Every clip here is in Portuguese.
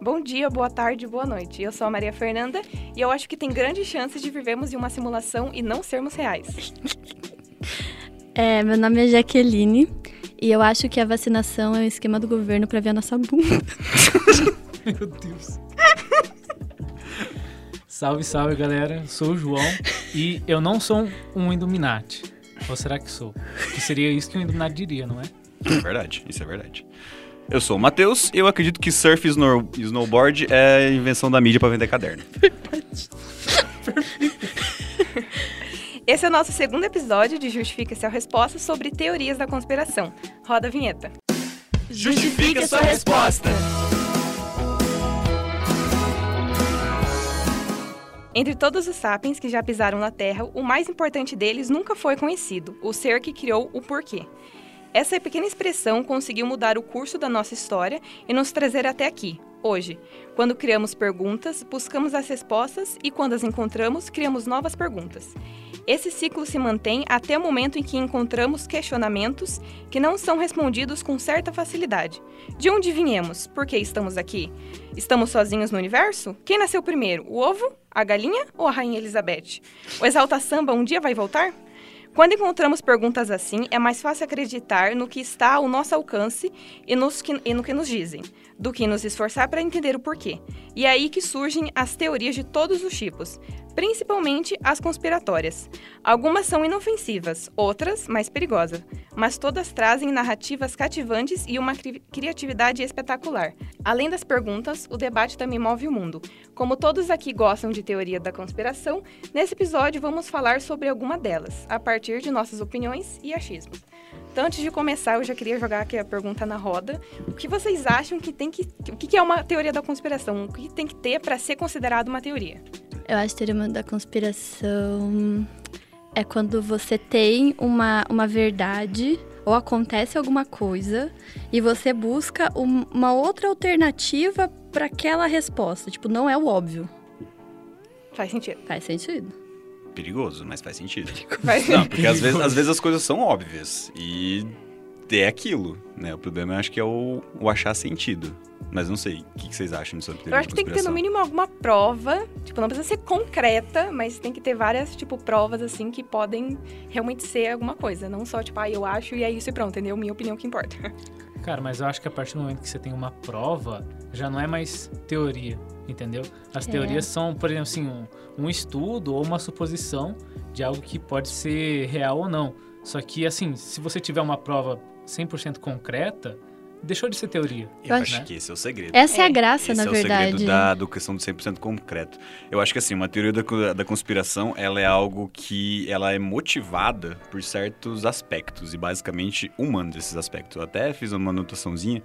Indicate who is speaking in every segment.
Speaker 1: Bom dia, boa tarde, boa noite. Eu sou a Maria Fernanda e eu acho que tem grande chance de vivermos em uma simulação e não sermos reais.
Speaker 2: É, meu nome é Jaqueline e eu acho que a vacinação é um esquema do governo pra ver a nossa bunda.
Speaker 3: Meu Deus. salve, salve, galera. Sou o João e eu não sou um Illuminati. Ou será que sou? Que seria isso que um Illuminati diria, não é?
Speaker 4: É verdade, isso é verdade. Eu sou o Matheus e eu acredito que surf e snor- e snowboard é invenção da mídia pra vender caderno.
Speaker 1: Esse é o nosso segundo episódio de Justifica-se a Resposta sobre teorias da conspiração. Roda a vinheta.
Speaker 4: Justifique a sua resposta.
Speaker 1: Entre todos os sapiens que já pisaram na Terra, o mais importante deles nunca foi conhecido, o ser que criou o porquê. Essa pequena expressão conseguiu mudar o curso da nossa história e nos trazer até aqui, hoje. Quando criamos perguntas, buscamos as respostas e, quando as encontramos, criamos novas perguntas. Esse ciclo se mantém até o momento em que encontramos questionamentos que não são respondidos com certa facilidade. De onde vinhemos? Por que estamos aqui? Estamos sozinhos no universo? Quem nasceu primeiro, o ovo, a galinha ou a rainha Elizabeth? O Exalta Samba um dia vai voltar? Quando encontramos perguntas assim, é mais fácil acreditar no que está ao nosso alcance e, nos que- e no que nos dizem, do que nos esforçar para entender o porquê. E é aí que surgem as teorias de todos os tipos, principalmente as conspiratórias. Algumas são inofensivas, outras mais perigosas, mas todas trazem narrativas cativantes e uma cri- criatividade espetacular. Além das perguntas, o debate também move o mundo. Como todos aqui gostam de teoria da conspiração, nesse episódio vamos falar sobre alguma delas, a partir de nossas opiniões e achismos. Então, antes de começar, eu já queria jogar aqui a pergunta na roda. O que vocês acham que tem que. O que que é uma teoria da conspiração? O que tem que ter para ser considerado uma teoria?
Speaker 2: Eu acho que teoria da conspiração é quando você tem uma, uma verdade ou acontece alguma coisa e você busca um- uma outra alternativa para aquela resposta. Tipo, não é o óbvio.
Speaker 1: Faz sentido.
Speaker 2: Faz sentido.
Speaker 4: Perigoso, mas faz sentido.
Speaker 1: Faz...
Speaker 4: Não, porque às vezes, às vezes as coisas são óbvias e é aquilo, né? O problema eu acho que é o, o achar sentido. Mas não sei, o que que vocês acham sobre
Speaker 1: Eu
Speaker 4: teoria
Speaker 1: acho
Speaker 4: de
Speaker 1: que tem que ter no
Speaker 4: conspiração?
Speaker 1: mínimo alguma prova, tipo, não precisa ser concreta, mas tem que ter várias, tipo, provas assim que podem realmente ser alguma coisa, não só tipo, ah, eu acho e é isso e pronto, entendeu? Minha opinião que importa.
Speaker 3: Cara, mas eu acho que a partir do momento que você tem uma prova, já não é mais teoria, entendeu? As
Speaker 2: É.
Speaker 3: teorias são, por exemplo, assim, um, um estudo ou uma suposição de algo que pode ser real ou não. Só que, assim, se você tiver uma prova 100% concreta, deixou de ser teoria.
Speaker 4: Eu
Speaker 2: Eu
Speaker 4: acho
Speaker 3: acho-
Speaker 4: que esse é o segredo.
Speaker 2: Essa é,
Speaker 1: É,
Speaker 2: a graça,
Speaker 4: Esse
Speaker 2: na
Speaker 4: é o
Speaker 2: verdade. né?
Speaker 4: segredo da, do questão do 100% concreto. Eu acho que assim, uma teoria da, co- da conspiração, ela é algo que ela é motivada por certos aspectos e basicamente humano desses aspectos. Eu até fiz uma anotaçãozinha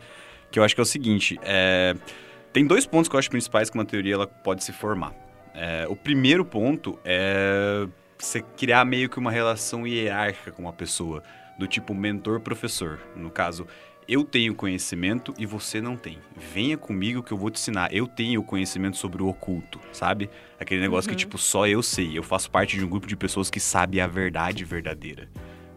Speaker 4: que eu acho que é o seguinte, é, tem dois pontos que eu acho principais que uma teoria ela pode se formar. É, o primeiro ponto é você criar meio que uma relação hierárquica com uma pessoa, do tipo mentor-professor. No caso, eu tenho conhecimento e você não tem. Venha comigo que eu vou te ensinar. Eu tenho conhecimento sobre o oculto, sabe? Aquele negócio
Speaker 1: Uhum.
Speaker 4: que, tipo, só eu sei. Eu faço parte de um grupo de pessoas que sabe a verdade verdadeira.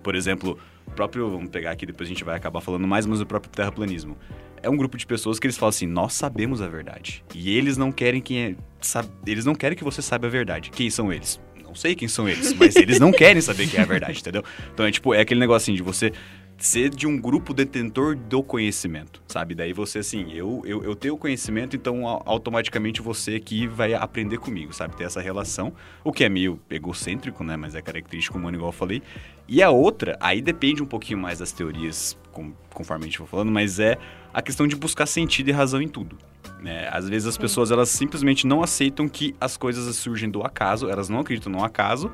Speaker 4: Por exemplo, o próprio. Vamos pegar aqui, depois a gente vai acabar falando mais, mas o próprio terraplanismo. É um grupo de pessoas que eles falam assim: nós sabemos a verdade. E eles não querem quem é. sa- eles não querem que você saiba a verdade. Quem são eles? Não sei quem são eles, mas eles não querem saber quem é a verdade, entendeu? Então é tipo, é aquele negócio assim de você ser de um grupo detentor do conhecimento, sabe? Daí você, assim, eu, eu, eu tenho conhecimento, então a- automaticamente você aqui vai aprender comigo, sabe? Ter essa relação, o que é meio egocêntrico, né? Mas é característico humano, igual eu falei. E a outra, aí depende um pouquinho mais das teorias, com- conforme a gente for falando, mas é a questão de buscar sentido e razão em tudo. Né? Às vezes as pessoas elas simplesmente não aceitam que as coisas surgem do acaso, elas não acreditam no acaso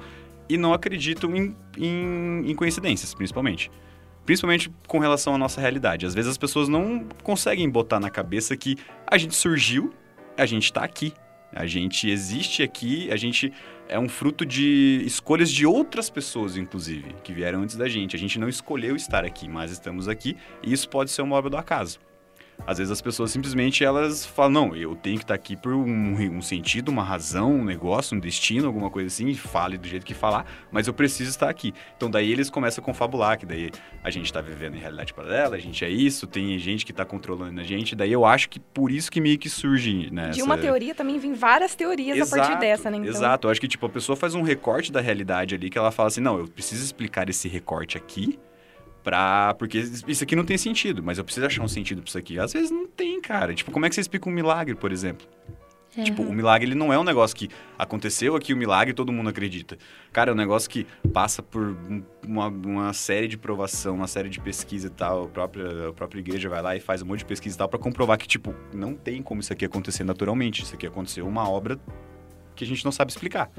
Speaker 4: e não acreditam em, em- em coincidências, principalmente. Principalmente com relação à nossa realidade. Às vezes as pessoas não conseguem botar na cabeça que a gente surgiu, a gente está aqui, a gente existe aqui, a gente é um fruto de escolhas de outras pessoas, inclusive, que vieram antes da gente. A gente não escolheu estar aqui, mas estamos aqui e isso pode ser uma obra do acaso. Às vezes as pessoas simplesmente elas falam, não, eu tenho que estar aqui por um, um sentido, uma razão, um negócio, um destino, alguma coisa assim, e fale do jeito que falar, mas eu preciso estar aqui. Então daí eles começam a confabular, que daí a gente está vivendo em realidade paralela, a gente é isso, tem gente que está controlando a gente, daí eu acho que por isso que meio que surge, né?
Speaker 1: De uma
Speaker 4: essa-
Speaker 1: teoria também vem várias teorias a partir dessa, né? Então,
Speaker 4: Exato, eu acho que tipo, a pessoa faz um recorte da realidade ali que ela fala assim: não, eu preciso explicar esse recorte aqui. Pra... Porque isso aqui não tem sentido, mas eu preciso achar um sentido pra isso aqui. Às vezes não tem, cara. Tipo, como é que você explica um milagre, por exemplo?
Speaker 2: É.
Speaker 4: Tipo, o milagre ele não é um negócio que aconteceu aqui o milagre e todo mundo acredita. Cara, é um negócio que passa por um- uma, uma série de provação, uma série de pesquisa e tal. A própria, a própria igreja vai lá e faz um monte de pesquisa e tal pra comprovar que, tipo, não tem como isso aqui acontecer naturalmente. Isso aqui aconteceu uma obra que a gente não sabe explicar.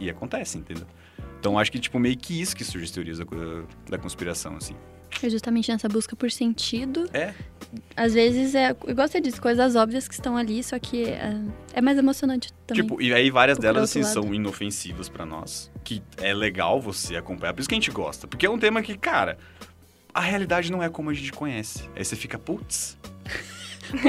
Speaker 4: E acontece, entendeu? Então acho que, tipo, meio que isso que surge as teorias da, co- da conspiração, assim.
Speaker 2: É justamente nessa busca por sentido.
Speaker 4: É.
Speaker 2: Às vezes é, igual você disse, coisas óbvias que estão ali, só que é, é mais emocionante também.
Speaker 4: Tipo, e aí várias
Speaker 2: Por
Speaker 4: delas
Speaker 2: outro
Speaker 4: assim são inofensivas pra nós, que é legal você acompanhar, por isso que a gente gosta, porque é um tema que, cara, a realidade não é como a gente conhece. Aí você fica, putz.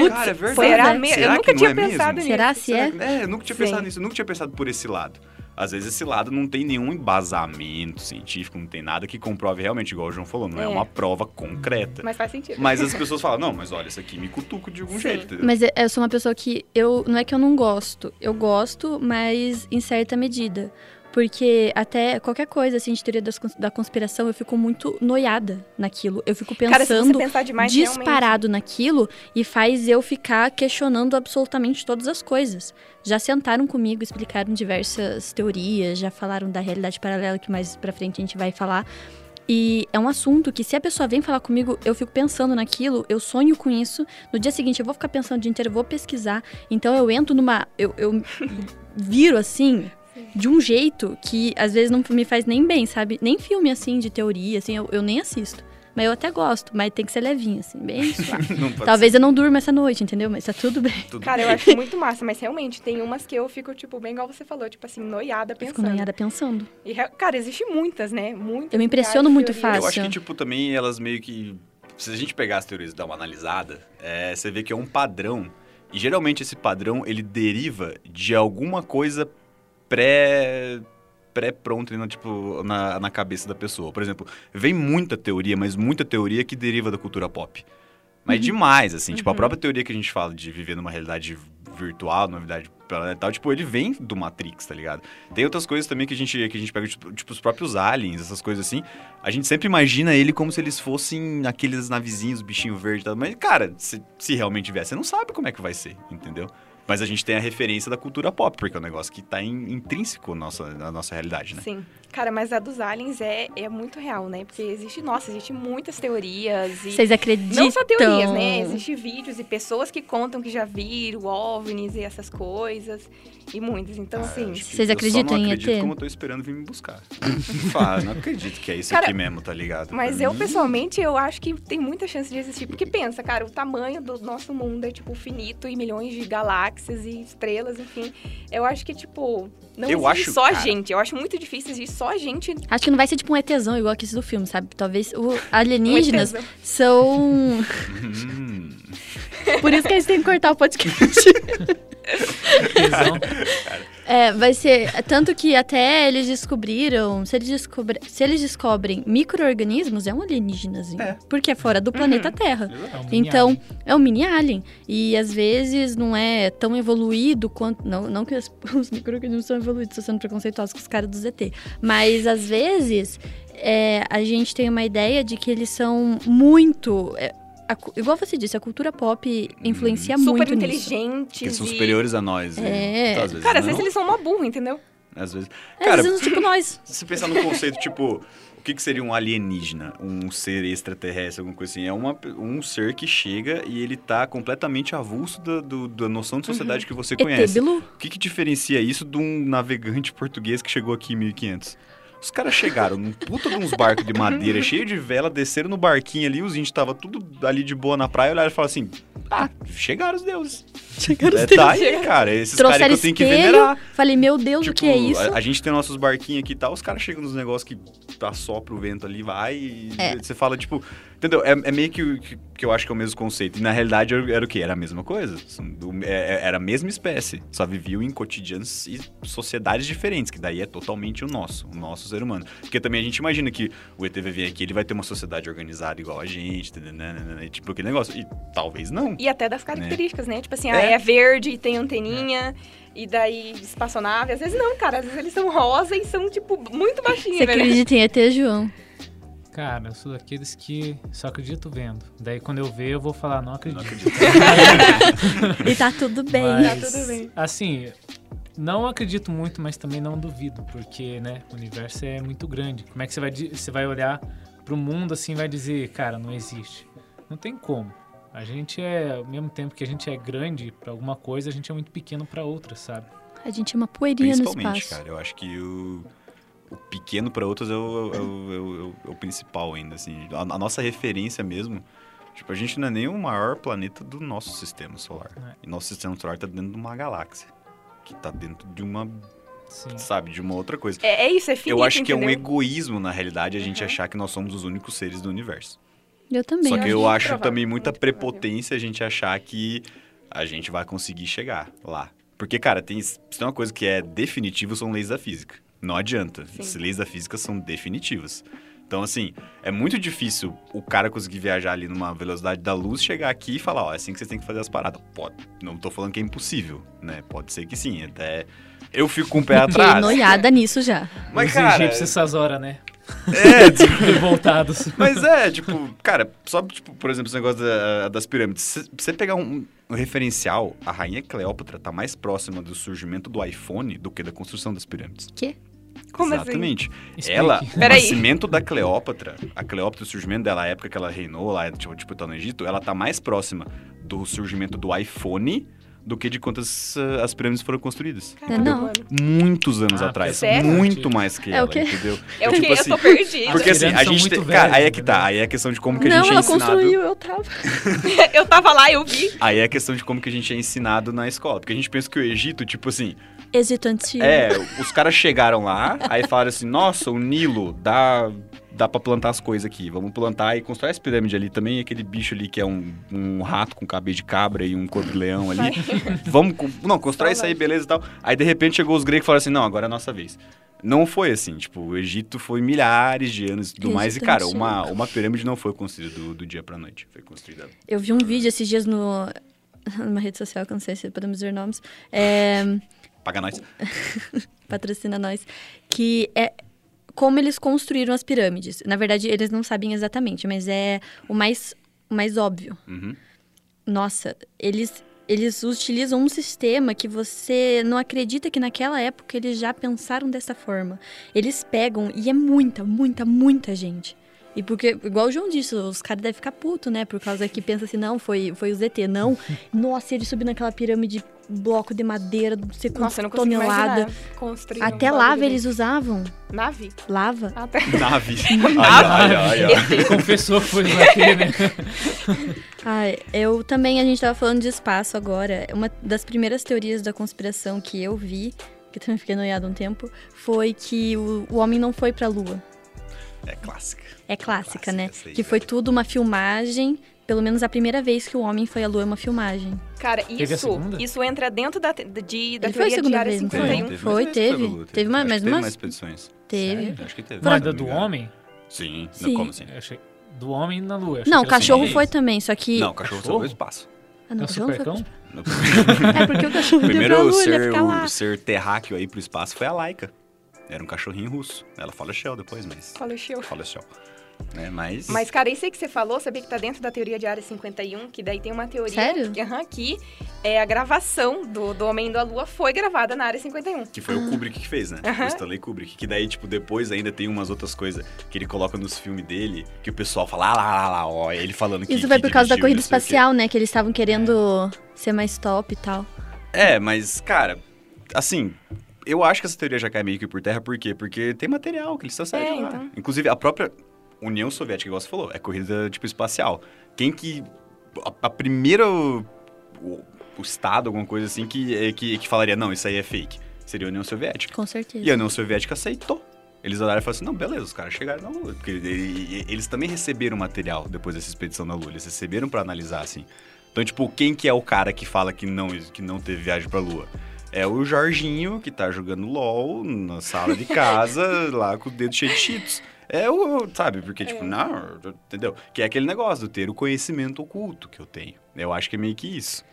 Speaker 4: cara, é verdade.
Speaker 1: será mesmo? Eu
Speaker 4: que
Speaker 1: nunca
Speaker 4: não
Speaker 1: tinha
Speaker 4: é mesmo?
Speaker 1: pensado nisso.
Speaker 2: Será se
Speaker 4: Será
Speaker 2: é?
Speaker 4: que- eu nunca tinha
Speaker 1: Sim.
Speaker 4: pensado nisso, eu nunca tinha pensado por esse lado. Às vezes esse lado não tem nenhum embasamento científico, não tem nada que comprove realmente, igual o João falou, não é,
Speaker 1: É.
Speaker 4: uma prova concreta.
Speaker 1: Mas faz sentido.
Speaker 4: Mas as pessoas falam, não, mas olha, isso aqui me cutuca de algum
Speaker 1: Sim.
Speaker 4: jeito, entendeu?
Speaker 2: Mas é, eu- eu sou uma pessoa que eu não é que eu não gosto, eu gosto, mas em certa medida. Porque até qualquer coisa assim de teoria das cons- da conspiração, eu fico muito noiada naquilo. Eu fico
Speaker 1: Cara, se você
Speaker 2: pensando
Speaker 1: pensar demais, realmente...
Speaker 2: disparado naquilo e faz eu ficar questionando absolutamente todas as coisas. Já sentaram comigo, explicaram diversas teorias, já falaram da realidade paralela que mais pra frente a gente vai falar. E é um assunto que se a pessoa vem falar comigo, eu fico pensando naquilo, eu sonho com isso. No dia seguinte eu vou ficar pensando o dia inteiro, eu vou pesquisar. Então eu entro numa eu, eu viro assim de um jeito que às vezes não me faz nem bem, sabe? Nem filme assim de teoria, assim, eu, eu nem assisto. Mas eu até gosto, mas tem que ser levinho, assim, bem suave.
Speaker 4: Não pode
Speaker 2: Talvez eu não durma essa noite, entendeu? Mas tá tudo bem.
Speaker 4: ser tudo.
Speaker 1: tá Cara, eu acho muito massa, mas realmente tem umas que eu fico, tipo, bem igual você falou, tipo assim, noiada
Speaker 2: Eu Fico
Speaker 1: pensando.
Speaker 2: noiada pensando.
Speaker 1: E, rea- cara, existe muitas, né? Muitas.
Speaker 2: Eu me impressiono
Speaker 1: milhares de
Speaker 2: muito
Speaker 1: teorias.
Speaker 4: Eu acho
Speaker 2: fácil.
Speaker 4: que, tipo, também elas meio que. Se a gente pegar as teorias e dar uma analisada, é, você vê que é um padrão. E geralmente esse padrão ele deriva de alguma coisa pré pré-pronta né, tipo, na, na cabeça da pessoa. Por exemplo, vem muita teoria, mas muita teoria que deriva da cultura pop. Mas demais, assim, tipo, a própria teoria que a gente fala de viver numa realidade virtual, numa realidade paralela e tal, tipo, ele vem do Matrix, tá ligado? Tem outras coisas também que a gente, que a gente pega, tipo, tipo, os próprios aliens, essas coisas assim. A gente sempre imagina ele como se eles fossem aqueles navezinhos, bichinho verde e tal. Mas, cara, se, se realmente vier, você não sabe como é que vai ser, entendeu? Mas a gente tem a referência da cultura pop, porque é um negócio que tá in- intrínseco à nossa, na nossa realidade, né?
Speaker 1: Sim. tipo assim. Cara, mas a dos aliens é, é muito real, né? Porque existe, nossa, existe muitas teorias. E
Speaker 2: Vocês acreditam?
Speaker 1: não só teorias, né? Existem vídeos e pessoas que contam que já viram OVNIs e essas coisas. E muitas. Então, assim.
Speaker 4: Acho que
Speaker 2: Vocês
Speaker 4: Ah, eu só
Speaker 2: acreditam
Speaker 4: não
Speaker 2: em
Speaker 4: acredito
Speaker 2: ET?
Speaker 4: como eu tô esperando vir me buscar. Fala, não acredito que é isso
Speaker 1: Cara,
Speaker 4: aqui mesmo, tá ligado?
Speaker 1: Mas
Speaker 4: Pra
Speaker 1: eu,
Speaker 4: mim,
Speaker 1: pessoalmente, eu acho que tem muita chance de existir. Porque pensa, cara, o tamanho do nosso mundo é, tipo, finito e milhões de galáxias e estrelas, enfim. Eu acho que, tipo, não
Speaker 4: Eu
Speaker 1: existe
Speaker 4: acho,
Speaker 1: só a
Speaker 4: cara.
Speaker 1: gente. Eu acho muito difícil existir só a gente.
Speaker 2: Acho que não vai ser tipo um ETzão igual aquele do filme, sabe? Talvez
Speaker 1: Um
Speaker 2: o
Speaker 1: com
Speaker 2: alienígenas
Speaker 1: certeza.
Speaker 2: são.
Speaker 4: hum,
Speaker 2: Por isso que eles têm que cortar o podcast.
Speaker 3: Tesão.
Speaker 2: É, vai ser. Tanto que até eles descobriram. Se eles, descobre, se eles descobrem micro-organismos, é um alienígenazinho.
Speaker 4: É. Uhum.
Speaker 2: Porque é fora do planeta Terra.
Speaker 3: É um mini
Speaker 2: Então,
Speaker 3: alien.
Speaker 2: é um mini alien. E às vezes não é tão evoluído quanto. Não, não que os, os micro-organismos são evoluídos, estou sendo preconceituosos com os caras do ZT. Mas às vezes é, a gente tem uma ideia de que eles são muito. é, a cu- igual você disse, a cultura pop influencia é
Speaker 3: Uhum.
Speaker 2: muito.
Speaker 1: super
Speaker 2: nisso.
Speaker 1: inteligentes.
Speaker 4: que são
Speaker 1: e-
Speaker 4: superiores a nós. e-
Speaker 2: É.
Speaker 4: Então, às vezes
Speaker 1: Cara, às
Speaker 4: não,
Speaker 1: vezes eles são uma burra, entendeu?
Speaker 4: às vezes-
Speaker 2: É,
Speaker 4: Cara,
Speaker 2: às vezes, tipo nós.
Speaker 4: se você pensar no conceito, tipo, o que, que seria um alienígena? Um ser extraterrestre, alguma coisa assim? É uma, pe- um ser que chega e ele tá completamente avulso da, do- da noção de sociedade que você
Speaker 2: ET
Speaker 4: conhece.
Speaker 2: Bilu.
Speaker 4: O que, que diferencia isso de um navegante português que chegou aqui em 1500? Os caras chegaram num puta de uns barcos de madeira cheio de vela, desceram no barquinho ali, os índios tava tudo ali de boa na praia, olharam e falaram assim: ah, chegaram os deuses.
Speaker 2: Chegaram
Speaker 4: É, tá aí, cara, esses caras que
Speaker 2: Trouxeram
Speaker 4: eu tenho que
Speaker 2: espelho.
Speaker 4: venerar.
Speaker 2: Falei, meu Deus,
Speaker 4: Tipo,
Speaker 2: o que é isso?
Speaker 4: A, a gente tem nossos barquinhos aqui e tal, os caras chegam nos negócios que tipo, assopra o vento ali, vai e você fala, tipo... Entendeu? É, é meio que, o- que, que eu acho que é o mesmo conceito. E na realidade era, era o quê? Era a mesma coisa. São do- é- é- Era a mesma espécie. Só viviam em cotidianos e sociedades diferentes, que daí é totalmente o nosso, o nosso ser humano. Porque também a gente imagina que o ET vai vir aqui, ele vai ter uma sociedade organizada igual a gente, tá, né, né, né, né, tipo aquele negócio. E talvez não.
Speaker 1: E até das características, né? Tipo assim, ah,
Speaker 4: É.
Speaker 1: é verde e tem anteninha, e daí espaçonave. Às vezes não, cara. Às vezes eles são rosa e são, tipo, muito baixinhos,
Speaker 2: Você
Speaker 1: velho.
Speaker 2: acredita em ET, João?
Speaker 3: Cara, eu sou daqueles que só acredito vendo. Daí quando eu ver, eu vou falar, não
Speaker 4: Não
Speaker 3: acredito.
Speaker 4: acredito.
Speaker 2: E tá tudo bem.
Speaker 1: Tá
Speaker 3: Mas,
Speaker 1: tudo bem.
Speaker 3: Assim, não acredito muito, mas também não duvido, porque, né, o universo é muito grande. Como é que você vai, di- você vai olhar pro mundo assim e vai dizer, cara, não existe? Não tem como. A gente é, ao mesmo tempo que a gente é grande pra alguma coisa, a gente é muito pequeno pra outra, sabe?
Speaker 2: A gente é uma poeirinha no
Speaker 4: Principalmente,
Speaker 2: espaço.
Speaker 4: cara. Eu acho que o, o pequeno para outros é o, é, o, é o- é o principal ainda, assim. A, a nossa referência mesmo. Tipo, a gente não é nem o maior planeta do nosso sistema solar. E nosso sistema solar tá dentro de uma galáxia. Que tá dentro de uma,
Speaker 3: Sim.
Speaker 4: sabe, de uma outra coisa.
Speaker 1: É, é isso, é finito,
Speaker 4: eu acho que é um
Speaker 1: entendeu?
Speaker 4: egoísmo, na realidade, a gente
Speaker 1: Uhum.
Speaker 4: achar que nós somos os únicos seres do universo.
Speaker 2: Eu também.
Speaker 4: Só que
Speaker 1: acho
Speaker 4: eu acho
Speaker 1: provável,
Speaker 4: também muita
Speaker 1: muito provável.
Speaker 4: prepotência a gente achar que a gente vai conseguir chegar lá. Porque, cara, tem, se tem uma coisa que é definitiva, são leis da física. Não adianta.
Speaker 1: Sim.
Speaker 4: As leis da física são definitivas. Então, assim, é muito difícil o cara conseguir viajar ali numa velocidade da luz, chegar aqui e falar, ó, é assim que vocês têm que fazer as paradas. Pode, não tô falando que é impossível, né? Pode ser que sim, até... Eu fico com o pé
Speaker 2: Fiquei
Speaker 4: atrás.
Speaker 2: noiada nisso já.
Speaker 4: Mas,
Speaker 3: Os
Speaker 4: cara...
Speaker 3: egípcios essas horas, né?
Speaker 4: É, tipo,
Speaker 3: Revoltados.
Speaker 4: Mas é, tipo, cara, só, tipo, por exemplo, esse negócio da- das pirâmides. Se você pegar um, um referencial, a rainha Cleópatra tá mais próxima do surgimento do iPhone do que da construção das pirâmides.
Speaker 1: Como assim?
Speaker 4: Exatamente.
Speaker 3: Explique.
Speaker 4: Ela, o
Speaker 1: Peraí.
Speaker 4: nascimento da Cleópatra, a Cleópatra, o surgimento dela, a época que ela reinou lá, tipo, tipo, tá no Egito, ela tá mais próxima do surgimento do iPhone do que de quantas ah, as pirâmides foram construídas.
Speaker 1: Caramba,
Speaker 2: Não.
Speaker 1: mano.
Speaker 4: Muitos anos
Speaker 3: Ah,
Speaker 4: atrás.
Speaker 1: sério?
Speaker 4: Muito mais que
Speaker 2: É o
Speaker 4: ela,
Speaker 2: quê?
Speaker 4: entendeu?
Speaker 1: É o
Speaker 4: Tipo
Speaker 1: que?
Speaker 4: assim,
Speaker 1: eu tô perdido.
Speaker 4: Porque assim, a
Speaker 3: pirâmides são
Speaker 4: gente. Tem,
Speaker 3: muito né?
Speaker 4: cara, aí
Speaker 3: velhas,
Speaker 4: é que tá.
Speaker 3: entendeu?
Speaker 4: Aí é a questão de como que a
Speaker 2: Não,
Speaker 4: gente é
Speaker 2: ela
Speaker 4: ensinado.
Speaker 2: construiu, eu tava.
Speaker 1: Eu tava lá, eu vi.
Speaker 4: Aí é a questão de como que a gente é ensinado na escola. Porque a gente pensa que o Egito, tipo assim,
Speaker 2: Egito antigo.
Speaker 4: é, os caras chegaram lá, aí falaram assim, nossa, o Nilo dá, dá pra plantar as coisas aqui. Vamos plantar e construir essa pirâmide ali também, aquele bicho ali que é um, um rato com cabeça de cabra e um corpo de leão ali. Vamos, con- não, constrói isso aí, beleza e tal. Aí de repente chegou os gregos e falaram assim, não, agora é a nossa vez. Não foi assim, tipo, o Egito foi milhares de anos e tudo mais. E,
Speaker 2: Egito
Speaker 4: cara,
Speaker 2: antigo.
Speaker 4: uma, uma pirâmide não foi construída do, do dia pra noite. Foi construída
Speaker 2: Eu vi um vídeo esses dias no. numa rede social, que eu não sei se podemos dizer nomes. É.
Speaker 4: paga nós.
Speaker 2: patrocina nós, que é como eles construíram as pirâmides. Na verdade, eles não sabem exatamente, mas é o mais, o mais óbvio.
Speaker 4: Uhum.
Speaker 2: Nossa, eles, eles utilizam um sistema que você não acredita que naquela época eles já pensaram dessa forma. Eles pegam, e é muita, muita, muita gente. E porque, igual o João disse, os caras devem ficar puto, né? Por causa que pensa assim, não, foi, foi o ZT, não. Nossa, ele subiu naquela pirâmide, bloco de madeira, não sei quantas
Speaker 1: Nossa, eu não consigo
Speaker 2: toneladas.
Speaker 1: imaginar construir
Speaker 2: Até
Speaker 1: um
Speaker 2: lava
Speaker 1: bagulho
Speaker 2: eles usavam
Speaker 1: desse. Nave.
Speaker 2: lava.
Speaker 1: Até...
Speaker 4: Nave.
Speaker 1: Nave.
Speaker 4: Ai, ai, ai, ai.
Speaker 3: Ele confessou que foi naquele, né?
Speaker 2: Ai, eu também, a gente tava falando de espaço agora. Uma das primeiras teorias da conspiração que eu vi, que eu também fiquei noiada um tempo, foi que o, o homem não foi pra lua.
Speaker 4: É clássica.
Speaker 2: É clássica,
Speaker 4: Clássica
Speaker 2: né?
Speaker 4: essa aí,
Speaker 2: Que foi tudo uma filmagem. Pelo menos a primeira vez que o homem foi à lua é uma filmagem.
Speaker 1: Cara,
Speaker 3: a
Speaker 1: isso,
Speaker 3: segunda?
Speaker 1: isso entra dentro da, te- de, da
Speaker 2: Ele foi
Speaker 1: teoria
Speaker 2: a segunda
Speaker 1: de área
Speaker 2: vez, não foi?
Speaker 1: 51.
Speaker 2: Teve. Foi,
Speaker 4: mais vezes
Speaker 2: teve.
Speaker 4: pelo-
Speaker 2: Teve mais-
Speaker 4: acho que
Speaker 2: mais
Speaker 4: teve
Speaker 2: umas-
Speaker 4: mais expedições.
Speaker 2: Teve.
Speaker 3: Sério?
Speaker 4: Acho que teve.
Speaker 3: Mas
Speaker 4: se não
Speaker 3: do
Speaker 4: me engano.
Speaker 3: homem?
Speaker 4: Sim. não,
Speaker 2: Sim.
Speaker 4: Como assim?
Speaker 3: Eu É, achei- Do homem na lua. eu achei
Speaker 2: Não, o
Speaker 3: que era
Speaker 2: cachorro
Speaker 3: assim.
Speaker 2: foi também, só que.
Speaker 4: Não, o cachorro saiu
Speaker 3: Cachorro?
Speaker 4: do espaço.
Speaker 2: Ah,
Speaker 3: É
Speaker 2: não,
Speaker 3: o
Speaker 2: o cachorro não foi.
Speaker 3: supercão?
Speaker 4: No-
Speaker 2: É porque o cachorro deu pra
Speaker 4: Primeiro
Speaker 2: lua, ele ia
Speaker 4: ser,
Speaker 2: ficar lá.
Speaker 4: o ser terráqueo aí pro espaço foi a Laika. Era um cachorrinho russo. Ela fala Shell depois, mas.
Speaker 1: Fala, Chiu.
Speaker 4: Fala Shell. Né, mas.
Speaker 1: Mas, cara, isso aí que você falou, sabia que tá dentro da teoria de área 51, que daí tem uma teoria
Speaker 2: Sério?
Speaker 1: Que, aham, que é a gravação do, do Homem da Lua foi gravada na área 51.
Speaker 4: Que
Speaker 2: Hum.
Speaker 4: foi o Kubrick que fez, né? O Stanley Kubrick. Que daí, tipo, depois ainda tem umas outras coisas que ele coloca nos filmes dele, que o pessoal fala, ah lá, lá, lá, ó, ele falando que.
Speaker 2: Isso foi
Speaker 4: que
Speaker 2: por causa da
Speaker 4: dirigiu,
Speaker 2: corrida
Speaker 4: não sei o quê.
Speaker 2: espacial, né? Que eles estavam querendo ser mais top e tal.
Speaker 4: É, mas, cara, assim, eu acho que essa teoria já cai meio que por terra, por quê? Porque tem material que eles estão saindo
Speaker 1: É,
Speaker 4: de lá.
Speaker 1: então.
Speaker 4: Inclusive, a própria União Soviética, igual você falou, é corrida, tipo, espacial. Quem que... A, a primeira... O, o Estado, alguma coisa assim, que, é- que, que falaria, não, isso aí é fake, seria a União Soviética.
Speaker 2: Com certeza.
Speaker 4: E a União Soviética aceitou. Eles olharam e falaram assim: não, beleza, os caras chegaram na Lua. Porque e- e- eles também receberam material depois dessa expedição na Lua. Eles receberam pra analisar, assim. Então, tipo, quem que é o cara que fala que não, que não teve viagem pra Lua? É o Jorginho, que tá jogando LOL na sala de casa, lá com o dedo cheio de cheetos. É o, sabe, porque,
Speaker 1: É.
Speaker 4: tipo, não, entendeu? Que é aquele negócio do ter o conhecimento oculto que eu tenho. Eu acho que é meio que isso.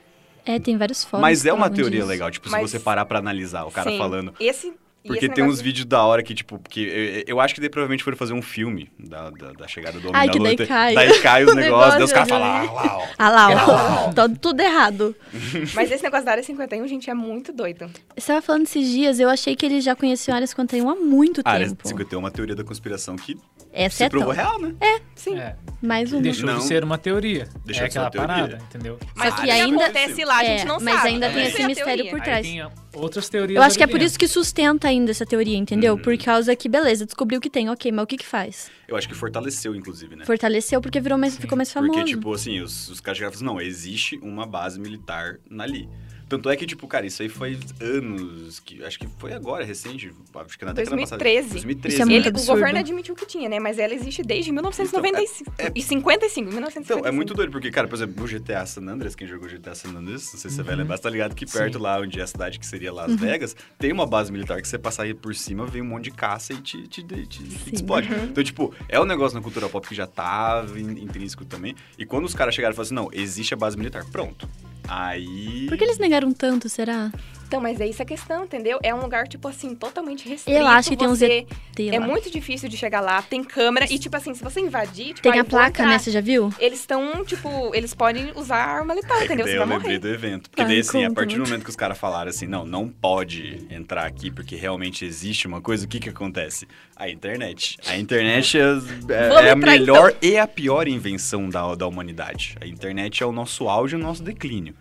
Speaker 2: É, tem vários fóruns.
Speaker 4: Mas
Speaker 2: que
Speaker 4: é uma
Speaker 2: falam
Speaker 4: teoria
Speaker 2: disso.
Speaker 4: legal, tipo,
Speaker 1: Mas-
Speaker 4: se você parar pra analisar o cara
Speaker 1: Sim.
Speaker 4: falando.
Speaker 1: Esse. e
Speaker 4: Porque
Speaker 1: esse
Speaker 4: tem uns
Speaker 1: negócio-
Speaker 4: vídeos da hora que, tipo, porque eu, eu acho que daí provavelmente foram fazer um filme da, da, da chegada do homem
Speaker 2: Ai,
Speaker 4: da
Speaker 2: que
Speaker 4: Lua.
Speaker 2: daí cai.
Speaker 4: daí cai os
Speaker 2: O
Speaker 4: negócios, daí os
Speaker 2: negócio,
Speaker 4: caras
Speaker 2: eu
Speaker 4: falam,
Speaker 2: já vi.
Speaker 4: ah, lá, ó.
Speaker 2: Ah lá,
Speaker 4: Uau.
Speaker 2: ó. Tá tudo errado.
Speaker 1: Mas esse negócio da área 51, gente, é muito doido.
Speaker 2: Você tava falando esses dias, eu achei que ele já conhecia o Área 51 há muito
Speaker 4: A Área
Speaker 2: tempo.
Speaker 4: 51 é uma teoria da conspiração que
Speaker 2: Essa
Speaker 4: se
Speaker 2: é
Speaker 4: provou
Speaker 2: top.
Speaker 4: real, né?
Speaker 1: Sim.
Speaker 3: É,
Speaker 2: Mais uma.
Speaker 3: deixou
Speaker 4: Não.
Speaker 3: de ser uma teoria.
Speaker 4: Deixou
Speaker 3: é
Speaker 4: de ser uma
Speaker 3: aquela
Speaker 4: teoria.
Speaker 3: parada, entendeu?
Speaker 1: Mas
Speaker 4: Só
Speaker 1: o
Speaker 4: que
Speaker 1: que
Speaker 2: ainda-
Speaker 1: acontece lá, a gente
Speaker 2: É,
Speaker 1: não
Speaker 2: mas
Speaker 1: sabe.
Speaker 2: ainda
Speaker 1: Essa
Speaker 4: tem
Speaker 1: é
Speaker 2: esse
Speaker 1: a
Speaker 2: mistério
Speaker 1: teoria.
Speaker 2: por
Speaker 3: Aí
Speaker 2: trás.
Speaker 3: tem outras teorias
Speaker 2: Eu acho que é
Speaker 3: ali
Speaker 2: por
Speaker 3: dentro.
Speaker 2: isso que sustenta ainda essa teoria, entendeu?
Speaker 4: Uhum.
Speaker 2: Por causa que, beleza, descobriu que tem, ok, mas o que que faz?
Speaker 4: Eu acho que fortaleceu, inclusive, né?
Speaker 2: Fortaleceu porque virou mais,
Speaker 3: Sim.
Speaker 2: ficou mais famoso.
Speaker 4: Porque, tipo, assim, os, os caras chegaram e falaram, não, existe uma base militar ali. Tanto é que, tipo, cara, isso aí foi anos, que, acho que foi agora, recente, acho que na década passada.
Speaker 1: 2013.
Speaker 4: 2013.
Speaker 2: Isso é
Speaker 4: né?
Speaker 2: muito
Speaker 1: Ele, o
Speaker 2: absurdo.
Speaker 1: governo admitiu que tinha, né? Mas ela existe desde 1995. E 55, 1955.
Speaker 4: é Então, é muito doido, porque, cara, por exemplo, o GTA San Andreas, quem jogou GTA San Andreas, não sei se você vai
Speaker 3: Uhum.
Speaker 4: lembrar, você tá ligado que perto
Speaker 3: Sim. Uhum.
Speaker 4: lá onde é a cidade que seria Las Vegas, tem uma base militar que você passar aí por cima, vem um monte de caça e te, te, te, te- te
Speaker 2: Sim.
Speaker 4: explode.
Speaker 3: Uhum.
Speaker 4: Então, tipo, é um negócio na cultura pop que já tava in- intrínseco também. E quando os caras chegaram e falaram assim, não, existe a base militar, pronto. Aí...
Speaker 2: Por que eles negaram tanto, será?
Speaker 1: Então, mas é isso a questão, entendeu? É um lugar, tipo assim, totalmente restrito.
Speaker 2: Eu acho que tem uns
Speaker 1: você...
Speaker 2: Sei
Speaker 1: É
Speaker 2: lá.
Speaker 1: muito difícil de chegar lá, tem câmera. E, tipo assim, se você invadir, tipo,
Speaker 2: Tem
Speaker 1: ah, eu
Speaker 2: a
Speaker 1: vou
Speaker 2: placa,
Speaker 1: entrar.
Speaker 2: né? Você já viu?
Speaker 1: Eles estão, tipo, eles podem usar arma letal,
Speaker 4: É que
Speaker 1: Tá, entendeu?
Speaker 4: daí
Speaker 1: Você
Speaker 4: eu
Speaker 1: vai
Speaker 4: lembrei
Speaker 1: morrer.
Speaker 4: do evento. Porque
Speaker 2: Tá,
Speaker 4: daí, assim, a
Speaker 2: conta,
Speaker 4: partir do
Speaker 2: né?
Speaker 4: momento que os caras falaram assim, não, não pode entrar aqui porque realmente existe uma coisa, o que que acontece? A internet. A internet é, é- é a
Speaker 1: entrar, então.
Speaker 4: melhor e a pior invenção da, da humanidade. A internet é o nosso auge e o nosso declínio.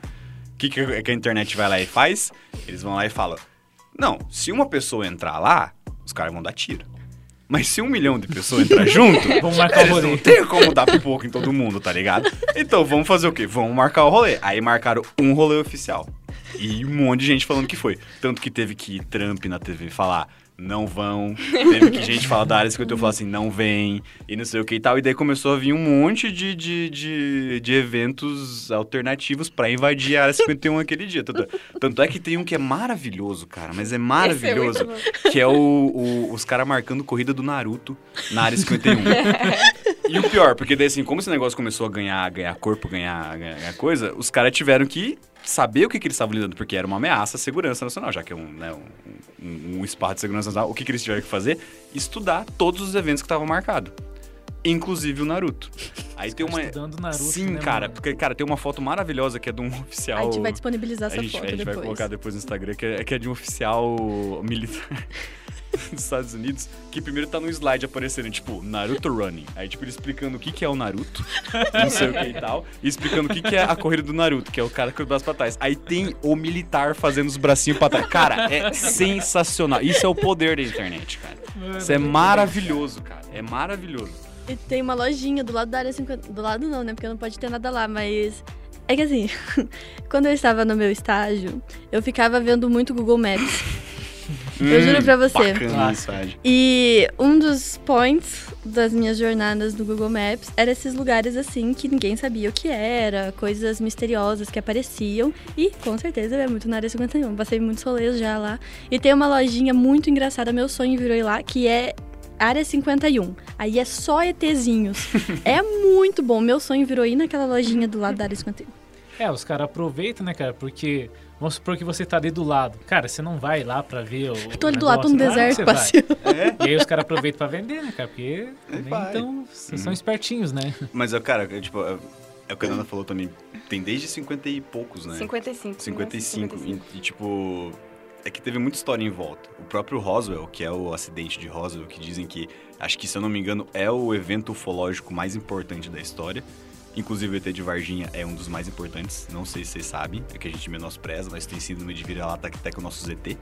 Speaker 4: O que, é que, que a internet vai lá e faz? Eles vão lá e falam, não, se uma pessoa entrar lá, os caras vão dar tiro. Mas se um milhão de pessoas entrar junto,
Speaker 3: Vamos marcar o
Speaker 4: eles não
Speaker 3: rolê.
Speaker 4: tem como dar pipoca em todo mundo, tá ligado? Então vamos fazer o quê? Vamos marcar o rolê. Aí marcaram um rolê oficial. E um monte de gente falando que foi. Tanto que teve que ir Trump na TV falar. Não vão. Teve que gente falar da área 51 falar assim, não vem, e não sei o que e tal. E daí começou a vir um monte de, de, de, de eventos alternativos pra invadir a área 51 aquele dia. Tanto, tanto é que tem um que é maravilhoso, cara, mas é maravilhoso. Que é o, o- os caras marcando corrida do Naruto na área 51. e o pior, porque daí assim, como esse negócio começou a ganhar, ganhar corpo, ganhar, ganhar, ganhar coisa, os caras tiveram que saber o que, que eles estavam lidando, porque era uma ameaça à segurança nacional, já que é um, né, um, um, um espaço de segurança nacional. O que, que eles tiveram que fazer? Estudar todos os eventos que estavam marcados. Inclusive o Naruto. Aí tem uma.
Speaker 3: Estudando Naruto,
Speaker 4: Sim,
Speaker 3: né,
Speaker 4: cara,
Speaker 3: mano?
Speaker 4: porque, cara, tem uma foto maravilhosa que é de um oficial.
Speaker 2: A gente vai disponibilizar
Speaker 4: A
Speaker 2: essa
Speaker 4: gente,
Speaker 2: foto
Speaker 4: a gente vai
Speaker 2: depois.
Speaker 4: colocar depois no Instagram, que é, que é de um oficial militar dos Estados Unidos, que primeiro tá no slide aparecendo, tipo, Naruto Running. Aí, tipo, ele explicando o que, que é o Naruto, não sei o que e tal, e explicando o que, que é a corrida do Naruto, que é o cara com os braços pra trás. Aí tem o militar fazendo os bracinhos pra trás. Cara, é sensacional. Isso é o poder da internet, cara.
Speaker 3: Mano,
Speaker 4: Isso é maravilhoso, cara. É maravilhoso.
Speaker 2: E tem uma lojinha do lado da área 50. Do lado não, né? Porque não pode ter nada lá, mas. É que assim, quando eu estava no meu estágio, eu ficava vendo muito Google Maps. Eu juro pra você.
Speaker 4: Hum, Bacana, isso, Ad.
Speaker 2: E um dos points das minhas jornadas no Google Maps era esses lugares assim que ninguém sabia o que era, coisas misteriosas que apareciam. E com certeza é muito na área 51. Passei muitos rolês já lá. E tem uma lojinha muito engraçada, meu sonho virou ir lá, que é Área 51. Aí é só ETzinhos. é muito bom. Meu sonho virou ir naquela lojinha do lado da Área 51.
Speaker 3: É, os caras aproveitam, né, cara? Porque vamos supor que você tá ali do lado. Cara, você não vai lá pra ver o.
Speaker 2: Eu tô ali
Speaker 3: o
Speaker 2: do lado, tô no
Speaker 3: Um negócio. Claro
Speaker 2: deserto
Speaker 3: que você vai.
Speaker 2: passeando.
Speaker 4: É?
Speaker 3: E aí os caras aproveitam pra vender, né, cara? Porque também
Speaker 4: vai. Uhum.
Speaker 3: então, vocês são espertinhos, né?
Speaker 4: Mas, ó, cara, é, tipo, é, é o que a Nana falou também. Tem desde 50 e poucos, né?
Speaker 1: 55.
Speaker 4: 55.
Speaker 1: 55.
Speaker 4: E, e, tipo, é que teve muita história em volta. O próprio Roswell, que é o acidente de Roswell, que dizem que, acho que, se eu não me engano, é o evento ufológico mais importante da história. Inclusive, o ET de Varginha é um dos mais importantes. Não sei se vocês sabem, é que a gente menospreza, nós tem síndrome de vira-lata até com nossos ET.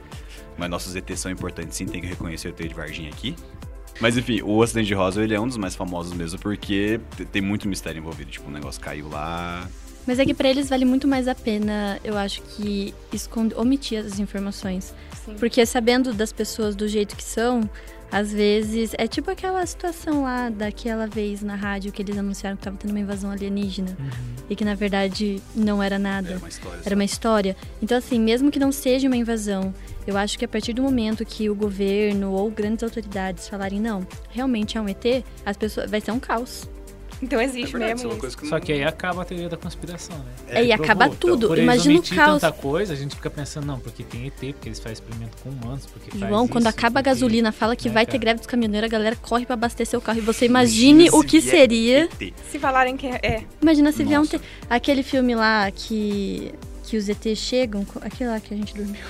Speaker 4: Mas nossos ET são importantes sim, tem que reconhecer o ET de Varginha aqui. Mas enfim, o acidente de Roswell ele é um dos mais famosos mesmo, porque te- tem muito mistério envolvido. Tipo, o negócio caiu lá.
Speaker 2: Mas é que pra eles vale muito mais a pena, eu acho, que esconde, omitir as informações.
Speaker 1: Sim.
Speaker 2: Porque sabendo das pessoas do jeito que são, Às vezes, é tipo aquela situação lá daquela vez na rádio que eles anunciaram que tava tendo uma invasão alienígena
Speaker 3: Uhum.
Speaker 2: e que na verdade não era nada.
Speaker 4: Era uma história.
Speaker 3: É.
Speaker 2: Era uma história. Então, assim, mesmo que não seja uma invasão, eu acho que a partir do momento que o governo ou grandes autoridades falarem não, realmente é um ET, as pessoas vai ser um caos.
Speaker 1: Então
Speaker 4: É
Speaker 1: existe
Speaker 4: verdade, isso é
Speaker 1: mesmo
Speaker 4: uma
Speaker 1: isso.
Speaker 4: coisa que
Speaker 3: Só
Speaker 4: não-
Speaker 3: que aí acaba a teoria da conspiração, né?
Speaker 2: É, e acaba
Speaker 4: provou, então.
Speaker 2: tudo.
Speaker 3: Por eles
Speaker 2: Imagina o
Speaker 3: omitir
Speaker 2: caos.
Speaker 3: tanta coisa, a gente fica pensando, não, porque tem ET, porque eles fazem experimento com humanos, porque faz
Speaker 2: João, quando
Speaker 3: isso,
Speaker 2: acaba a
Speaker 3: porque-
Speaker 2: gasolina, fala que
Speaker 3: né,
Speaker 2: vai
Speaker 3: cara?
Speaker 2: ter greve dos caminhoneiros, a galera corre pra abastecer o carro. E você imagine o que
Speaker 3: é
Speaker 4: Se vier
Speaker 2: seria.
Speaker 4: ET.
Speaker 1: Se falarem que é, é,
Speaker 2: Imagina se vier um.
Speaker 4: Nossa.
Speaker 2: te- Aquele filme lá que. Que os ETs chegam, co- aquele lá que a gente dormiu.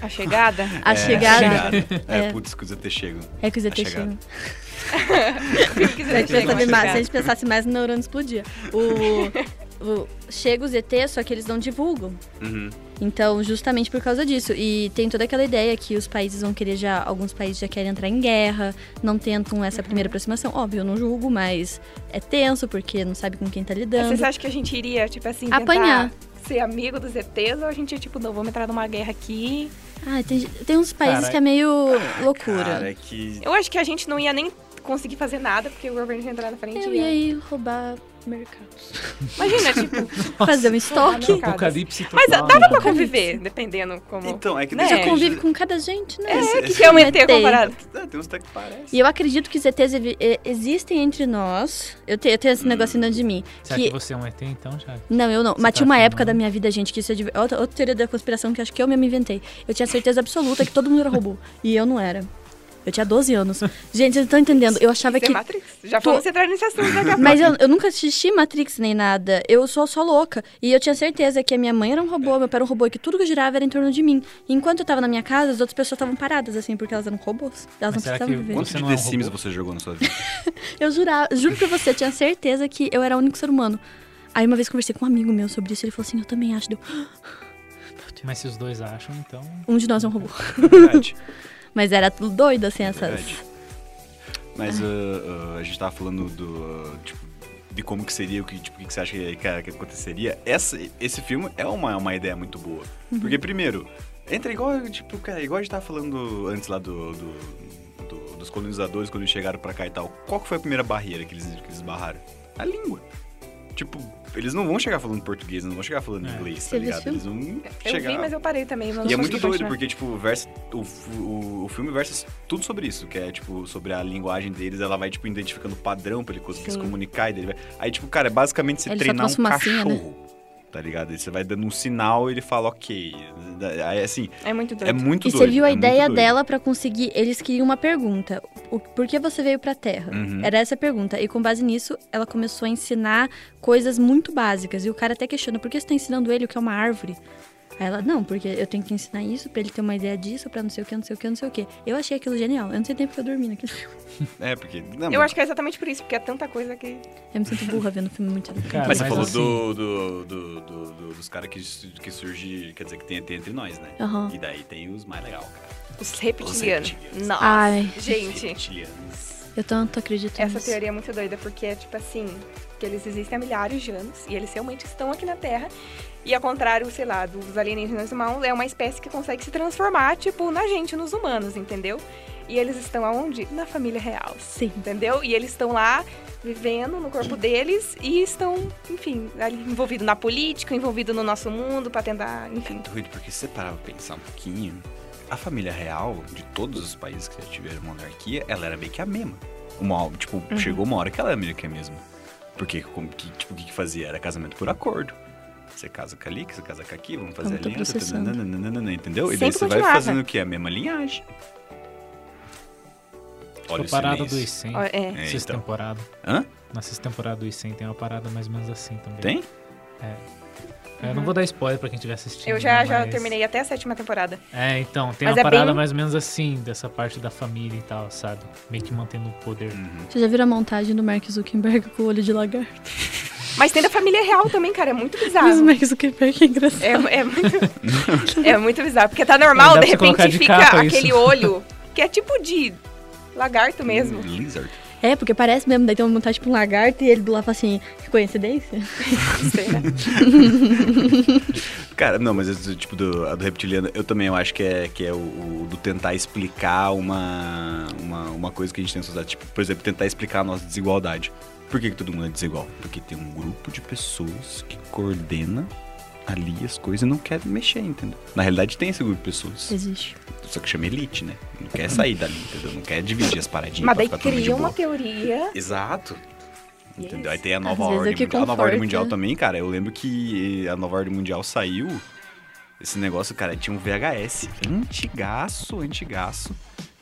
Speaker 1: a chegada,
Speaker 2: A
Speaker 4: É,
Speaker 2: chegada.
Speaker 4: chegada. É,
Speaker 2: É.
Speaker 4: putz, que os ET chegam.
Speaker 2: É que os
Speaker 4: A
Speaker 2: ETs
Speaker 4: chegada.
Speaker 2: chegam.
Speaker 1: quem
Speaker 2: Se a,
Speaker 1: quiser
Speaker 2: gente pensasse
Speaker 1: chega, mas
Speaker 2: mais- se a
Speaker 1: chegada.
Speaker 2: gente pensasse mais, o neurônio explodia. O, o- chega os ETs, só que eles não divulgam.
Speaker 4: Uhum.
Speaker 2: Então, justamente por causa disso. E tem toda aquela ideia que os países vão querer já. Alguns países já querem entrar em guerra, não tentam essa primeira aproximação. Óbvio, eu não julgo, mas é tenso porque não sabe com quem tá lidando.
Speaker 1: Vocês acham que a gente iria, tipo assim, tentar
Speaker 2: Apanhar.
Speaker 1: ser amigo dos ETs ou a gente ia, tipo, não, vamos entrar numa guerra aqui?
Speaker 2: Ah, tem, tem uns países
Speaker 3: Cara,
Speaker 2: que é meio loucura.
Speaker 4: Cara, que.
Speaker 1: Eu acho que a gente não ia nem conseguir fazer nada, porque o governo ia entrar na frente
Speaker 2: eu
Speaker 1: e
Speaker 2: ia
Speaker 1: ia...
Speaker 2: aí roubar mercados.
Speaker 1: Imagina, tipo,
Speaker 2: Fazer um estoque.
Speaker 1: mercados.
Speaker 3: é Apocalipse total.
Speaker 1: mas dava pra
Speaker 3: né?
Speaker 1: conviver, dependendo como...
Speaker 4: Então, é que
Speaker 1: Né?
Speaker 4: deixa
Speaker 2: Você
Speaker 4: eu-
Speaker 2: convive com cada gente, né?
Speaker 4: É,
Speaker 1: o que, que é um
Speaker 2: um
Speaker 1: ET
Speaker 2: ET?
Speaker 1: comparado?
Speaker 4: Ah, Tem uns até que parece.
Speaker 2: E eu acredito que os ETs evi- eh, existem entre nós. Eu, te- eu tenho esse
Speaker 4: Hum.
Speaker 2: negócio dentro de mim.
Speaker 3: Será que...
Speaker 2: que-
Speaker 3: você é um ET então, Thiago?
Speaker 2: Não, eu não.
Speaker 3: Você
Speaker 2: Mas
Speaker 3: tá
Speaker 2: tinha uma
Speaker 3: afirmando?
Speaker 2: época da minha vida, gente, que isso é de... outra, outra teoria da conspiração que eu acho que eu mesmo inventei. Eu tinha certeza absoluta que todo mundo era robô. e eu não era. Eu tinha 12 anos. Gente, vocês não estão entendendo. Eu achava
Speaker 1: Isso é
Speaker 2: que.
Speaker 1: Matrix. Já
Speaker 2: Tô-
Speaker 1: vamos entrar nesse assunto daqui a pouco.
Speaker 2: Mas eu, eu nunca assisti Matrix nem nada. Eu sou só louca. E eu tinha certeza que a minha mãe era um robô, meu pai era um robô, e que tudo que girava era em torno de mim. E enquanto eu tava na minha casa, as outras pessoas estavam paradas, assim, porque elas eram robôs. Elas
Speaker 3: Mas
Speaker 2: não
Speaker 3: será
Speaker 2: precisavam
Speaker 3: que-
Speaker 2: viver.
Speaker 4: Quanto
Speaker 3: Você
Speaker 4: de
Speaker 3: não é
Speaker 4: The
Speaker 3: um
Speaker 4: Sims
Speaker 3: robô?
Speaker 4: você jurou na sua vida?
Speaker 2: Eu jurava, juro pra você, eu tinha certeza que eu era o único ser humano. Aí uma vez conversei com um amigo meu sobre isso, ele falou assim, eu também acho. Deu,
Speaker 3: Mas se os dois acham, então.
Speaker 2: um de nós é um robô.
Speaker 4: É verdade.
Speaker 2: Mas era tudo doido, assim, essas...
Speaker 4: verdade. Mas ah, ah, a gente tava falando do. ah, tipo, de como que seria, o que, tipo, o que que você acha que, que- que aconteceria. Essa, esse filme é uma, uma ideia muito boa.
Speaker 2: Uhum.
Speaker 4: Porque, primeiro, entra igual, tipo, cara, igual a gente tava falando antes lá do. do- do- dos colonizadores quando eles chegaram pra cá e tal. Qual que foi a primeira barreira que eles, que eles barraram? A língua. Tipo, eles não vão chegar falando português, não vão chegar falando
Speaker 3: É.
Speaker 4: inglês, tá
Speaker 2: Você viu
Speaker 4: ligado?
Speaker 2: esse filme?
Speaker 4: Eles vão
Speaker 1: Eu
Speaker 4: chegar.
Speaker 1: vi, mas eu parei também. mas
Speaker 4: E é
Speaker 1: não
Speaker 4: muito
Speaker 1: consegui
Speaker 4: doido,
Speaker 1: continuar.
Speaker 2: né?
Speaker 4: porque, tipo, versa, o, f- o, o filme versa tudo sobre isso, que é, tipo, sobre a linguagem deles, ela vai, tipo, identificando o padrão pra ele conseguir se
Speaker 1: Sim.
Speaker 4: comunicar. E daí ele vai... Aí, tipo, cara, é basicamente você
Speaker 2: Ele só
Speaker 4: treinar um
Speaker 2: trouxe massinha, né?
Speaker 4: cachorro, tá ligado? Aí você vai dando um sinal e ele fala, ok. Aí, assim,
Speaker 1: É muito doido.
Speaker 4: é muito
Speaker 2: E
Speaker 4: doido.
Speaker 2: você viu a
Speaker 4: é muito
Speaker 2: ideia
Speaker 4: doido.
Speaker 2: dela pra conseguir... Eles queriam uma pergunta. O, por que você veio pra Terra?
Speaker 4: Uhum.
Speaker 2: Era essa a pergunta. E com base nisso, ela começou a ensinar coisas muito básicas. E o cara até questiona, por que você tá ensinando ele o que é uma árvore? Aí ela, não, porque eu tenho que ensinar isso pra ele ter uma ideia disso, pra não sei o que, não sei o que, não sei o que. Eu achei aquilo genial. Eu não sei nem porque eu dormi naquele filme.
Speaker 4: É, porque... Não,
Speaker 1: Eu acho que é exatamente por isso, porque é tanta coisa que...
Speaker 2: Eu me sinto burra vendo filme muito.
Speaker 3: Cara,
Speaker 4: Mas você
Speaker 3: Mas
Speaker 4: falou
Speaker 3: assim-
Speaker 4: do, do, do- do- do- dos caras que, su- que surgem, quer dizer, que tem, tem entre nós, né?
Speaker 2: Aham.
Speaker 4: E daí tem os mais legais, cara.
Speaker 1: Os
Speaker 4: Os
Speaker 1: reptilianos.
Speaker 4: reptilianos.
Speaker 1: Nossa,
Speaker 2: Ai.
Speaker 1: gente.
Speaker 4: Reptilianos.
Speaker 2: Eu tanto acredito
Speaker 1: Essa
Speaker 2: nisso.
Speaker 1: teoria é muito doida, porque é tipo assim, que eles existem há milhares de anos e eles realmente estão aqui na Terra. E ao contrário, sei lá, dos alienígenas humanos, é uma espécie que consegue se transformar, tipo, na gente, nos humanos, entendeu? E eles estão aonde? Na família real.
Speaker 2: Sim.
Speaker 1: Entendeu? E eles estão lá vivendo no corpo deles e estão, enfim, ali envolvidos na política, envolvidos no nosso mundo pra tentar, enfim.
Speaker 4: doido, porque se você parar pra pensar um pouquinho, a família real de todos os países que já tiveram monarquia, ela era meio que a mesma. Uma, tipo,
Speaker 2: Uhum.
Speaker 4: chegou uma hora que ela era meio que a mesma. Porque como que, tipo, o que, que fazia? Era casamento por acordo. Você casa com ali, você casa com aqui, vamos fazer
Speaker 2: Como tô
Speaker 4: aliança,
Speaker 2: processando. né?
Speaker 4: tananana, entendeu? E
Speaker 1: Sempre
Speaker 4: daí você vai
Speaker 1: continuava.
Speaker 4: fazendo o quê? A mesma linhagem.
Speaker 3: Olha
Speaker 4: o
Speaker 3: parada
Speaker 4: silêncio.
Speaker 3: dos 100.
Speaker 1: Ó, É.
Speaker 4: É,
Speaker 3: Sexta
Speaker 4: então.
Speaker 3: temporada.
Speaker 4: Hã?
Speaker 3: Na sexta temporada dos 100 tem uma parada mais ou menos assim também. É,
Speaker 4: Tem?
Speaker 3: Eu não vou dar spoiler pra quem estiver assistindo.
Speaker 1: Eu já,
Speaker 3: né,
Speaker 1: já
Speaker 3: mas-
Speaker 1: terminei até a sétima temporada.
Speaker 3: É, então, tem
Speaker 1: Mas
Speaker 3: uma
Speaker 1: é
Speaker 3: parada
Speaker 1: bem-
Speaker 3: mais ou menos assim, dessa parte da família e tal, sabe? Meio que mantendo o poder.
Speaker 4: Uhum.
Speaker 2: Você já viram a montagem do Mark Zuckerberg com o olho de lagarto?
Speaker 1: Mas tem da família real também, cara. É muito
Speaker 2: Mas o
Speaker 1: bizarro.
Speaker 2: Mark Zuckerberg é engraçado.
Speaker 1: É, é muito, é muito bizarro. Porque tá normal,
Speaker 3: Dá
Speaker 1: de
Speaker 3: pra você colocar
Speaker 1: repente
Speaker 3: de
Speaker 1: fica
Speaker 3: capa isso. Hum.
Speaker 1: aquele olho que é tipo de lagarto mesmo.
Speaker 4: Lizard.
Speaker 2: É, porque parece mesmo, daí tem uma montagem tipo um lagarto e ele do lado fala assim, que coincidência?
Speaker 1: Será?
Speaker 4: Cara, não, mas esse tipo do, a do reptiliano, eu também eu acho que é, que é o, o do tentar explicar uma, uma, uma coisa que a gente tem na sociedade. Tipo, por exemplo, tentar explicar a nossa desigualdade. Por que, que todo mundo é desigual? Porque tem um grupo de pessoas que coordena ali as coisas e não quer mexer, entendeu? Na realidade tem esse grupo de pessoas.
Speaker 2: Existe.
Speaker 4: Só que chama elite, né? Não quer sair dali, entendeu? Não quer dividir as paradinhas.
Speaker 1: Mas
Speaker 4: pra
Speaker 1: daí
Speaker 4: ficar todo mundo de
Speaker 1: cria
Speaker 4: boa.
Speaker 1: uma teoria.
Speaker 4: Exato. Entendeu? Aí tem a
Speaker 2: Às
Speaker 4: nova
Speaker 2: vezes é
Speaker 4: ordem
Speaker 2: o que
Speaker 4: mundial. A nova ordem
Speaker 2: conforta. né?
Speaker 4: mundial também, cara. Eu lembro que a nova ordem mundial saiu. Esse negócio, cara, tinha um VHS antigaço, antigaço,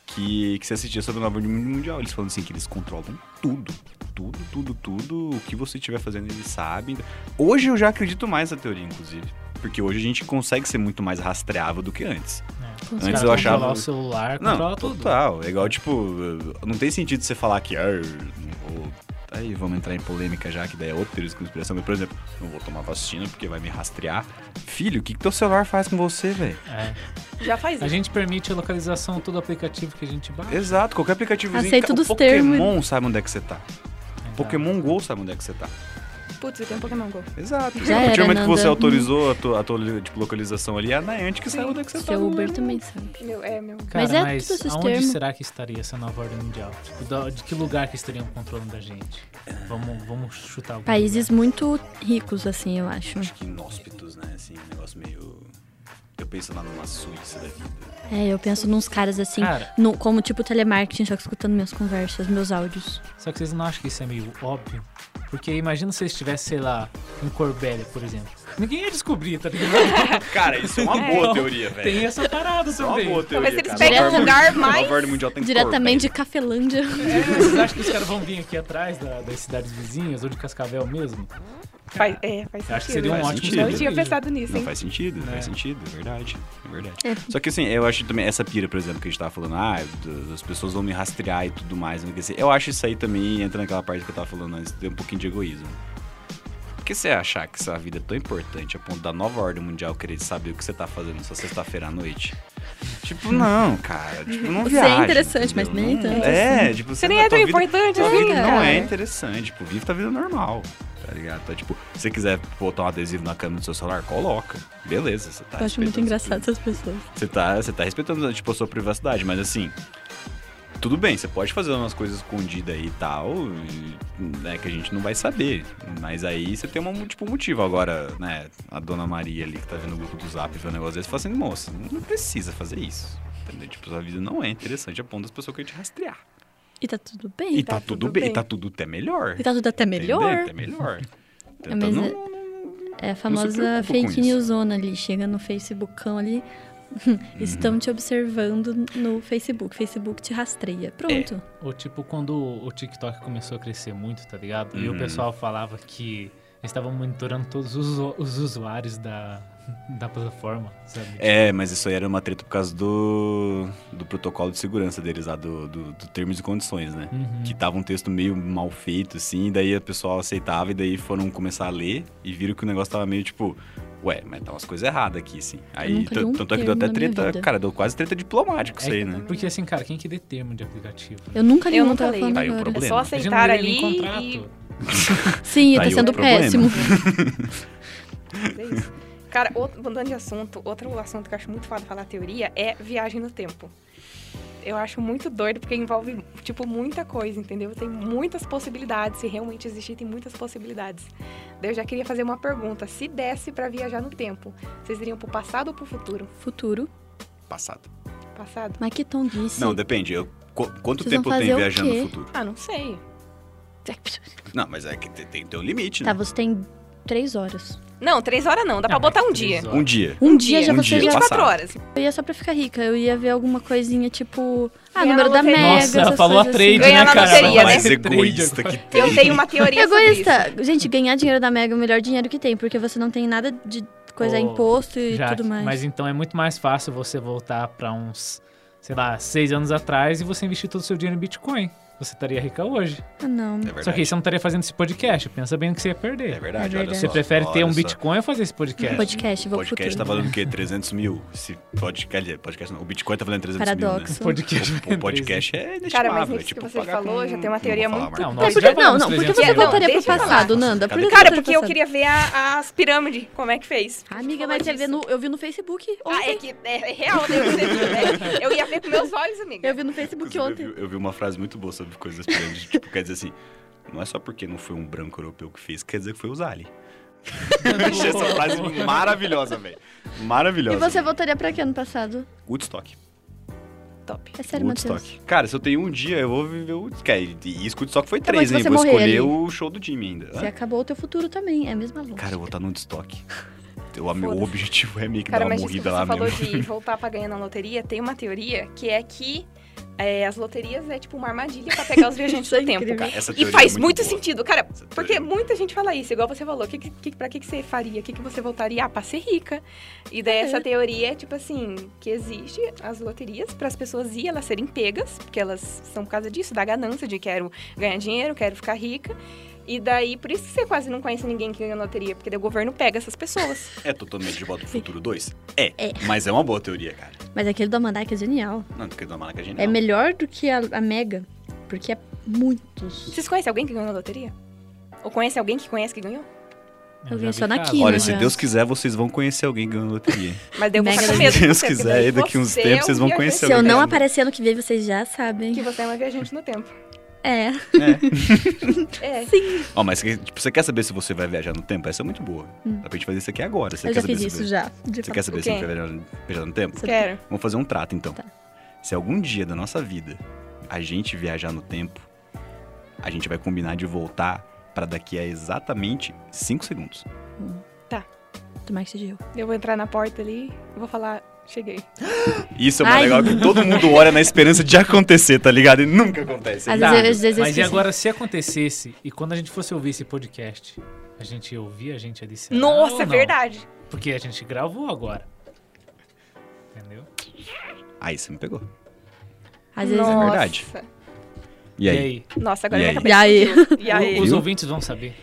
Speaker 4: que, que se assistia sobre a nova ordem mundial. Eles falando assim que eles controlam tudo. Tudo, tudo, tudo. O que você estiver fazendo, eles sabem. Hoje eu já acredito mais nessa teoria, inclusive. Porque hoje a gente consegue ser muito mais rastreável do que antes.
Speaker 2: Com
Speaker 4: Antes
Speaker 3: Os
Speaker 2: certeza.
Speaker 4: eu achava-
Speaker 3: controlar o celular,
Speaker 4: Não,
Speaker 3: controla tudo.
Speaker 4: total. É igual, tipo, não tem sentido você falar que, ah, eu não vou. Aí vamos entrar em polêmica já, que daí é outra teoria de conspiração. Mas, por exemplo, não vou tomar vacina porque vai me rastrear. Filho, o que, que teu celular faz com você, velho?
Speaker 3: É.
Speaker 1: Já faz
Speaker 3: A
Speaker 1: isso.
Speaker 3: gente permite a localização de todo aplicativo que a gente baixa.
Speaker 4: Exato, qualquer aplicativo.
Speaker 2: Aceito
Speaker 4: o
Speaker 2: dos
Speaker 4: Pokémon
Speaker 2: termos.
Speaker 4: sabe onde é que você tá.
Speaker 3: né,
Speaker 4: Pokémon GO sabe onde é que você tá.
Speaker 1: Putz, eu tenho um Pokémon GO.
Speaker 4: Exato.
Speaker 2: Já
Speaker 4: a
Speaker 2: era,
Speaker 4: partir do
Speaker 2: né,
Speaker 4: momento que você
Speaker 2: Nanda.
Speaker 4: autorizou a tua, a tua, tipo, localização ali, é a Niantic que
Speaker 1: Sim.
Speaker 4: sabe onde é que você tá.
Speaker 2: Seu Uber também sabe.
Speaker 1: Meu, é, meu.
Speaker 3: Cara,
Speaker 2: Mas é
Speaker 3: mas
Speaker 2: tudo esses
Speaker 3: aonde
Speaker 2: termos.
Speaker 3: será que estaria essa nova ordem mundial? Tipo, da- de que lugar que estariam controlando a gente? Vamos, vamos chutar algum
Speaker 2: Países
Speaker 3: lugar.
Speaker 2: muito ricos, assim, eu acho.
Speaker 4: Acho que inóspitos, né? Assim, um negócio meio. Eu penso lá numa Suíça da vida.
Speaker 2: É, eu penso nos caras assim,
Speaker 3: Cara.
Speaker 2: no- como tipo telemarketing, só que escutando minhas conversas, meus áudios.
Speaker 3: Só que vocês não acham que isso é meio óbvio? Porque imagina se eu estivesse, sei lá, em Corbélia, por exemplo. Ninguém ia descobrir, tá ligado?
Speaker 4: Cara, isso é uma
Speaker 1: É.
Speaker 4: boa teoria, velho.
Speaker 3: Tem essa parada
Speaker 4: Só uma
Speaker 3: também.
Speaker 4: boa teoria,
Speaker 1: Talvez eles
Speaker 4: cara.
Speaker 1: peguem
Speaker 2: um
Speaker 1: lugar
Speaker 4: Nova
Speaker 1: mais-
Speaker 4: ordem mundial tem que
Speaker 2: Diretamente de
Speaker 4: correr.
Speaker 2: Cafelândia.
Speaker 3: É, vocês acham que os caras vão vir aqui atrás da- das cidades vizinhas ou de Cascavel mesmo?
Speaker 1: Faz, é, faz sentido.
Speaker 3: Eu acho que seria um
Speaker 4: Faz
Speaker 3: ótimo
Speaker 4: sentido.
Speaker 1: Não tinha pensado nisso,
Speaker 4: Não
Speaker 1: hein?
Speaker 4: faz sentido,
Speaker 3: É.
Speaker 4: faz sentido, é verdade. É verdade.
Speaker 2: É.
Speaker 4: Só que assim, eu acho também essa pira, por exemplo, que a gente tava falando, ah, do- as pessoas vão me rastrear e tudo mais. Não sei o que, assim. Eu acho isso aí também entra naquela parte que eu tava falando antes, tem um pouquinho de egoísmo. Porque você achar que essa vida é tão importante a ponto da nova ordem mundial querer saber o que você tá fazendo só sexta-feira à noite?
Speaker 1: Hum.
Speaker 4: Tipo, não, cara. Tipo, não
Speaker 2: Você é
Speaker 4: viaja.
Speaker 2: interessante, mas
Speaker 4: entendeu?
Speaker 2: nem
Speaker 4: Não-
Speaker 2: tanto
Speaker 4: É, tipo,
Speaker 1: Você nem é
Speaker 4: a tua
Speaker 1: tão
Speaker 4: vida-
Speaker 1: importante
Speaker 4: Tua
Speaker 1: assim,
Speaker 4: vida não
Speaker 1: cara.
Speaker 4: é interessante, tipo, vive tua vida normal, tá ligado? Tá, tipo, se você quiser botar um adesivo na câmera do seu celular, coloca. Beleza, você tá
Speaker 2: Eu acho muito
Speaker 4: respeitando-
Speaker 2: engraçado essas pessoas.
Speaker 4: Você tá, você tá respeitando, tipo, a sua privacidade, mas assim... Tudo bem, você pode fazer umas coisas escondidas aí e tal, e, né, que a gente não vai saber. Mas aí você tem um tipo, um motivo. Agora, né, a dona Maria ali que tá vendo o grupo do Zap vê um negócio desse, fala assim, moça, não precisa fazer isso. Entendeu? Tipo, sua vida não é interessante a ponto das pessoas querem te rastrear.
Speaker 2: E tá tudo bem.
Speaker 4: E tá, tudo, bem, e tá tudo até melhor.
Speaker 2: E tá tudo até melhor.
Speaker 4: Entendeu? Até melhor.
Speaker 2: É,
Speaker 4: Então,
Speaker 2: mas
Speaker 4: não-
Speaker 2: é- É a
Speaker 4: se
Speaker 2: famosa
Speaker 4: preocupa com
Speaker 2: fake
Speaker 4: isso.
Speaker 2: newsona ali. Chega no Facebookão ali. Estão
Speaker 4: Uhum.
Speaker 2: te observando no Facebook. Facebook te rastreia. Pronto.
Speaker 3: Ou tipo, quando o TikTok começou a crescer muito, tá ligado? E o
Speaker 4: Uhum.
Speaker 3: pessoal falava que eles estavam monitorando todos os, usu- os usuários da, da plataforma, sabe?
Speaker 4: É, mas isso aí era uma treta por causa do, do protocolo de segurança deles lá, do, do, do termos e condições, né?
Speaker 3: Uhum.
Speaker 4: Que tava um texto meio mal feito, assim, daí o pessoal aceitava e daí foram começar a ler e viram que o negócio tava meio tipo, ué, mas tá umas coisas erradas aqui, assim. Aí,
Speaker 2: nunca li um
Speaker 4: t- tanto é que deu
Speaker 2: termo
Speaker 4: até
Speaker 2: na minha
Speaker 4: treta,
Speaker 2: vida.
Speaker 4: cara, deu quase treta diplomática isso
Speaker 3: É,
Speaker 4: aí, né?
Speaker 3: Porque assim, cara, quem que dê termo de aplicativo?
Speaker 2: Eu nunca li
Speaker 1: Eu
Speaker 2: um,
Speaker 1: nunca
Speaker 2: tava
Speaker 1: li.
Speaker 2: falando
Speaker 4: Tá aí o
Speaker 2: agora.
Speaker 4: problema.
Speaker 1: É só
Speaker 3: Eles não
Speaker 1: aceitar
Speaker 3: leram nem
Speaker 1: ali e...
Speaker 3: contrato.
Speaker 2: Sim,
Speaker 4: Tá
Speaker 2: tá
Speaker 4: aí
Speaker 2: sendo
Speaker 4: outro problema.
Speaker 2: péssimo.
Speaker 1: É isso. Cara, outro- mudando de assunto, outro assunto que eu acho muito foda falar teoria é viagem no tempo. Eu acho muito doido porque envolve, tipo, muita coisa, entendeu? Tem muitas possibilidades. Se realmente existir, tem muitas possibilidades. Daí eu já queria fazer uma pergunta. Se desse pra viajar no tempo, vocês iriam pro passado ou pro futuro?
Speaker 2: Futuro.
Speaker 4: Passado.
Speaker 1: Passado?
Speaker 2: Mas que tom disse.
Speaker 4: Não, depende. Eu, qu- quanto
Speaker 2: Vocês
Speaker 4: tempo
Speaker 2: vão
Speaker 4: eu
Speaker 2: fazer
Speaker 4: tenho
Speaker 2: o
Speaker 4: viajando
Speaker 2: quê?
Speaker 4: no futuro?
Speaker 1: Ah, não sei.
Speaker 4: Não, mas é que tem, tem, tem um limite, né?
Speaker 2: Tá, você tem três horas.
Speaker 1: Não, três horas não. Dá pra
Speaker 3: Ah, mas
Speaker 1: botar um
Speaker 3: três
Speaker 1: dia.
Speaker 3: horas.
Speaker 4: Um dia.
Speaker 2: Um, dia,
Speaker 1: dia.
Speaker 2: já
Speaker 4: Um
Speaker 2: você
Speaker 4: dia.
Speaker 2: já.
Speaker 1: 24
Speaker 4: Passado.
Speaker 1: horas.
Speaker 2: Eu ia só pra ficar rica. Eu ia ver alguma coisinha tipo. Ah,
Speaker 1: Ganhar
Speaker 2: número
Speaker 1: na
Speaker 2: da
Speaker 1: loteria.
Speaker 2: Mega.
Speaker 3: Nossa, ela
Speaker 2: essas
Speaker 3: falou a
Speaker 2: coisas assim.
Speaker 3: trade,
Speaker 1: Ganhar
Speaker 3: né,
Speaker 1: na
Speaker 3: cara?
Speaker 1: loteria, né?
Speaker 3: Ela vai
Speaker 4: mais
Speaker 3: ser trade
Speaker 4: egoísta
Speaker 3: agora.
Speaker 4: que tem.
Speaker 1: Eu tenho uma teoria sobre isso.
Speaker 2: Egoísta. Gente, ganhar dinheiro da Mega é o melhor dinheiro que tem, porque você não tem nada de coisa
Speaker 3: Ô,
Speaker 2: imposto e
Speaker 3: Já,
Speaker 2: tudo mais.
Speaker 3: Mas então é muito mais fácil você voltar pra uns, sei lá, seis anos atrás e você investir todo o seu dinheiro em Bitcoin. você estaria rica hoje.
Speaker 2: Ah, não.
Speaker 4: É verdade.
Speaker 3: Só que aí você não estaria fazendo esse podcast. Pensa bem no que você ia perder.
Speaker 4: É verdade,
Speaker 2: É
Speaker 4: olha
Speaker 2: verdade.
Speaker 4: só.
Speaker 3: Você prefere ter
Speaker 4: olha
Speaker 3: um
Speaker 4: só.
Speaker 3: Bitcoin ou fazer esse podcast?
Speaker 2: Podcast,
Speaker 4: O
Speaker 2: vou
Speaker 4: podcast
Speaker 2: pro futuro.
Speaker 4: tá valendo o quê? 300 mil? Se podcast, podcast não. O Bitcoin tá valendo 300
Speaker 2: Paradoxo.
Speaker 3: O podcast.
Speaker 4: mil, né? O podcast é inestimável.
Speaker 1: Cara, mas
Speaker 4: é
Speaker 1: nisso
Speaker 4: tipo
Speaker 1: que você
Speaker 4: pagar
Speaker 1: falou,
Speaker 4: com-
Speaker 1: já tem uma
Speaker 4: não vou
Speaker 1: teoria
Speaker 4: falar
Speaker 1: muito
Speaker 4: a marca.
Speaker 3: Não,
Speaker 2: Mas
Speaker 3: nós
Speaker 2: por
Speaker 3: já
Speaker 2: que- não,
Speaker 3: vamos
Speaker 2: não, por que
Speaker 3: 300
Speaker 2: você
Speaker 3: mil.
Speaker 2: voltaria
Speaker 1: Não,
Speaker 2: pro
Speaker 1: deixa eu
Speaker 2: passado,
Speaker 4: falar.
Speaker 2: Nanda? Por que
Speaker 1: Cara,
Speaker 2: você tá
Speaker 1: porque eu
Speaker 2: passado?
Speaker 1: queria ver a- as pirâmides, como é que fez.
Speaker 2: Ah, Amiga, mas eu vi, no, eu vi no Facebook
Speaker 1: Ah,
Speaker 2: ontem.
Speaker 1: é que é, é real, né? Você viu, né? Eu ia ver com meus olhos, amiga.
Speaker 2: Eu vi no Facebook
Speaker 4: Inclusive,
Speaker 2: ontem.
Speaker 4: eu, vi, eu vi uma frase muito boa sobre coisas pirâmides. tipo, quer dizer assim, não é só porque não foi um branco europeu que fez, quer dizer que foi o Zali. Achei essa frase maravilhosa, velho. Maravilhosa.
Speaker 2: E você voltaria pra que ano passado?
Speaker 4: Woodstock.
Speaker 1: Top.
Speaker 2: É sério, Matheus.
Speaker 4: Woodstock. Cara, se eu tenho um dia, eu vou viver o Woodstock. É, E isso Woodstock foi
Speaker 2: Acabou
Speaker 4: três,
Speaker 2: de
Speaker 4: hein?
Speaker 2: Então, você
Speaker 4: Vou
Speaker 2: morrer
Speaker 4: escolher
Speaker 2: ali.
Speaker 4: o show do Jimmy ainda.
Speaker 2: Você acabou o teu futuro também, é a mesma lógica.
Speaker 4: Cara, eu vou estar no Woodstock. O meu
Speaker 1: Foda-se.
Speaker 4: objetivo é meio que
Speaker 1: Cara,
Speaker 4: dar uma
Speaker 1: mas isso que
Speaker 4: morrida
Speaker 1: você
Speaker 4: lá
Speaker 1: falou
Speaker 4: mesmo.
Speaker 1: de voltar pra ganhar na loteria, tem uma teoria que é que é, as loterias é tipo uma armadilha pra pegar os viajantes
Speaker 2: Isso é
Speaker 1: do tempo.
Speaker 2: incrível.
Speaker 4: Cara, essa
Speaker 1: E
Speaker 4: teoria
Speaker 1: faz
Speaker 4: é
Speaker 1: muito
Speaker 4: boa.
Speaker 1: sentido, cara,
Speaker 4: Essa teoria
Speaker 1: porque
Speaker 4: é muito
Speaker 1: muita gente fala isso, igual você falou. Que, que, que- pra que, que você faria? O que, que você voltaria? Ah, pra ser rica. E daí essa teoria é tipo assim: que existe as loterias para as pessoas ir, elas serem pegas, porque elas são por causa disso, da ganância de quero ganhar dinheiro, quero ficar rica. E daí, por isso que você quase não conhece ninguém que ganha loteria, porque daí o governo pega essas pessoas.
Speaker 4: É totalmente de volta pro futuro 2? É.
Speaker 2: É.
Speaker 4: Mas é uma boa teoria, cara.
Speaker 2: Mas aquele da Mandaca é genial.
Speaker 4: Não, do que da Malaca
Speaker 2: É
Speaker 4: Genial.
Speaker 2: melhor do que a, a Mega, porque é muitos.
Speaker 1: Vocês conhecem alguém que ganhou na loteria? Ou conhece alguém que conhece que ganhou?
Speaker 3: já
Speaker 2: vi só
Speaker 3: vi
Speaker 2: na
Speaker 3: casos.
Speaker 2: quina.
Speaker 4: Olha,
Speaker 2: né?
Speaker 4: se Deus quiser, vocês vão conhecer alguém ganhando loteria.
Speaker 1: Mas daí eu vou
Speaker 2: Mega
Speaker 1: ficar com medo.
Speaker 2: loteria.
Speaker 4: Se
Speaker 1: de
Speaker 4: Deus
Speaker 1: você, porque
Speaker 4: quiser,
Speaker 1: daí
Speaker 4: aí daqui uns
Speaker 1: você
Speaker 4: tempos
Speaker 1: é um
Speaker 4: vocês vão
Speaker 1: viajante-
Speaker 4: conhecer
Speaker 2: Se eu
Speaker 4: alguém.
Speaker 2: não
Speaker 4: Mega.
Speaker 2: aparecer ano que vem, vocês já sabem.
Speaker 1: Que você é uma viajante no tempo.
Speaker 2: É.
Speaker 1: É.
Speaker 4: Ó, mas tipo, você quer saber se você vai viajar no tempo? Essa é muito boa.
Speaker 1: Hum.
Speaker 4: Dá pra gente fazer isso aqui agora. Você
Speaker 2: eu
Speaker 4: quer
Speaker 2: já
Speaker 4: saber
Speaker 2: fiz
Speaker 4: se
Speaker 2: isso
Speaker 4: vai-
Speaker 2: já. de
Speaker 4: Você
Speaker 2: fato.
Speaker 4: quer saber
Speaker 1: Ok.
Speaker 4: se vai viajar, viajar no tempo?
Speaker 1: Quero.
Speaker 4: Vamos fazer um trato, então.
Speaker 2: Tá.
Speaker 4: Se algum dia da nossa vida a gente viajar no tempo, a gente vai combinar de voltar pra daqui a exatamente 5 segundos.
Speaker 2: Tomara que seja eu.
Speaker 1: Eu vou entrar na porta ali e vou falar, cheguei.
Speaker 4: Isso é mais
Speaker 2: Ai.
Speaker 4: legal que todo mundo olha na esperança de acontecer, tá ligado? E nunca acontece.
Speaker 2: Às
Speaker 4: Nada.
Speaker 2: vezes eu desisto.
Speaker 3: Mas e agora, se acontecesse, e quando a gente fosse ouvir esse podcast, a gente ia ouvir a gente ali será ou
Speaker 1: Nossa, é
Speaker 3: não?
Speaker 1: verdade.
Speaker 3: Porque a gente gravou agora. Entendeu?
Speaker 4: Aí você Ah, me pegou.
Speaker 2: Às vezes. é
Speaker 1: Nossa.
Speaker 4: verdade. E aí?
Speaker 1: Nossa, agora
Speaker 4: E
Speaker 1: minha
Speaker 4: aí?
Speaker 1: cabeça.
Speaker 2: E aí?
Speaker 1: explodiu. E aí?
Speaker 3: O- Os
Speaker 4: Viu?
Speaker 3: ouvintes vão saber.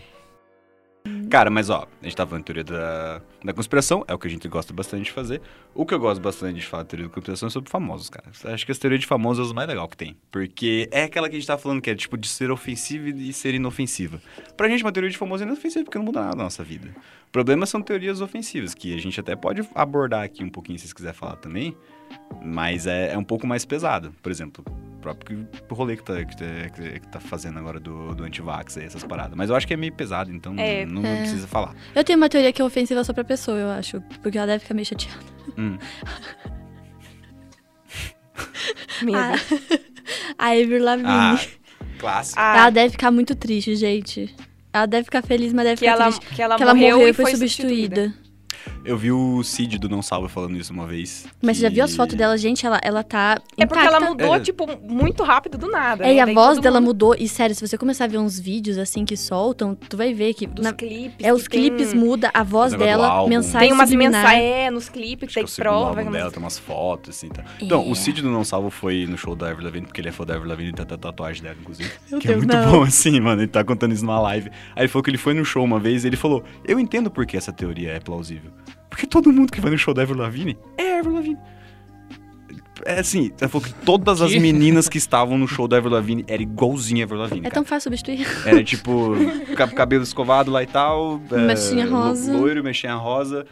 Speaker 4: Cara, mas ó, a gente tá falando de teoria da, da conspiração, é o que a gente gosta bastante de fazer. O que eu gosto bastante de falar de teoria da conspiração é sobre famosos, cara. Acho que as teorias de famosos é os mais legal que tem. Porque é aquela que a gente tá falando que é tipo de ser ofensiva e ser inofensiva. Pra gente, uma teoria de famoso é inofensiva porque não muda nada na nossa vida. O problema são teorias ofensivas, que a gente até pode abordar aqui um pouquinho se vocês quiserem falar também. Mas é, é um pouco mais pesado. Por exemplo, o próprio que- o rolê que tá, que tá- que- que tá fazendo agora do, do antivax aí, essas paradas. Mas eu acho que é meio pesado, então
Speaker 1: É.
Speaker 4: não, não precisa falar.
Speaker 2: Eu tenho uma teoria que é ofensiva só pra pessoa, eu acho. Porque ela deve ficar meio chateada.
Speaker 4: Hum.
Speaker 1: Medo.
Speaker 2: Ah, a Avril Lavigne.
Speaker 4: Ah, clássico.
Speaker 1: Ah,
Speaker 2: Ela deve ficar muito triste, gente. Ela deve ficar feliz, mas deve
Speaker 1: que,
Speaker 2: ficar
Speaker 1: ela,
Speaker 2: triste.
Speaker 1: que ela
Speaker 2: que ela
Speaker 1: morreu,
Speaker 2: morreu
Speaker 1: e foi substituída.
Speaker 4: Eu vi o Cid do Não Salva falando isso uma vez.
Speaker 2: Mas você já
Speaker 4: que-
Speaker 2: viu as fotos dela, gente? Ela, ela tá.
Speaker 1: É porque
Speaker 2: intacta.
Speaker 1: ela mudou,
Speaker 4: É.
Speaker 1: tipo, muito rápido do nada.
Speaker 2: É,
Speaker 1: né?
Speaker 2: e a
Speaker 1: Daí
Speaker 2: voz
Speaker 1: todo
Speaker 2: dela
Speaker 1: mundo-
Speaker 2: mudou. E sério, se você começar a ver uns vídeos assim que soltam, tu vai ver que.
Speaker 1: Dos
Speaker 2: na-
Speaker 1: clipes.
Speaker 2: É, os
Speaker 1: que tem-
Speaker 2: clipes muda, a voz
Speaker 4: negócio do
Speaker 2: dela,
Speaker 4: álbum.
Speaker 2: mensagem
Speaker 1: Tem umas
Speaker 2: subliminar.
Speaker 1: mensais é, nos clipes,
Speaker 4: Acho que é
Speaker 1: tem
Speaker 4: o segundo
Speaker 1: prova. né?
Speaker 4: álbum
Speaker 1: mas-
Speaker 4: dela, tem umas fotos, assim, tá. Então,
Speaker 2: É.
Speaker 4: o Cid do Não Salvo foi no show da Avril Lavigne, porque ele é fã da Avril Lavigne e tem até tatuagem dela, inclusive.
Speaker 2: Meu
Speaker 4: que é
Speaker 2: Deus,
Speaker 4: muito
Speaker 2: não.
Speaker 4: bom, assim, mano. Ele tá contando isso numa live. Aí ele falou que ele foi no show uma vez e ele falou, eu entendo por que essa teoria é plausível. Porque todo mundo que vai no show da Avril Lavigne é Avril Lavigne. É assim, ele falou que todas as
Speaker 3: Que?
Speaker 4: meninas que estavam no show da Avril Lavigne era igualzinha a Avril Lavigne,
Speaker 2: É
Speaker 4: cara.
Speaker 2: tão fácil substituir.
Speaker 4: Era tipo, ca- cabelo escovado lá e tal. é,
Speaker 2: Mexinha
Speaker 4: lo-
Speaker 2: rosa.
Speaker 4: Loiro, mexinha rosa.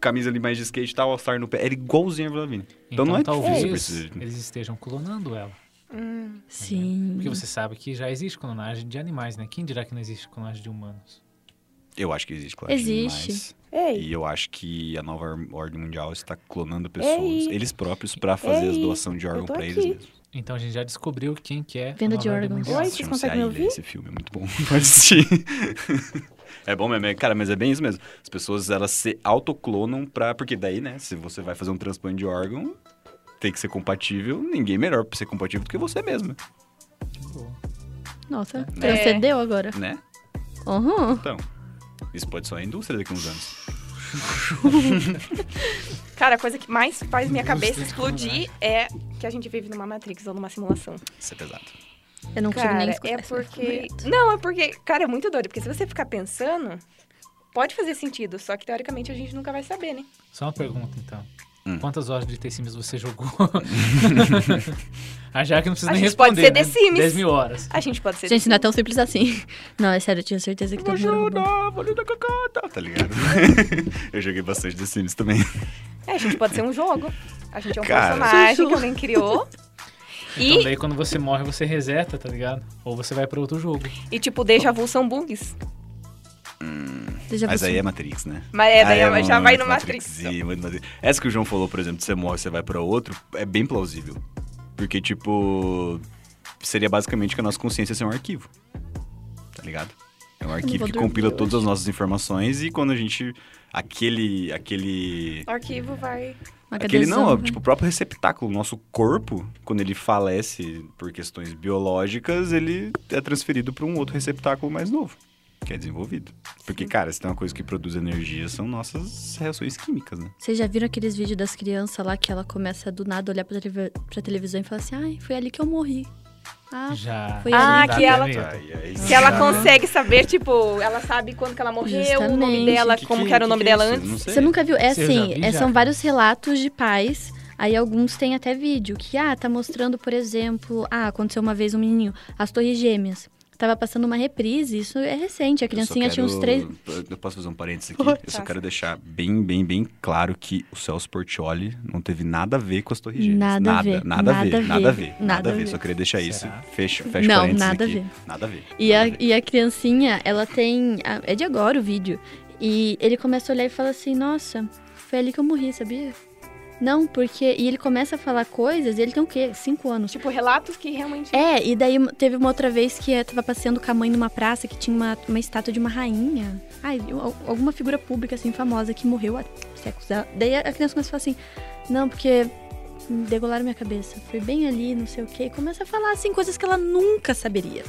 Speaker 4: Camisa ali mais de skate e tal, all-star no pé. Era igualzinho a Avril Lavigne. Então,
Speaker 3: Então,
Speaker 4: não é
Speaker 3: talvez
Speaker 4: difícil. pra esse-
Speaker 3: eles estejam clonando ela.
Speaker 1: Hum,
Speaker 2: Sim.
Speaker 3: Porque você sabe que já existe clonagem de animais, né? Quem dirá que não existe clonagem de humanos?
Speaker 4: Eu acho que existe clonagem de
Speaker 2: Existe.
Speaker 4: animais.
Speaker 1: Ei,
Speaker 4: E eu acho que a nova or- ordem mundial está clonando pessoas.
Speaker 1: Ei.
Speaker 4: Eles próprios pra fazer as
Speaker 1: Ei.
Speaker 4: doações de
Speaker 1: Eu
Speaker 4: órgão
Speaker 1: tô
Speaker 4: pra
Speaker 1: aqui.
Speaker 4: eles mesmos.
Speaker 3: Então a gente já descobriu quem que é.
Speaker 2: Venda
Speaker 3: a
Speaker 2: de
Speaker 3: nova ordem
Speaker 2: órgãos.
Speaker 3: mundial.
Speaker 1: Oi, vocês
Speaker 4: Chama-se A
Speaker 1: conseguem me
Speaker 4: Ilha,
Speaker 1: ouvir?
Speaker 4: Esse filme é muito bom. Pode assistir. É bom mesmo, é- cara, mas é bem isso mesmo. As pessoas, elas se autoclonam pra... Porque daí, né, se você vai fazer um transplante de órgão, tem que ser compatível. Ninguém melhor pra ser compatível do que você mesmo,
Speaker 3: Pô,
Speaker 2: Nossa,
Speaker 4: É.
Speaker 2: transcendeu agora.
Speaker 4: né?
Speaker 2: Uhum.
Speaker 4: Então, isso pode ser a indústria daqui a uns anos.
Speaker 1: cara, a coisa que mais faz minha
Speaker 3: Meu Deus,
Speaker 1: cabeça
Speaker 3: tem
Speaker 1: explodir é que a gente vive numa Matrix ou numa simulação.
Speaker 4: Isso é pesado.
Speaker 2: Eu não consigo
Speaker 1: Cara,
Speaker 2: nem escutar
Speaker 1: é
Speaker 2: esse barulho.
Speaker 1: porque. Não, é porque. Cara, é muito doido, porque se você ficar pensando, pode fazer sentido, só que teoricamente a gente nunca vai saber, né?
Speaker 3: Só uma pergunta, então.
Speaker 4: Hum.
Speaker 3: Quantas horas de The Sims você jogou? a Jaque não precisa
Speaker 1: A
Speaker 3: nem
Speaker 1: gente pode
Speaker 3: responder,
Speaker 1: ser The
Speaker 3: né?
Speaker 1: Sims.
Speaker 3: 10 mil horas.
Speaker 1: A gente pode ser.
Speaker 2: Gente, não é tão simples assim. Não, é sério, eu tinha certeza que todo mundo era bom.
Speaker 4: da cacota, tá ligado? eu joguei bastante The Sims também.
Speaker 1: É, a gente pode ser um jogo. A gente é um
Speaker 4: Cara.
Speaker 1: personagem
Speaker 2: Juju.
Speaker 1: que alguém criou.
Speaker 3: Então
Speaker 1: E,
Speaker 3: daí quando você morre, você reseta, tá ligado? Ou você vai pra outro jogo.
Speaker 1: e, tipo, déjà vu são bugs.
Speaker 2: Deja
Speaker 4: Mas
Speaker 2: vu
Speaker 4: aí
Speaker 2: sim.
Speaker 4: é Matrix, né?
Speaker 1: Mas é, daí
Speaker 4: Ah,
Speaker 1: já
Speaker 4: muito
Speaker 1: vai no Matrix.
Speaker 4: Sim, muito Matrix. Essa que o João falou, por exemplo, você morre, você vai pra outro, é bem plausível. Porque, tipo, seria basicamente que a nossa consciência ser um arquivo. Tá ligado? É um arquivo
Speaker 2: vou
Speaker 4: que
Speaker 2: dormir
Speaker 4: compila
Speaker 2: hoje.
Speaker 4: todas as nossas informações e quando a gente. Aquele. Aquele.
Speaker 1: O arquivo vai.
Speaker 2: Uma
Speaker 4: é Aquele não, ó,
Speaker 2: HDzão,
Speaker 4: tipo, o próprio receptáculo, o nosso corpo, quando ele falece por questões biológicas, ele é transferido para um outro receptáculo mais novo, que é desenvolvido. Porque, cara, se tem uma coisa que produz energia, são nossas reações químicas, né?
Speaker 2: Vocês já viram aqueles vídeos das crianças lá que ela começa do nada a olhar pra, televi- pra televisão e falar assim: ai, foi ali que eu morri. Ah,
Speaker 3: Já.
Speaker 2: Foi Ah, ali.
Speaker 1: que ela-
Speaker 4: Ai, ai,
Speaker 1: Se ela
Speaker 3: Aham.
Speaker 1: consegue saber, tipo, ela sabe quando que ela morreu, o nome
Speaker 2: Justamente.
Speaker 1: dela,
Speaker 4: Que
Speaker 1: como
Speaker 4: que-
Speaker 1: que era o
Speaker 4: que
Speaker 1: nome
Speaker 4: que é
Speaker 1: dela
Speaker 4: isso?
Speaker 1: antes.
Speaker 4: Não sei.
Speaker 2: Você nunca viu? É
Speaker 3: Você já
Speaker 2: assim,
Speaker 3: vi,
Speaker 2: é-
Speaker 3: já.
Speaker 2: são vários relatos de pais. Aí alguns têm até vídeo que, ah, tá mostrando, por exemplo, ah, aconteceu uma vez um menininho, as Torres Gêmeas. Tava passando uma reprise, isso é recente, a
Speaker 4: Eu só
Speaker 2: criancinha tinha uns
Speaker 4: quero-
Speaker 2: três. tá.
Speaker 4: Eu posso fazer um parênteses aqui? eu só
Speaker 1: Faça.
Speaker 4: quero deixar bem, bem, bem claro que o Celso Portioli não teve nada a ver com as Torres Gêmeas.
Speaker 2: Nada a ver,
Speaker 4: Nada, a
Speaker 2: nada a
Speaker 4: ver,
Speaker 2: ver,
Speaker 4: nada a ver.
Speaker 2: nada
Speaker 4: Nada a
Speaker 2: a
Speaker 4: ver.
Speaker 2: ver.
Speaker 4: Só queria deixar isso.
Speaker 3: Será?
Speaker 4: Fecha, fecha
Speaker 2: Não,
Speaker 4: parênteses
Speaker 2: nada a
Speaker 4: aqui.
Speaker 2: ver.
Speaker 4: Nada a ver.
Speaker 2: E a,
Speaker 4: nada ver.
Speaker 2: e a criancinha, ela tem. a- É de agora o vídeo. E ele começa a olhar e fala assim: Nossa, foi ali que eu morri, sabia? Não, porque. E ele começa a falar coisas e ele tem o quê? Cinco anos.
Speaker 1: Tipo, relatos que realmente.
Speaker 2: É, e daí teve uma outra vez que eu tava passeando com a mãe numa praça que tinha uma, uma estátua de uma rainha. Ai, eu- al- alguma figura pública, assim, famosa, que morreu há séculos. Da- Daí a criança começa a falar assim, não, porque degolaram minha cabeça. Foi bem ali, não sei o quê. E começa a falar, assim, coisas que ela nunca saberia.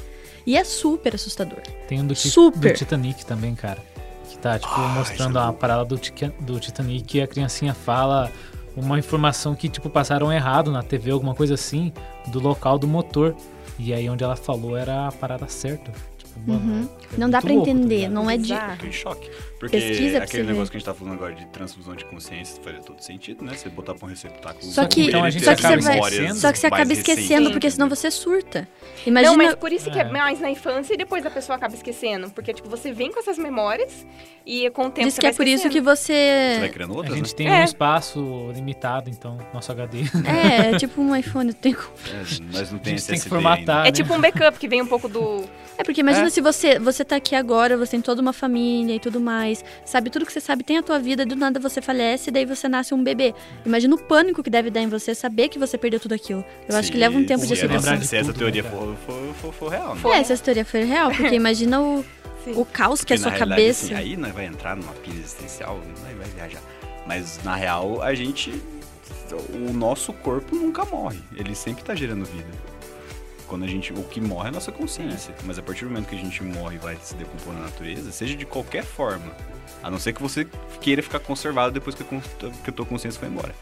Speaker 2: E é super assustador.
Speaker 3: Tem um do, Ti-
Speaker 2: Super.
Speaker 3: do Titanic também, cara. Que tá, tipo,
Speaker 4: Ah,
Speaker 3: mostrando
Speaker 4: isso é
Speaker 3: a
Speaker 4: louco.
Speaker 3: parada do, Tica- do Titanic e a criancinha fala uma informação que, tipo, passaram errado na TV, alguma coisa assim, do local do motor. E aí onde ela falou era a parada certa. Tipo, mano, é
Speaker 2: Não dá
Speaker 3: muito
Speaker 2: pra
Speaker 3: louco, tá
Speaker 2: entender,
Speaker 3: ligado?
Speaker 2: não é de...
Speaker 1: Bizarro.
Speaker 4: Tô em choque. Porque
Speaker 2: Pesquisa pra
Speaker 4: aquele
Speaker 2: você ver.
Speaker 4: negócio que a gente tá falando agora de transfusão de consciência faria todo sentido, né? Você botar pra um receptáculo.
Speaker 2: Só que-
Speaker 4: ele
Speaker 2: Então
Speaker 3: a gente
Speaker 4: ter
Speaker 2: só que você
Speaker 4: as
Speaker 2: vai-
Speaker 4: memórias
Speaker 2: Só que você acaba
Speaker 4: mais
Speaker 2: esquecendo,
Speaker 4: recentes,
Speaker 2: porque senão
Speaker 4: né?
Speaker 2: você surta. Imagina...
Speaker 1: Não, mas por isso que é
Speaker 3: É.
Speaker 1: mais na infância e depois a pessoa acaba esquecendo. Porque, tipo, você vem com essas memórias e com o tempo
Speaker 2: Diz
Speaker 1: você
Speaker 2: que é
Speaker 1: vai
Speaker 2: por isso que
Speaker 1: esquecendo.
Speaker 4: Você vai
Speaker 2: você...
Speaker 4: criando
Speaker 3: A
Speaker 4: outras, né?
Speaker 3: gente tem
Speaker 1: É.
Speaker 3: um espaço limitado, então, nosso HD.
Speaker 2: É, é tipo um iPhone, eu tenho
Speaker 4: né? É, Nós não
Speaker 3: A gente
Speaker 4: temos
Speaker 3: tem que
Speaker 4: SSD
Speaker 3: formatar,
Speaker 4: ainda.
Speaker 1: É tipo um backup que vem um pouco do.
Speaker 2: É porque imagina
Speaker 4: É.
Speaker 2: se você você tá aqui agora, você tem toda uma família e tudo mais, sabe tudo que você sabe, tem a tua vida, do nada você falece, daí você nasce um bebê. Imagina o pânico que deve dar em você saber que você perdeu tudo aquilo. Eu acho que leva um
Speaker 4: é
Speaker 2: tempo de
Speaker 3: se
Speaker 2: aceitação.
Speaker 3: lembrar de
Speaker 4: Se essa
Speaker 3: tudo,
Speaker 4: teoria
Speaker 3: né,
Speaker 4: for, for, for, for real, né?
Speaker 1: For-
Speaker 2: É, essa história foi real, porque imagina o,
Speaker 1: Sim.
Speaker 2: o caos que é a
Speaker 4: Porque,
Speaker 2: sua
Speaker 4: na realidade,
Speaker 2: cabeça.
Speaker 4: assim, aí nós vai entrar numa pira existencial, nós vai viajar. Mas na real, a gente. O nosso corpo nunca morre. Ele sempre tá gerando vida. Quando a gente. O que morre é a nossa consciência. Mas a partir do momento que a gente morre e vai se decompor na natureza, seja de qualquer forma. A não ser que você queira ficar conservado depois que a, con- que a tua consciência foi embora.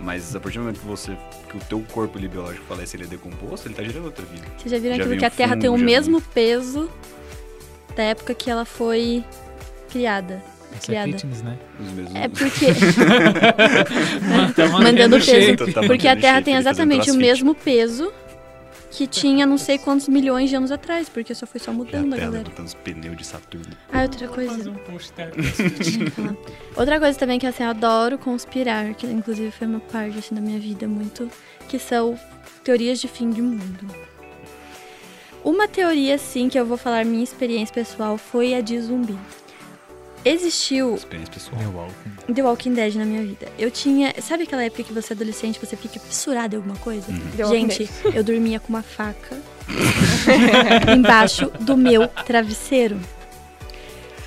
Speaker 4: Mas a partir do momento que você. que o teu corpo ele, biológico falece ele é decomposto, ele tá gerando outra vida.
Speaker 2: Vocês já viram
Speaker 4: Já
Speaker 2: aquilo
Speaker 4: vi
Speaker 2: que
Speaker 4: um
Speaker 2: a Terra tem o
Speaker 4: fungo, já
Speaker 2: mesmo peso da época que ela foi criada.
Speaker 3: Essa é
Speaker 2: criada.
Speaker 3: fitness, né?
Speaker 4: Os mesmos.
Speaker 2: É porque
Speaker 3: Tá
Speaker 2: mandando
Speaker 3: cheio.
Speaker 2: peso.
Speaker 4: Tá mantendo
Speaker 2: Porque a Terra
Speaker 4: shape,
Speaker 2: tem
Speaker 4: ele tá fazendo
Speaker 2: exatamente o
Speaker 4: crossfit.
Speaker 2: mesmo peso que tinha não sei quantos milhões de anos atrás, porque só foi só
Speaker 4: Já
Speaker 2: mudando a
Speaker 4: até
Speaker 2: galera.
Speaker 4: levantando os pneus de Saturno.
Speaker 2: Ah, outra
Speaker 3: Fazer
Speaker 2: coisa.
Speaker 3: um post, tá?
Speaker 2: Uhum. Outra coisa também que assim, eu adoro conspirar, que inclusive foi uma parte assim, da minha vida muito, que são teorias de fim de mundo. Uma teoria, sim, que eu vou falar minha experiência pessoal foi a de zumbi. Existiu
Speaker 4: Experiência pessoal.
Speaker 3: Meu Walking.
Speaker 2: The Walking Dead na minha vida. Eu tinha. Sabe aquela época que você é adolescente, você fica fissurado em alguma coisa?
Speaker 1: The Walking
Speaker 2: Gente, eu dormia com uma faca embaixo do meu travesseiro.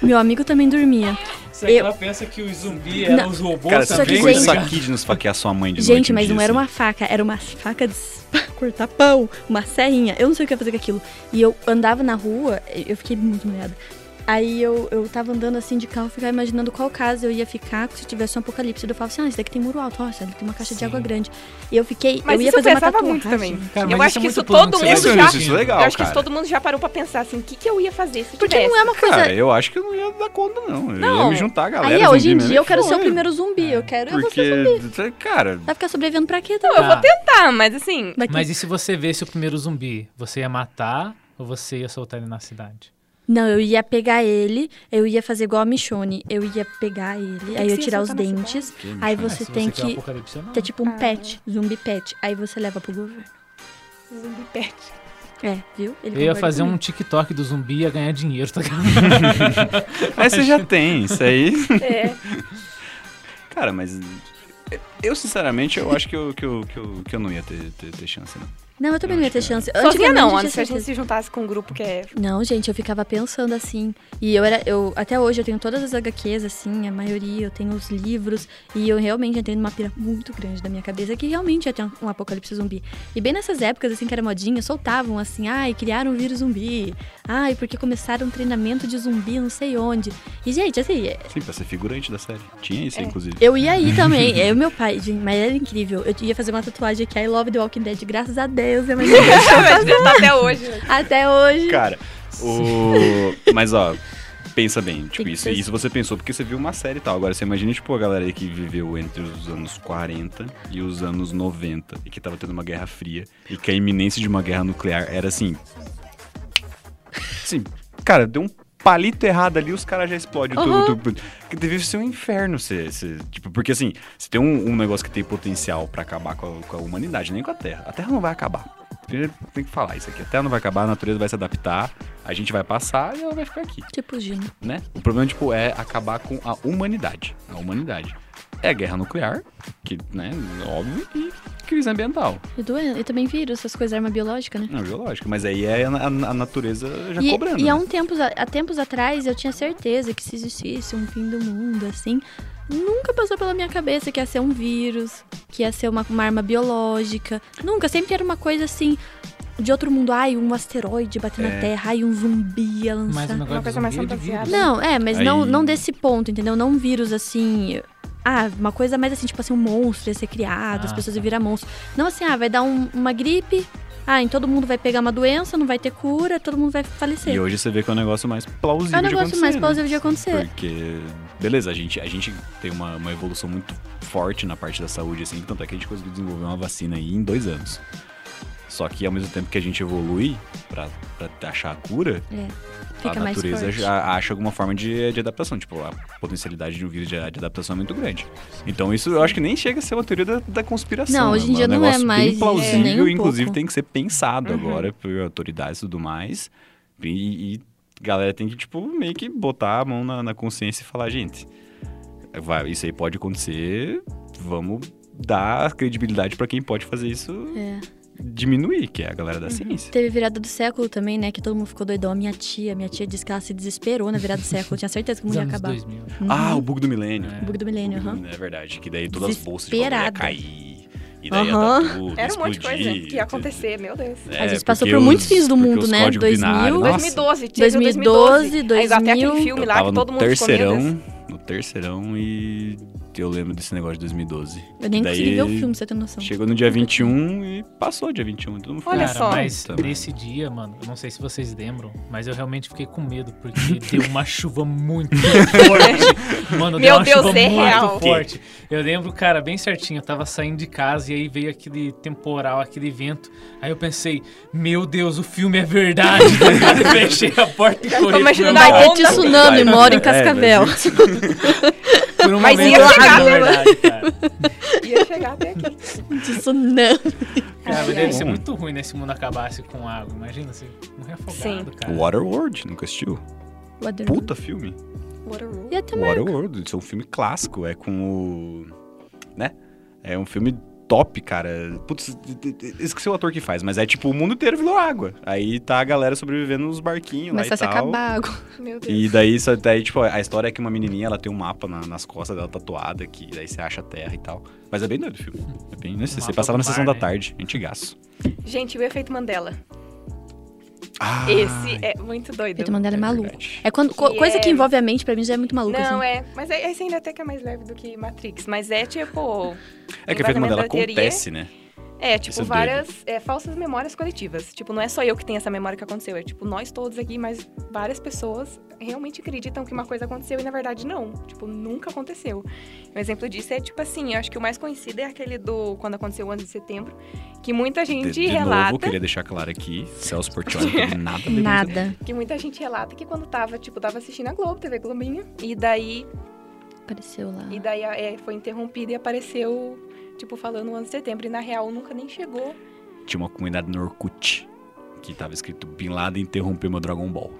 Speaker 2: Meu amigo também dormia.
Speaker 3: Será que
Speaker 2: Eu-
Speaker 3: ela pensa é que os zumbi eram
Speaker 2: Não.
Speaker 3: os robôs
Speaker 4: Cara,
Speaker 2: só
Speaker 4: você
Speaker 2: que,
Speaker 3: também?
Speaker 4: ficou
Speaker 2: gente-
Speaker 4: isso aqui de nos faquear sua mãe de noite
Speaker 2: Gente,
Speaker 4: um
Speaker 2: mas
Speaker 4: dia,
Speaker 2: não era
Speaker 4: assim?
Speaker 2: uma faca, era uma faca de s- cortar pão, uma serrinha. Eu não sei o que eu ia fazer com aquilo. E eu andava na rua, eu fiquei muito molhada. Aí eu, eu tava andando assim de carro, ficava imaginando qual casa eu ia ficar se tivesse um apocalipse. Eu falava assim, ah, isso daqui tem muro alto, nossa, ali tem uma caixa de
Speaker 3: Sim.
Speaker 2: água grande. E eu fiquei,
Speaker 1: Mas
Speaker 2: eu ia
Speaker 1: isso
Speaker 2: fazer uma
Speaker 1: pesava
Speaker 2: tatuagem.
Speaker 1: muito também.
Speaker 3: Cara,
Speaker 1: eu
Speaker 3: mas
Speaker 1: acho
Speaker 3: é
Speaker 1: que
Speaker 3: muito
Speaker 1: isso
Speaker 3: plano
Speaker 1: todo
Speaker 3: você
Speaker 1: mundo
Speaker 3: vai
Speaker 4: Isso,
Speaker 1: já...
Speaker 4: isso, isso é legal,
Speaker 1: eu acho que
Speaker 4: cara.
Speaker 1: isso todo mundo já parou pra pensar assim, o que, que eu ia fazer se
Speaker 2: Porque não é uma coisa...
Speaker 4: Cara, eu acho que eu não ia dar conta, não. Eu ia
Speaker 2: Não.
Speaker 4: me juntar, à galera. assim,
Speaker 2: Aí, hoje em
Speaker 4: zumbi, mas
Speaker 2: dia,
Speaker 4: nem
Speaker 2: eu quero ser o
Speaker 4: fudendo.
Speaker 2: primeiro zumbi. Eu quero eu vou ser zumbi.
Speaker 4: Porque, cara,
Speaker 2: Vai ficar sobrevivendo pra quê? Tá?
Speaker 1: Eu vou
Speaker 3: Tá.
Speaker 1: tentar, mas assim,
Speaker 2: Daqui-
Speaker 3: Mas e se você vê o primeiro zumbi? Você ia matar ou você ia soltar ele na cidade?
Speaker 2: Não, eu ia pegar ele, eu ia fazer igual a Michonne. Eu ia pegar ele,
Speaker 1: É que que
Speaker 2: aí eu
Speaker 1: você ia
Speaker 2: tirar os
Speaker 1: soltar na
Speaker 2: dentes.
Speaker 4: cidade?
Speaker 2: Aí
Speaker 4: Que
Speaker 3: É,
Speaker 2: você
Speaker 3: se
Speaker 2: tem
Speaker 3: você quer o
Speaker 2: que
Speaker 3: apocalipse ou não.
Speaker 2: ter tipo um
Speaker 1: Ah.
Speaker 2: pet, zumbi pet. Aí você leva pro governo.
Speaker 1: zumbi pet.
Speaker 2: É, viu? Ele
Speaker 3: Eu ia
Speaker 2: concorda
Speaker 3: fazer um
Speaker 2: comigo.
Speaker 3: TikTok do zumbi e ia ganhar dinheiro, tá ligado?
Speaker 4: Mas você já tem, isso aí.
Speaker 1: É.
Speaker 4: Cara, mas. Eu, sinceramente, eu acho que eu, que eu, que eu, que eu não ia ter, ter, ter chance, não.
Speaker 3: um-
Speaker 2: Não, eu também não ia ter chance.
Speaker 1: Sozinha
Speaker 2: Antigamente,
Speaker 1: assim, não,
Speaker 2: eu
Speaker 1: Ana,
Speaker 2: tinha
Speaker 1: se a gente
Speaker 2: certeza.
Speaker 1: se juntasse com um grupo que é...
Speaker 2: Não, gente, eu ficava pensando assim. E eu era. Eu, até hoje eu tenho todas as HQs, assim, a maioria, eu tenho os livros. E eu realmente entrei numa pira muito grande da minha cabeça que realmente ia ter um, um apocalipse zumbi. E bem nessas épocas, assim, que era modinha, soltavam assim, ai, criaram um vírus zumbi. Ai, porque começaram um treinamento de zumbi não sei onde. E, gente, assim, é-
Speaker 4: Sim, pra ser figurante da série. Tinha isso, inclusive.
Speaker 2: eu ia aí também. Eu e meu pai, gente, mas era incrível. Eu ia fazer uma tatuagem aqui, I Love The Walking Dead, graças a Deus, é mais
Speaker 1: Mas não tá até hoje.
Speaker 2: Até hoje.
Speaker 4: Cara, o. Mas ó, pensa bem, tipo,
Speaker 2: que
Speaker 4: isso,
Speaker 2: pensar.
Speaker 4: isso você pensou porque você viu uma série e tal. Agora você imagina, tipo, a galera aí que viveu entre os anos 40 e os anos 90 e que tava tendo uma guerra fria e que a iminência de uma guerra nuclear era assim. Assim, cara, deu um palito errado ali, os caras já explodem.
Speaker 2: Uhum.
Speaker 4: tudo. tudo. Que devia ser um inferno, você, você- tipo, porque assim, se tem um, um negócio que tem potencial pra acabar com a, com a humanidade, nem com a Terra. A Terra não vai acabar. Primeiro tem que falar isso aqui. A Terra não vai acabar, a natureza vai se adaptar, a gente vai passar e ela vai ficar aqui,
Speaker 2: Tipo, Gino.
Speaker 4: né? O problema, tipo, é acabar com a humanidade. A humanidade. É a guerra nuclear, que, né, óbvio, e crise ambiental.
Speaker 2: E, doen- e também vírus, essas coisas, arma biológica, né?
Speaker 4: Não, biológica. Mas aí é a, a- a natureza já
Speaker 2: e,
Speaker 4: cobrando.
Speaker 2: e
Speaker 4: né?
Speaker 2: há, um tempos, a- há tempos atrás eu tinha certeza que se existisse um fim do mundo, assim, nunca passou pela minha cabeça que ia ser um vírus, que ia ser uma, uma arma biológica. Nunca, sempre era uma coisa assim, de outro mundo. Ai, um asteroide bater
Speaker 4: É.
Speaker 2: na Terra, ai, um zumbi ia
Speaker 3: Mas o
Speaker 2: lançar.
Speaker 3: negócio do
Speaker 1: coisa mais
Speaker 3: zumbi é de vírus.
Speaker 1: fantasiada.
Speaker 2: Não, é, mas não,
Speaker 4: Aí-
Speaker 2: não desse ponto, entendeu? Não um vírus assim. Ah, uma coisa mais assim, tipo assim, um monstro ia ser criado, as
Speaker 3: Ah,
Speaker 2: pessoas
Speaker 3: tá.
Speaker 2: iam virar monstro. Não assim, ah, vai dar um- uma gripe, ah, em todo mundo vai pegar uma doença, não vai ter cura, todo mundo vai falecer.
Speaker 4: E hoje você vê que é um negócio mais plausível
Speaker 2: É o
Speaker 4: de
Speaker 2: negócio
Speaker 4: acontecer,
Speaker 2: mais
Speaker 4: né?
Speaker 2: plausível de acontecer.
Speaker 4: Porque, beleza, a gente, a gente tem uma, uma evolução muito forte na parte da saúde, assim, tanto é que a gente conseguiu desenvolver uma vacina aí em dois anos. Só que ao mesmo tempo que a gente evolui pra, pra achar a cura,
Speaker 2: Fica
Speaker 4: a
Speaker 2: mais
Speaker 4: natureza
Speaker 2: forte.
Speaker 4: já acha alguma forma de, de adaptação. Tipo, a potencialidade de um vírus de, de adaptação é muito grande. Então isso eu acho que nem chega a ser uma teoria da, da conspiração.
Speaker 2: Não,
Speaker 4: né?
Speaker 2: hoje em dia
Speaker 4: é um
Speaker 2: não é
Speaker 4: negócio
Speaker 2: mais
Speaker 4: bem
Speaker 2: isso,
Speaker 4: plausível,
Speaker 2: nem um
Speaker 4: inclusive
Speaker 2: pouco.
Speaker 4: tem que ser pensado
Speaker 1: Uhum.
Speaker 4: agora por autoridades e tudo mais. E, e galera tem que, tipo, meio que botar a mão na, na consciência e falar, gente, vai, isso aí pode acontecer, vamos dar credibilidade pra quem pode fazer isso
Speaker 2: É.
Speaker 4: diminuir, que é a galera
Speaker 2: Uhum.
Speaker 4: da ciência.
Speaker 2: Teve virada do século também, né? Que todo mundo ficou doidão. A minha tia, minha tia disse que ela se desesperou na virada do século. Tinha certeza que o
Speaker 3: Dos
Speaker 2: mundo ia
Speaker 3: anos
Speaker 2: acabar.
Speaker 3: 2000.
Speaker 2: Uhum.
Speaker 4: Ah, o bug do milênio.
Speaker 2: O bug do milênio, aham.
Speaker 4: É verdade, que daí todas as bolsas de valor ia
Speaker 2: Uhum. Desesperada.
Speaker 4: cair, e daí ia
Speaker 2: Aham.
Speaker 4: dar tudo,
Speaker 1: Era um monte de
Speaker 4: explodir,
Speaker 1: coisa que ia acontecer, meu Deus.
Speaker 4: É,
Speaker 2: A gente passou
Speaker 4: porque
Speaker 2: por muitos
Speaker 4: os-
Speaker 2: fins do
Speaker 4: porque
Speaker 2: mundo,
Speaker 4: os
Speaker 2: né?
Speaker 4: códigos
Speaker 2: 2000.
Speaker 4: binários, nossa,
Speaker 1: 2012, tinha sido
Speaker 2: 2012,
Speaker 1: 2012. Aí, até aquele
Speaker 2: 2000.
Speaker 1: filme
Speaker 4: eu
Speaker 1: lá
Speaker 4: tava
Speaker 1: que todo
Speaker 4: no
Speaker 1: mundo ficou, meu Deus.
Speaker 4: terceirão, no terceirão e eu lembro desse negócio de 2012.
Speaker 2: Eu nem
Speaker 4: Daí-
Speaker 2: consegui ver o filme, então. você tem noção.
Speaker 4: Chegou no dia 21 e passou o dia 21. Todo mundo ficou, "Ah,
Speaker 1: Olha
Speaker 3: Cara,
Speaker 1: só.
Speaker 3: mas
Speaker 4: Puta, mano.
Speaker 3: nesse dia, mano, eu não sei se vocês lembram, mas eu realmente fiquei com medo, porque deu uma chuva muito forte. Mano,
Speaker 1: Meu
Speaker 3: deu uma
Speaker 1: Deus,
Speaker 3: chuva
Speaker 1: é
Speaker 3: muito
Speaker 1: real.
Speaker 3: forte. Eu lembro, cara, bem certinho, eu tava saindo de casa e aí veio aquele temporal, aquele vento. Aí eu pensei, meu Deus, o filme é verdade. Eu Fechei a porta e
Speaker 1: Já tô
Speaker 3: corri. pro
Speaker 1: imaginando
Speaker 3: meu
Speaker 1: a
Speaker 2: Vai
Speaker 3: quarto.
Speaker 2: ter
Speaker 1: onda.
Speaker 2: tsunami,
Speaker 4: Vai,
Speaker 2: moro em
Speaker 4: é, vai
Speaker 2: Cascavel.
Speaker 3: Por um
Speaker 1: Mas
Speaker 3: momento
Speaker 1: ia né,
Speaker 3: eu achei
Speaker 1: chegar,
Speaker 3: que era verdade, cara.
Speaker 1: Ia chegar até aqui.
Speaker 2: tsunami.
Speaker 3: Cara, mas
Speaker 1: Ai,
Speaker 3: deve
Speaker 1: ai.
Speaker 3: ser muito ruim né, se o mundo acabasse com água. Imagina, assim, morrer afogado, cara.
Speaker 4: Waterworld, nunca assistiu? Puta filme.
Speaker 1: Waterworld.
Speaker 2: E até mais.
Speaker 4: Waterworld, isso é um filme clássico, é com o... né? É um filme top, cara. Putz, esqueci o ator que faz, mas é tipo, o mundo inteiro virou água. Aí tá a galera sobrevivendo nos barquinhos
Speaker 2: Começa
Speaker 4: lá
Speaker 2: a
Speaker 4: e
Speaker 2: se
Speaker 4: tal.
Speaker 2: acabar a água.
Speaker 1: Meu Deus.
Speaker 4: E daí, só- daí, tipo, a história é que uma menininha, ela tem um mapa na- nas costas dela tatuada, que daí você acha a terra e tal. Mas é bem doido o filme. É bem, não sei,
Speaker 3: Um
Speaker 4: você
Speaker 3: mapa
Speaker 4: passava
Speaker 3: do
Speaker 4: na
Speaker 3: mar,
Speaker 4: sessão da
Speaker 3: né?
Speaker 4: tarde, antigaço.
Speaker 1: Gente, e o efeito Mandela.
Speaker 4: Ah,
Speaker 1: Esse é muito doido.
Speaker 2: Pedro Mandela é maluco.
Speaker 4: verdade.
Speaker 2: É quando, co-
Speaker 1: Que
Speaker 2: coisa que
Speaker 1: é-
Speaker 2: envolve a mente, pra mim, já é muito maluco.
Speaker 1: Não,
Speaker 2: assim.
Speaker 1: é. Mas é- esse ainda até que é mais leve do que Matrix. Mas é tipo.
Speaker 4: É que o
Speaker 1: vai
Speaker 4: efeito Mandela
Speaker 1: aumentando a teoria.
Speaker 4: acontece, né?
Speaker 1: É,
Speaker 4: Isso
Speaker 1: tipo,
Speaker 4: é doido.
Speaker 1: várias é, falsas memórias coletivas. Tipo, não é só eu que tenho essa memória que aconteceu. É tipo, nós todos aqui, mas várias pessoas realmente acreditam que uma coisa aconteceu e na verdade não. Tipo, nunca aconteceu. Um exemplo disso é, tipo assim, eu acho que o mais conhecido é aquele do quando aconteceu o ano de setembro, que muita gente
Speaker 4: De, de
Speaker 1: relata.
Speaker 4: novo, eu queria deixar claro aqui, Celso Portioli não teve
Speaker 1: é
Speaker 4: nada a ver com isso.
Speaker 2: Nada.
Speaker 1: Que muita gente relata que quando tava, tipo, tava assistindo a Globo, TV Globinho, e daí,
Speaker 2: Apareceu lá.
Speaker 1: e daí é, foi interrompida e apareceu, tipo, falando o ano de setembro. E na real nunca nem chegou.
Speaker 4: Tinha uma comunidade no Orkut que tava escrito Bin Laden interrompeu meu Dragon Ball.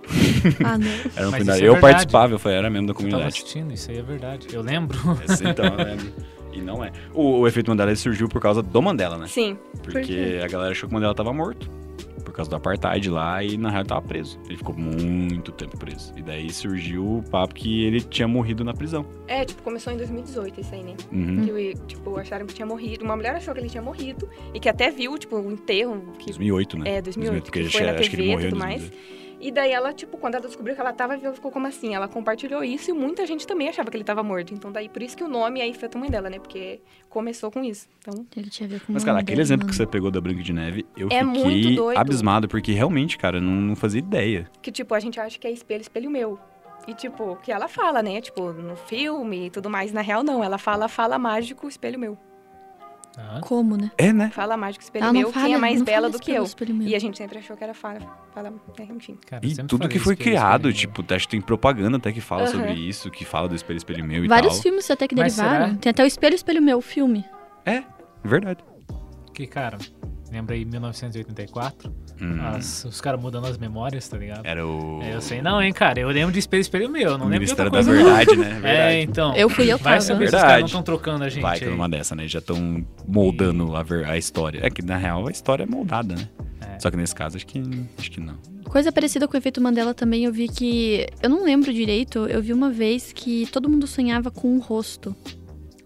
Speaker 2: Ah, não.
Speaker 4: Era uma
Speaker 3: Mas
Speaker 4: comunidade.
Speaker 3: isso é
Speaker 4: eu
Speaker 3: verdade.
Speaker 4: participava, eu falei, era mesmo da
Speaker 3: Eu tava
Speaker 4: comunidade.
Speaker 3: assistindo, isso aí é verdade. Eu lembro.
Speaker 4: Essa, Então, eu lembro. E não é. O, o efeito Mandela ele surgiu por causa do Mandela, né?
Speaker 1: Sim.
Speaker 4: Porque a galera achou que o Mandela tava morto. Por causa do apartheid lá e na real ele tava preso. Ele ficou muito tempo preso. E daí surgiu o papo que ele tinha morrido na prisão.
Speaker 1: É, tipo, começou em 2018 isso aí, né?
Speaker 4: Uhum.
Speaker 1: Que, tipo, acharam que tinha morrido. Uma mulher achou que ele tinha morrido e que até viu, tipo, o enterro. Que,
Speaker 4: 2008, né?
Speaker 1: É, 2008,
Speaker 4: porque
Speaker 1: que
Speaker 4: acho
Speaker 1: foi
Speaker 4: que-
Speaker 1: na
Speaker 4: acho que ele
Speaker 1: TV e
Speaker 4: morreu em
Speaker 1: tudo mais. E daí ela, tipo, quando ela descobriu que ela tava viva, ela ficou como assim? Ela compartilhou isso e muita gente também achava que ele tava morto. Então daí, por isso que o nome é Efeito Mandela, né? Porque começou com isso. Então,
Speaker 2: Ele tinha a ver com
Speaker 4: Mas,
Speaker 2: o
Speaker 4: cara,
Speaker 2: nome
Speaker 4: aquele
Speaker 2: dele,
Speaker 4: exemplo que
Speaker 2: mano.
Speaker 4: você pegou da Branca de Neve, eu
Speaker 1: Uhum. É muito
Speaker 4: fiquei
Speaker 1: doido.
Speaker 4: abismado, porque realmente, cara, não, não fazia ideia.
Speaker 1: que, tipo, a gente acha que é espelho, espelho meu. E, tipo, que ela fala, né? Tipo, no filme e tudo mais. Na real, não. Ela fala, fala mágico, espelho meu.
Speaker 3: Ah,
Speaker 2: Como, né?
Speaker 4: É, né?
Speaker 1: Fala mágico, espelho
Speaker 2: Ela Ah, não
Speaker 1: meu.
Speaker 2: fala,
Speaker 1: quem é mais
Speaker 2: não
Speaker 1: bela
Speaker 2: fala
Speaker 1: do
Speaker 2: isso
Speaker 1: que
Speaker 2: pelo
Speaker 1: eu?
Speaker 2: espelho meu.
Speaker 1: E a gente sempre achou que era fala, fala, é, enfim.
Speaker 3: cara, eu
Speaker 4: E
Speaker 3: sempre
Speaker 4: tudo
Speaker 3: falei
Speaker 4: que foi
Speaker 3: isso, que eles
Speaker 4: criado,
Speaker 3: querem-
Speaker 4: tipo, acho que tem propaganda até que fala
Speaker 1: Aham.
Speaker 4: sobre isso, que fala do espelho, espelho meu e
Speaker 2: Vários
Speaker 4: tal.
Speaker 2: filmes até que
Speaker 3: Mas
Speaker 2: derivaram.
Speaker 3: será?
Speaker 2: Tem até o Espelho, Espelho Meu, o filme.
Speaker 4: É, Verdade.
Speaker 3: Que, cara, lembra aí 1984?
Speaker 4: Hum,
Speaker 3: As- os caras mudando as memórias, tá ligado?
Speaker 4: Era o
Speaker 3: É, eu sei não, hein, cara. Eu lembro de espelho, espelho meu. eu Não
Speaker 4: o
Speaker 3: lembro de outra
Speaker 4: Ministério da
Speaker 3: coisa.
Speaker 4: Verdade, né?
Speaker 3: É,
Speaker 4: Verdade.
Speaker 3: então.
Speaker 2: Eu fui, eu
Speaker 3: Vai
Speaker 2: tava.
Speaker 3: saber se os
Speaker 4: Verdade.
Speaker 3: caras não estão trocando a gente
Speaker 4: Vai que
Speaker 3: aí.
Speaker 4: numa dessa, né? Já estão moldando a, ver- a história. É que, na real, a história é moldada, né?
Speaker 3: É.
Speaker 4: Só que nesse caso, acho que, acho que não.
Speaker 2: Coisa parecida com o efeito Mandela também, eu vi que. Eu não lembro direito, eu vi uma vez que todo mundo sonhava com um rosto.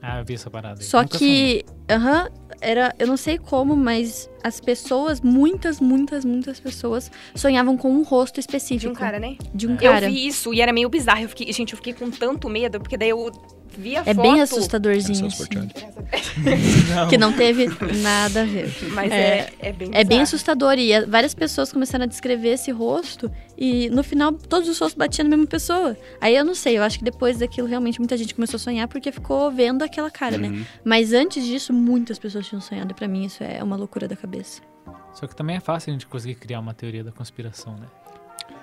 Speaker 3: Ah, eu vi essa parada. aí.
Speaker 2: Só
Speaker 3: Nunca
Speaker 2: que. Aham, era. Eu não sei como, mas as pessoas, muitas, muitas, muitas pessoas, sonhavam com um rosto específico.
Speaker 1: De um cara, né?
Speaker 2: De um
Speaker 1: Eu
Speaker 2: cara.
Speaker 1: vi isso e era meio bizarro. Eu fiquei, gente, eu fiquei com tanto medo, porque daí eu vi a
Speaker 2: É
Speaker 1: foto.
Speaker 2: bem
Speaker 4: Era só
Speaker 2: assustadorzinho.
Speaker 4: os Portiolli.
Speaker 2: assim,
Speaker 3: sonhei.
Speaker 2: que não teve nada a ver.
Speaker 1: Mas é, é, bem
Speaker 2: É bem
Speaker 1: bizarro.
Speaker 2: assustador. E a- várias pessoas começaram a descrever esse rosto. E no final, todos os rostos batiam na mesma pessoa. Aí eu não sei, eu acho que depois daquilo, realmente, muita gente começou a sonhar porque ficou vendo aquela cara, né?
Speaker 4: Uhum.
Speaker 2: Mas antes disso, muitas pessoas tinham sonhado. E pra mim, isso é uma loucura da cabeça.
Speaker 3: Só que também é fácil a gente conseguir criar uma teoria da conspiração, né?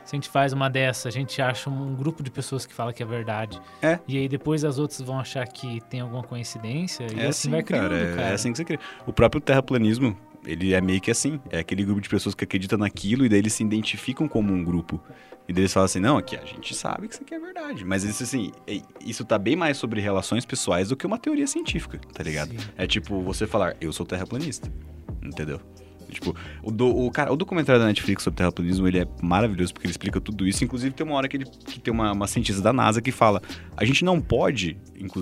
Speaker 3: Se a gente faz uma dessa, a gente acha um grupo de pessoas que fala que é verdade.
Speaker 4: É.
Speaker 3: E aí depois as outras vão achar que tem alguma coincidência e
Speaker 4: É assim,
Speaker 3: vai criando,
Speaker 4: cara,
Speaker 3: cara.
Speaker 4: é- É assim que você cria. O próprio terraplanismo, ele é meio que assim. É aquele grupo de pessoas que acreditam naquilo e daí eles se identificam como um grupo. E daí eles falam assim, não, aqui a gente sabe que isso aqui é verdade. Mas isso assim, é- isso tá bem mais sobre relações pessoais do que uma teoria científica, tá ligado?
Speaker 3: Sim.
Speaker 4: É tipo você falar, eu sou terraplanista, entendeu? Tipo, o, do, o, cara, o documentário da Netflix sobre terraplanismo, ele é maravilhoso porque ele explica tudo isso. Inclusive, tem uma hora que, ele, que tem uma, uma cientista da NASA que fala, a gente não pode,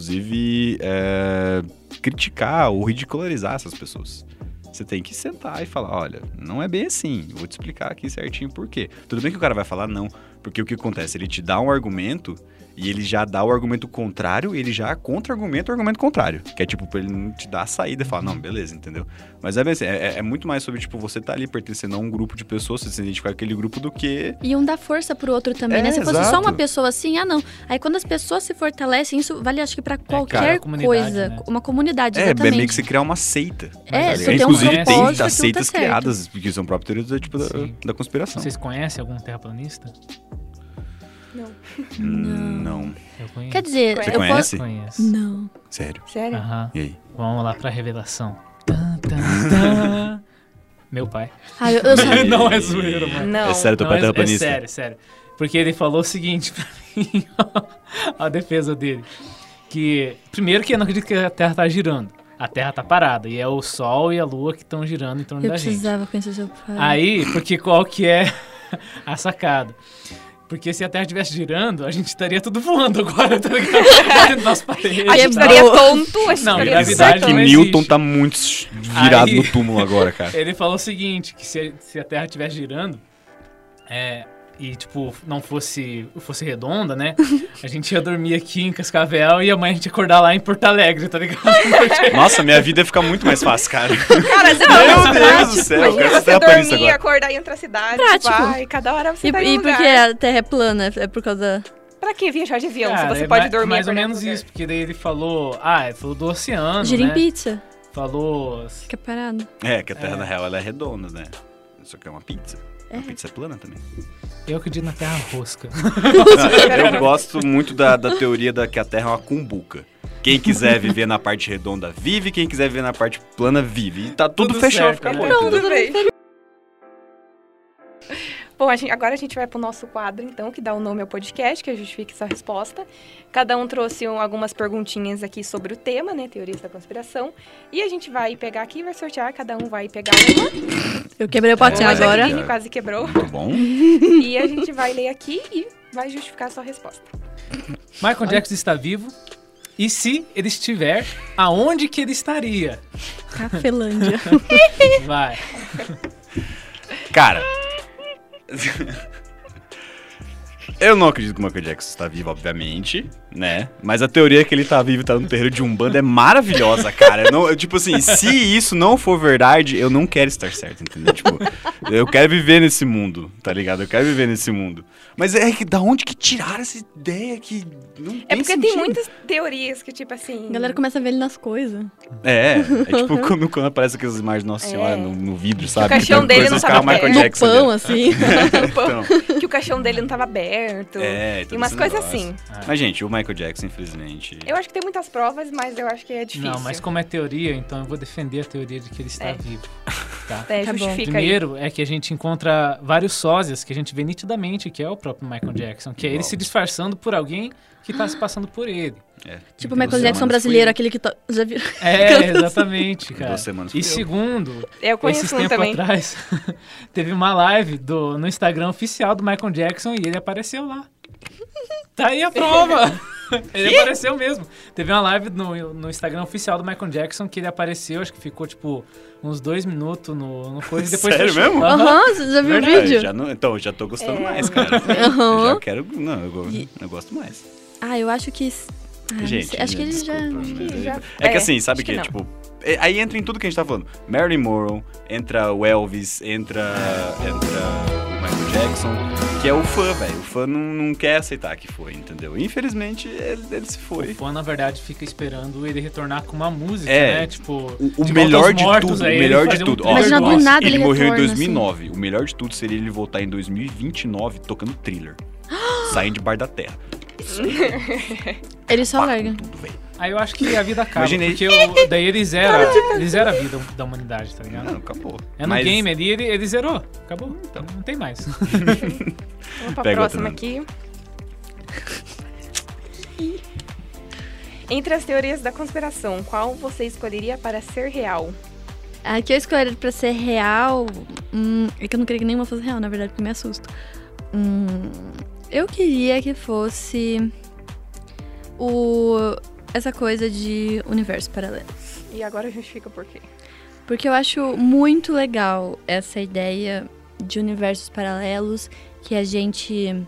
Speaker 4: inclusive, é, criticar ou ridicularizar essas pessoas. Você tem que sentar e falar, olha, não é bem assim, vou te explicar aqui certinho por quê. Tudo bem que o cara vai falar não, porque o que acontece? Ele te dá um argumento e ele já dá o argumento contrário, e ele já contra-argumenta o argumento contrário. Que é tipo, pra ele não te dar a saída e falar, não, beleza, entendeu? Mas é bem assim, é, é- é muito mais sobre, tipo, você tá ali pertencendo a um grupo de pessoas, você se identificar com aquele grupo do que.
Speaker 2: E um dá força pro outro também,
Speaker 4: É,
Speaker 2: né? Se fosse só
Speaker 4: exato.
Speaker 2: uma pessoa assim, ah, não. Aí quando as pessoas se fortalecem, isso vale, acho que, pra
Speaker 3: É, cara, a
Speaker 2: qualquer
Speaker 3: comunidade,
Speaker 2: coisa.
Speaker 3: né?
Speaker 2: Uma comunidade,
Speaker 4: É, é
Speaker 2: exatamente.
Speaker 4: meio que se criar uma seita. Tá
Speaker 2: É,
Speaker 3: Mas
Speaker 2: tu tem um
Speaker 3: é legal.
Speaker 4: Inclusive, tem
Speaker 2: propósito,
Speaker 4: das
Speaker 2: aquilo tá
Speaker 4: seitas
Speaker 2: certo.
Speaker 4: criadas, que são próprias teorias tipo, da,
Speaker 3: Sim.
Speaker 4: da conspiração.
Speaker 3: Vocês conhecem algum terraplanista?
Speaker 4: Hum, Não.
Speaker 3: Eu conheço.
Speaker 2: Quer dizer,
Speaker 1: Você
Speaker 2: eu posso...
Speaker 4: conhece?
Speaker 3: Conheço.
Speaker 2: Não.
Speaker 4: Sério.
Speaker 1: Sério?
Speaker 3: Aham.
Speaker 4: E aí?
Speaker 3: Vamos lá pra revelação. Tan, tan, tan. Meu pai.
Speaker 2: Ah, eu, eu sabia.
Speaker 3: Não é zoeira, mano.
Speaker 1: Não.
Speaker 4: É sério, teu
Speaker 3: Não,
Speaker 4: pai é
Speaker 3: é-
Speaker 4: terraplanista?
Speaker 3: É sério, sério. Porque ele falou o seguinte pra mim, a defesa dele. Que, primeiro que eu não acredito que a Terra tá girando. A Terra tá parada. E é o Sol e a Lua que estão girando em torno
Speaker 2: Eu
Speaker 3: da gente.
Speaker 2: precisava conhecer seu pai.
Speaker 1: Ah.
Speaker 3: Aí, porque qual que é a sacada? Porque se a Terra estivesse girando, a gente estaria tudo voando agora, tá ligado? Dentro das paredes.
Speaker 2: É
Speaker 1: A gente estaria tonto, a gente
Speaker 3: Não,
Speaker 1: estaria
Speaker 3: gravidade
Speaker 4: que
Speaker 1: tonto.
Speaker 3: não é-
Speaker 4: Newton
Speaker 3: existe.
Speaker 4: tá muito virado
Speaker 3: Aí-
Speaker 4: no túmulo agora, cara.
Speaker 3: Ele falou o seguinte, que se, se a Terra estivesse girando, é, e, tipo, não fosse, fosse redonda, né? A gente ia dormir aqui em Cascavel e amanhã a gente ia acordar lá em Porto Alegre, tá ligado?
Speaker 4: Nossa, minha vida ia ficar muito mais fácil, cara.
Speaker 1: Cara, você
Speaker 4: Meu
Speaker 1: não,
Speaker 4: Deus
Speaker 1: prático.
Speaker 4: do céu, eu
Speaker 1: Imagina
Speaker 4: quero
Speaker 1: você
Speaker 4: estudar pra isso
Speaker 1: dormir,
Speaker 4: agora.
Speaker 1: acordar e entrar na cidade.
Speaker 2: Prático.
Speaker 1: Tipo, ai, cada hora você
Speaker 2: E,
Speaker 1: tá em um
Speaker 2: e
Speaker 1: lugar.
Speaker 2: porque a Terra é plana, é por causa...
Speaker 1: Pra que viajar de avião se
Speaker 3: Cara,
Speaker 1: você
Speaker 3: é
Speaker 1: pode
Speaker 3: ma-
Speaker 1: dormir?
Speaker 3: Mais
Speaker 1: e
Speaker 3: ou
Speaker 1: acordar em
Speaker 3: menos
Speaker 1: outro lugar?
Speaker 3: isso, porque daí ele falou. Ah, ele falou do oceano.
Speaker 2: Gira em
Speaker 3: né?
Speaker 2: pizza,
Speaker 3: Falou.
Speaker 2: fica parado.
Speaker 4: É, que a Terra,
Speaker 3: É.
Speaker 4: na real, ela é redonda, né? Só que é uma pizza. A pizza é plana também.
Speaker 3: Eu acredito na terra rosca.
Speaker 4: Eu gosto muito da, da teoria da que a Terra é uma cumbuca. Quem quiser viver na parte redonda, vive. Quem quiser viver na parte plana, vive. E tá tudo,
Speaker 3: Tudo certo,
Speaker 4: fechado, fica
Speaker 3: né?
Speaker 4: bom.
Speaker 1: Pronto,
Speaker 4: entendeu?
Speaker 1: tudo bem. Bom, a gente- agora a gente vai pro nosso quadro, então, que dá o nome ao podcast, que é Justifique Sua Resposta. Cada um trouxe um- algumas perguntinhas aqui sobre o tema, né, teorias da conspiração. E a gente vai pegar aqui, vai sortear, cada um vai pegar uma.
Speaker 2: Eu quebrei o potinho
Speaker 4: É,
Speaker 1: Hoje
Speaker 2: agora.
Speaker 1: A Vivi quase quebrou.
Speaker 4: Muito bom.
Speaker 1: e a gente vai ler aqui e vai justificar a sua resposta.
Speaker 3: Michael Jackson está vivo. E se ele estiver, aonde que ele estaria?
Speaker 2: Cafelândia.
Speaker 3: Vai.
Speaker 4: Cara. Eu não acredito que o Michael Jackson está vivo, obviamente, né? Mas a teoria que ele tá vivo e tá no terreiro de Umbanda é maravilhosa, cara. Eu não- eu, tipo assim, se isso não for verdade, eu não quero estar certo, entendeu? Tipo, eu quero viver nesse mundo, tá ligado? Eu quero viver nesse mundo. Mas é que da onde que tiraram essa ideia que não tem
Speaker 1: É porque
Speaker 4: sentido?
Speaker 1: tem muitas teorias que, tipo assim.
Speaker 2: A galera começa a ver ele nas coisas.
Speaker 4: É, é tipo quando, quando aparece aquelas imagens de Nossa Senhora
Speaker 1: Uhum. É.
Speaker 4: no, no vidro, sabe?
Speaker 1: caixão
Speaker 4: Tem
Speaker 1: dele
Speaker 4: coisa,
Speaker 1: não
Speaker 4: os
Speaker 1: sabe
Speaker 4: caras
Speaker 1: o que é. No
Speaker 4: Michael
Speaker 2: No
Speaker 4: Jackson
Speaker 2: pão, assim.
Speaker 4: dentro. Então,
Speaker 1: que o caixão dele não tava aberto.
Speaker 4: é,
Speaker 1: e
Speaker 4: todo
Speaker 1: umas
Speaker 4: esse
Speaker 1: coisas
Speaker 4: negócio.
Speaker 1: assim.
Speaker 4: Mas, gente, o Michael Jackson, infelizmente.
Speaker 1: Eu acho que tem muitas provas, mas eu acho que é difícil.
Speaker 3: Não, mas como é teoria, então eu vou defender a teoria de que ele está
Speaker 1: É.
Speaker 3: vivo. Tá?
Speaker 1: É,
Speaker 2: Tá bom.
Speaker 1: justifica aí.
Speaker 3: Primeiro é que a gente encontra vários sósias que a gente vê nitidamente que é o próprio Michael Jackson, que é ele
Speaker 4: Uau.
Speaker 3: se disfarçando por alguém que tá se passando por ele.
Speaker 4: É.
Speaker 2: Tipo o
Speaker 4: Em
Speaker 2: Michael
Speaker 4: duas
Speaker 2: Jackson
Speaker 4: semanas
Speaker 2: brasileiro,
Speaker 4: fui
Speaker 2: aquele que... to- Já viram?
Speaker 3: É, exatamente, cara.
Speaker 4: Duas semanas fui
Speaker 3: E
Speaker 4: eu.
Speaker 3: segundo,
Speaker 1: Eu
Speaker 3: esses
Speaker 1: conheço um
Speaker 3: tempos
Speaker 1: também.
Speaker 3: atrás, teve uma live do, no Instagram oficial do Michael Jackson e ele apareceu lá. Tá aí a prova! ele apareceu mesmo. Teve uma live no, no Instagram oficial do Michael Jackson que ele apareceu, acho que ficou tipo uns dois minutos no, no coisa e depois.
Speaker 4: Sério
Speaker 3: fechou.
Speaker 4: mesmo?
Speaker 3: Aham.
Speaker 2: Aham, você já viu o
Speaker 4: Verdade,
Speaker 2: vídeo?
Speaker 4: já não- então, eu já tô gostando
Speaker 1: É.
Speaker 4: mais, cara.
Speaker 2: Aham.
Speaker 4: Eu já quero. Não, eu, go-
Speaker 2: E-
Speaker 4: eu gosto mais.
Speaker 2: Ah, eu acho que... Ah, não
Speaker 4: gente,
Speaker 2: sei. acho que ele
Speaker 4: desculpa,
Speaker 2: já...
Speaker 1: que
Speaker 4: mas-
Speaker 1: já-
Speaker 4: É que
Speaker 1: é,
Speaker 4: assim, sabe
Speaker 1: acho que
Speaker 4: que,
Speaker 1: não.
Speaker 4: tipo. é- Aí entra em tudo que a gente tá falando. Marilyn Monroe, entra o Elvis, entra. entra o Michael Jackson, que é o fã, velho. O fã não, não quer aceitar que foi, entendeu? Infelizmente, ele, ele se
Speaker 3: O
Speaker 4: foi.
Speaker 3: fã, na verdade, fica esperando ele retornar com uma música,
Speaker 4: É.
Speaker 3: né? Tipo,
Speaker 4: O, o
Speaker 3: de volta
Speaker 4: melhor
Speaker 3: aos
Speaker 4: de
Speaker 3: mortos,
Speaker 4: tudo, o
Speaker 3: aí ele
Speaker 4: melhor de
Speaker 3: fazer um
Speaker 4: tudo.
Speaker 3: thriller.
Speaker 2: Imagina, do
Speaker 4: nossa,
Speaker 2: nada ele
Speaker 4: morreu em
Speaker 2: retorna, assim.
Speaker 4: 2009. O melhor de tudo seria ele voltar em 2029 tocando thriller. saindo de Bar da Terra.
Speaker 2: Ele só
Speaker 4: Pá,
Speaker 2: larga.
Speaker 4: com tudo, velho.
Speaker 3: Aí eu acho que a vida acaba,
Speaker 4: Imagina ele-
Speaker 3: porque o- daí ele zera, ele zera a vida da humanidade, tá ligado?
Speaker 4: Ah, Não, acabou.
Speaker 3: É no
Speaker 4: Mas- Então.
Speaker 3: game ali, ele, ele zerou. Acabou. Não tem mais.
Speaker 1: Vamos pra
Speaker 4: Pega outra,
Speaker 1: próxima
Speaker 4: Nanda.
Speaker 1: aqui. Entre as teorias da conspiração, qual você escolheria para ser real?
Speaker 2: A que eu escolhi pra ser real. hum, é que eu não queria que nenhuma fosse real, na verdade, porque me assusto. Hum, eu queria que fosse. O. Essa coisa de universo paralelo.
Speaker 1: E agora justifica por quê.
Speaker 2: Porque eu acho muito legal essa ideia de universos paralelos, que a gente.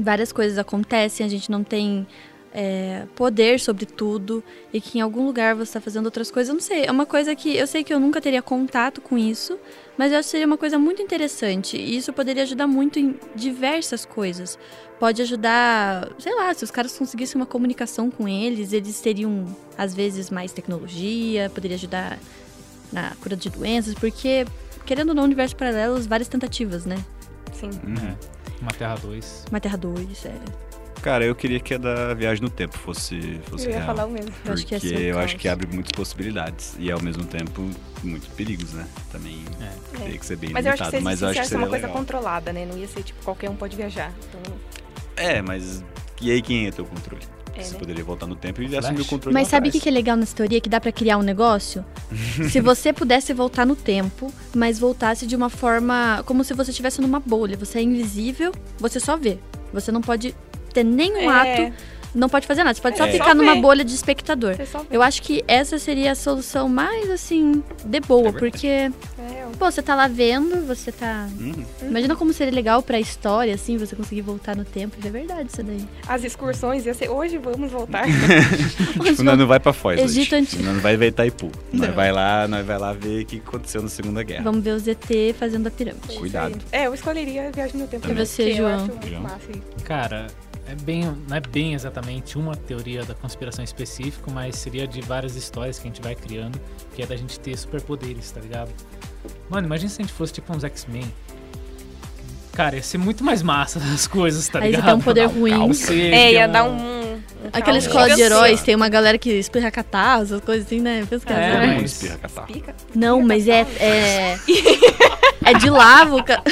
Speaker 2: Várias coisas acontecem, a gente não tem é, poder sobre tudo, e que em algum lugar você tá fazendo outras coisas. Eu não sei, é uma coisa que eu sei que eu nunca teria contato com isso, mas eu acho que seria uma coisa muito interessante, e isso poderia ajudar muito em diversas coisas. Pode ajudar, sei lá, se os caras conseguissem uma comunicação com eles, eles teriam, às vezes, mais tecnologia, poderia ajudar na cura de doenças, porque, querendo ou não, universo paralelos, várias tentativas, né?
Speaker 1: Sim.
Speaker 4: Uhum.
Speaker 3: Uma Terra 2.
Speaker 2: Uma Terra 2, é.
Speaker 4: Cara, eu queria que a da viagem no tempo fosse, fosse
Speaker 1: Eu ia
Speaker 4: real.
Speaker 1: falar o mesmo.
Speaker 2: Eu acho que
Speaker 4: porque
Speaker 2: ia ser um
Speaker 4: eu acho
Speaker 2: caos.
Speaker 4: que abre muitas possibilidades. E ao mesmo tempo, muitos perigos, né? Também
Speaker 3: É.
Speaker 4: teria que ser bem
Speaker 1: Mas eu acho que
Speaker 4: limitado.
Speaker 1: seria,
Speaker 4: Mas eu acho que
Speaker 1: ser
Speaker 4: seria
Speaker 1: uma coisa
Speaker 4: legal.
Speaker 1: controlada, né? Não ia ser tipo qualquer um pode viajar. Então,
Speaker 4: É, mas. E aí quem entra o controle?
Speaker 1: é,
Speaker 4: Você
Speaker 1: né?
Speaker 4: poderia voltar no tempo e
Speaker 3: Flash.
Speaker 4: assumir o controle.
Speaker 2: Mas
Speaker 4: lá
Speaker 2: sabe o que,
Speaker 4: atrás.
Speaker 2: que é legal nessa teoria? Que dá pra criar um negócio? se você pudesse voltar no tempo, mas voltasse de uma forma. como se você estivesse numa bolha. Você é invisível, você só vê. Você não pode ter nenhum
Speaker 1: É,
Speaker 2: Um ato, não pode fazer nada. Você pode só
Speaker 4: É.
Speaker 2: ficar
Speaker 1: Só
Speaker 2: numa
Speaker 1: vê.
Speaker 2: bolha de espectador.
Speaker 1: Você só vê.
Speaker 2: Eu acho que essa seria a solução mais, assim, de boa,
Speaker 4: É verdade.
Speaker 2: porque
Speaker 1: É, eu
Speaker 2: Pô, você tá lá vendo, você tá.
Speaker 4: Uhum.
Speaker 2: Imagina como seria legal pra história, assim, você conseguir voltar no tempo. É verdade isso daí.
Speaker 1: As excursões ia ser hoje vamos voltar.
Speaker 4: Tipo, nós não vai pra Foz hoje.
Speaker 2: Egito Antigo.
Speaker 4: Nós não vai ver Itaipu. Nós vai lá, nós vai lá ver o que aconteceu na Segunda Guerra.
Speaker 2: Vamos ver os ET fazendo a pirâmide.
Speaker 4: Cuidado.
Speaker 1: É, eu escolheria a viagem no tempo.
Speaker 2: E você,
Speaker 1: porque
Speaker 2: João?
Speaker 1: Eu acho muito
Speaker 4: João?
Speaker 1: massa. e-
Speaker 3: Cara, é bem, não é bem exatamente uma teoria da conspiração específica, mas seria de várias histórias que a gente vai criando, que é da gente ter superpoderes, tá ligado? Mano, imagina se a gente fosse tipo uns X-Men. Cara, ia ser muito mais massa as coisas, tá
Speaker 2: Aí você
Speaker 3: ligado?
Speaker 2: tem um poder
Speaker 4: Não,
Speaker 2: ruim.
Speaker 4: calma.
Speaker 3: Você
Speaker 1: É,
Speaker 3: tem
Speaker 1: ia
Speaker 3: um-
Speaker 1: dar um. um
Speaker 2: Aquela
Speaker 1: caos
Speaker 2: escola de
Speaker 1: gigantesco.
Speaker 2: heróis, tem uma galera que espirra catarro, essas coisas assim, né? Pensa que
Speaker 3: É,
Speaker 2: azar.
Speaker 4: Todo mundo
Speaker 3: mas-
Speaker 4: espirra catarro.
Speaker 1: Pica. um
Speaker 2: Não, mas é. É, é de lavo. ca-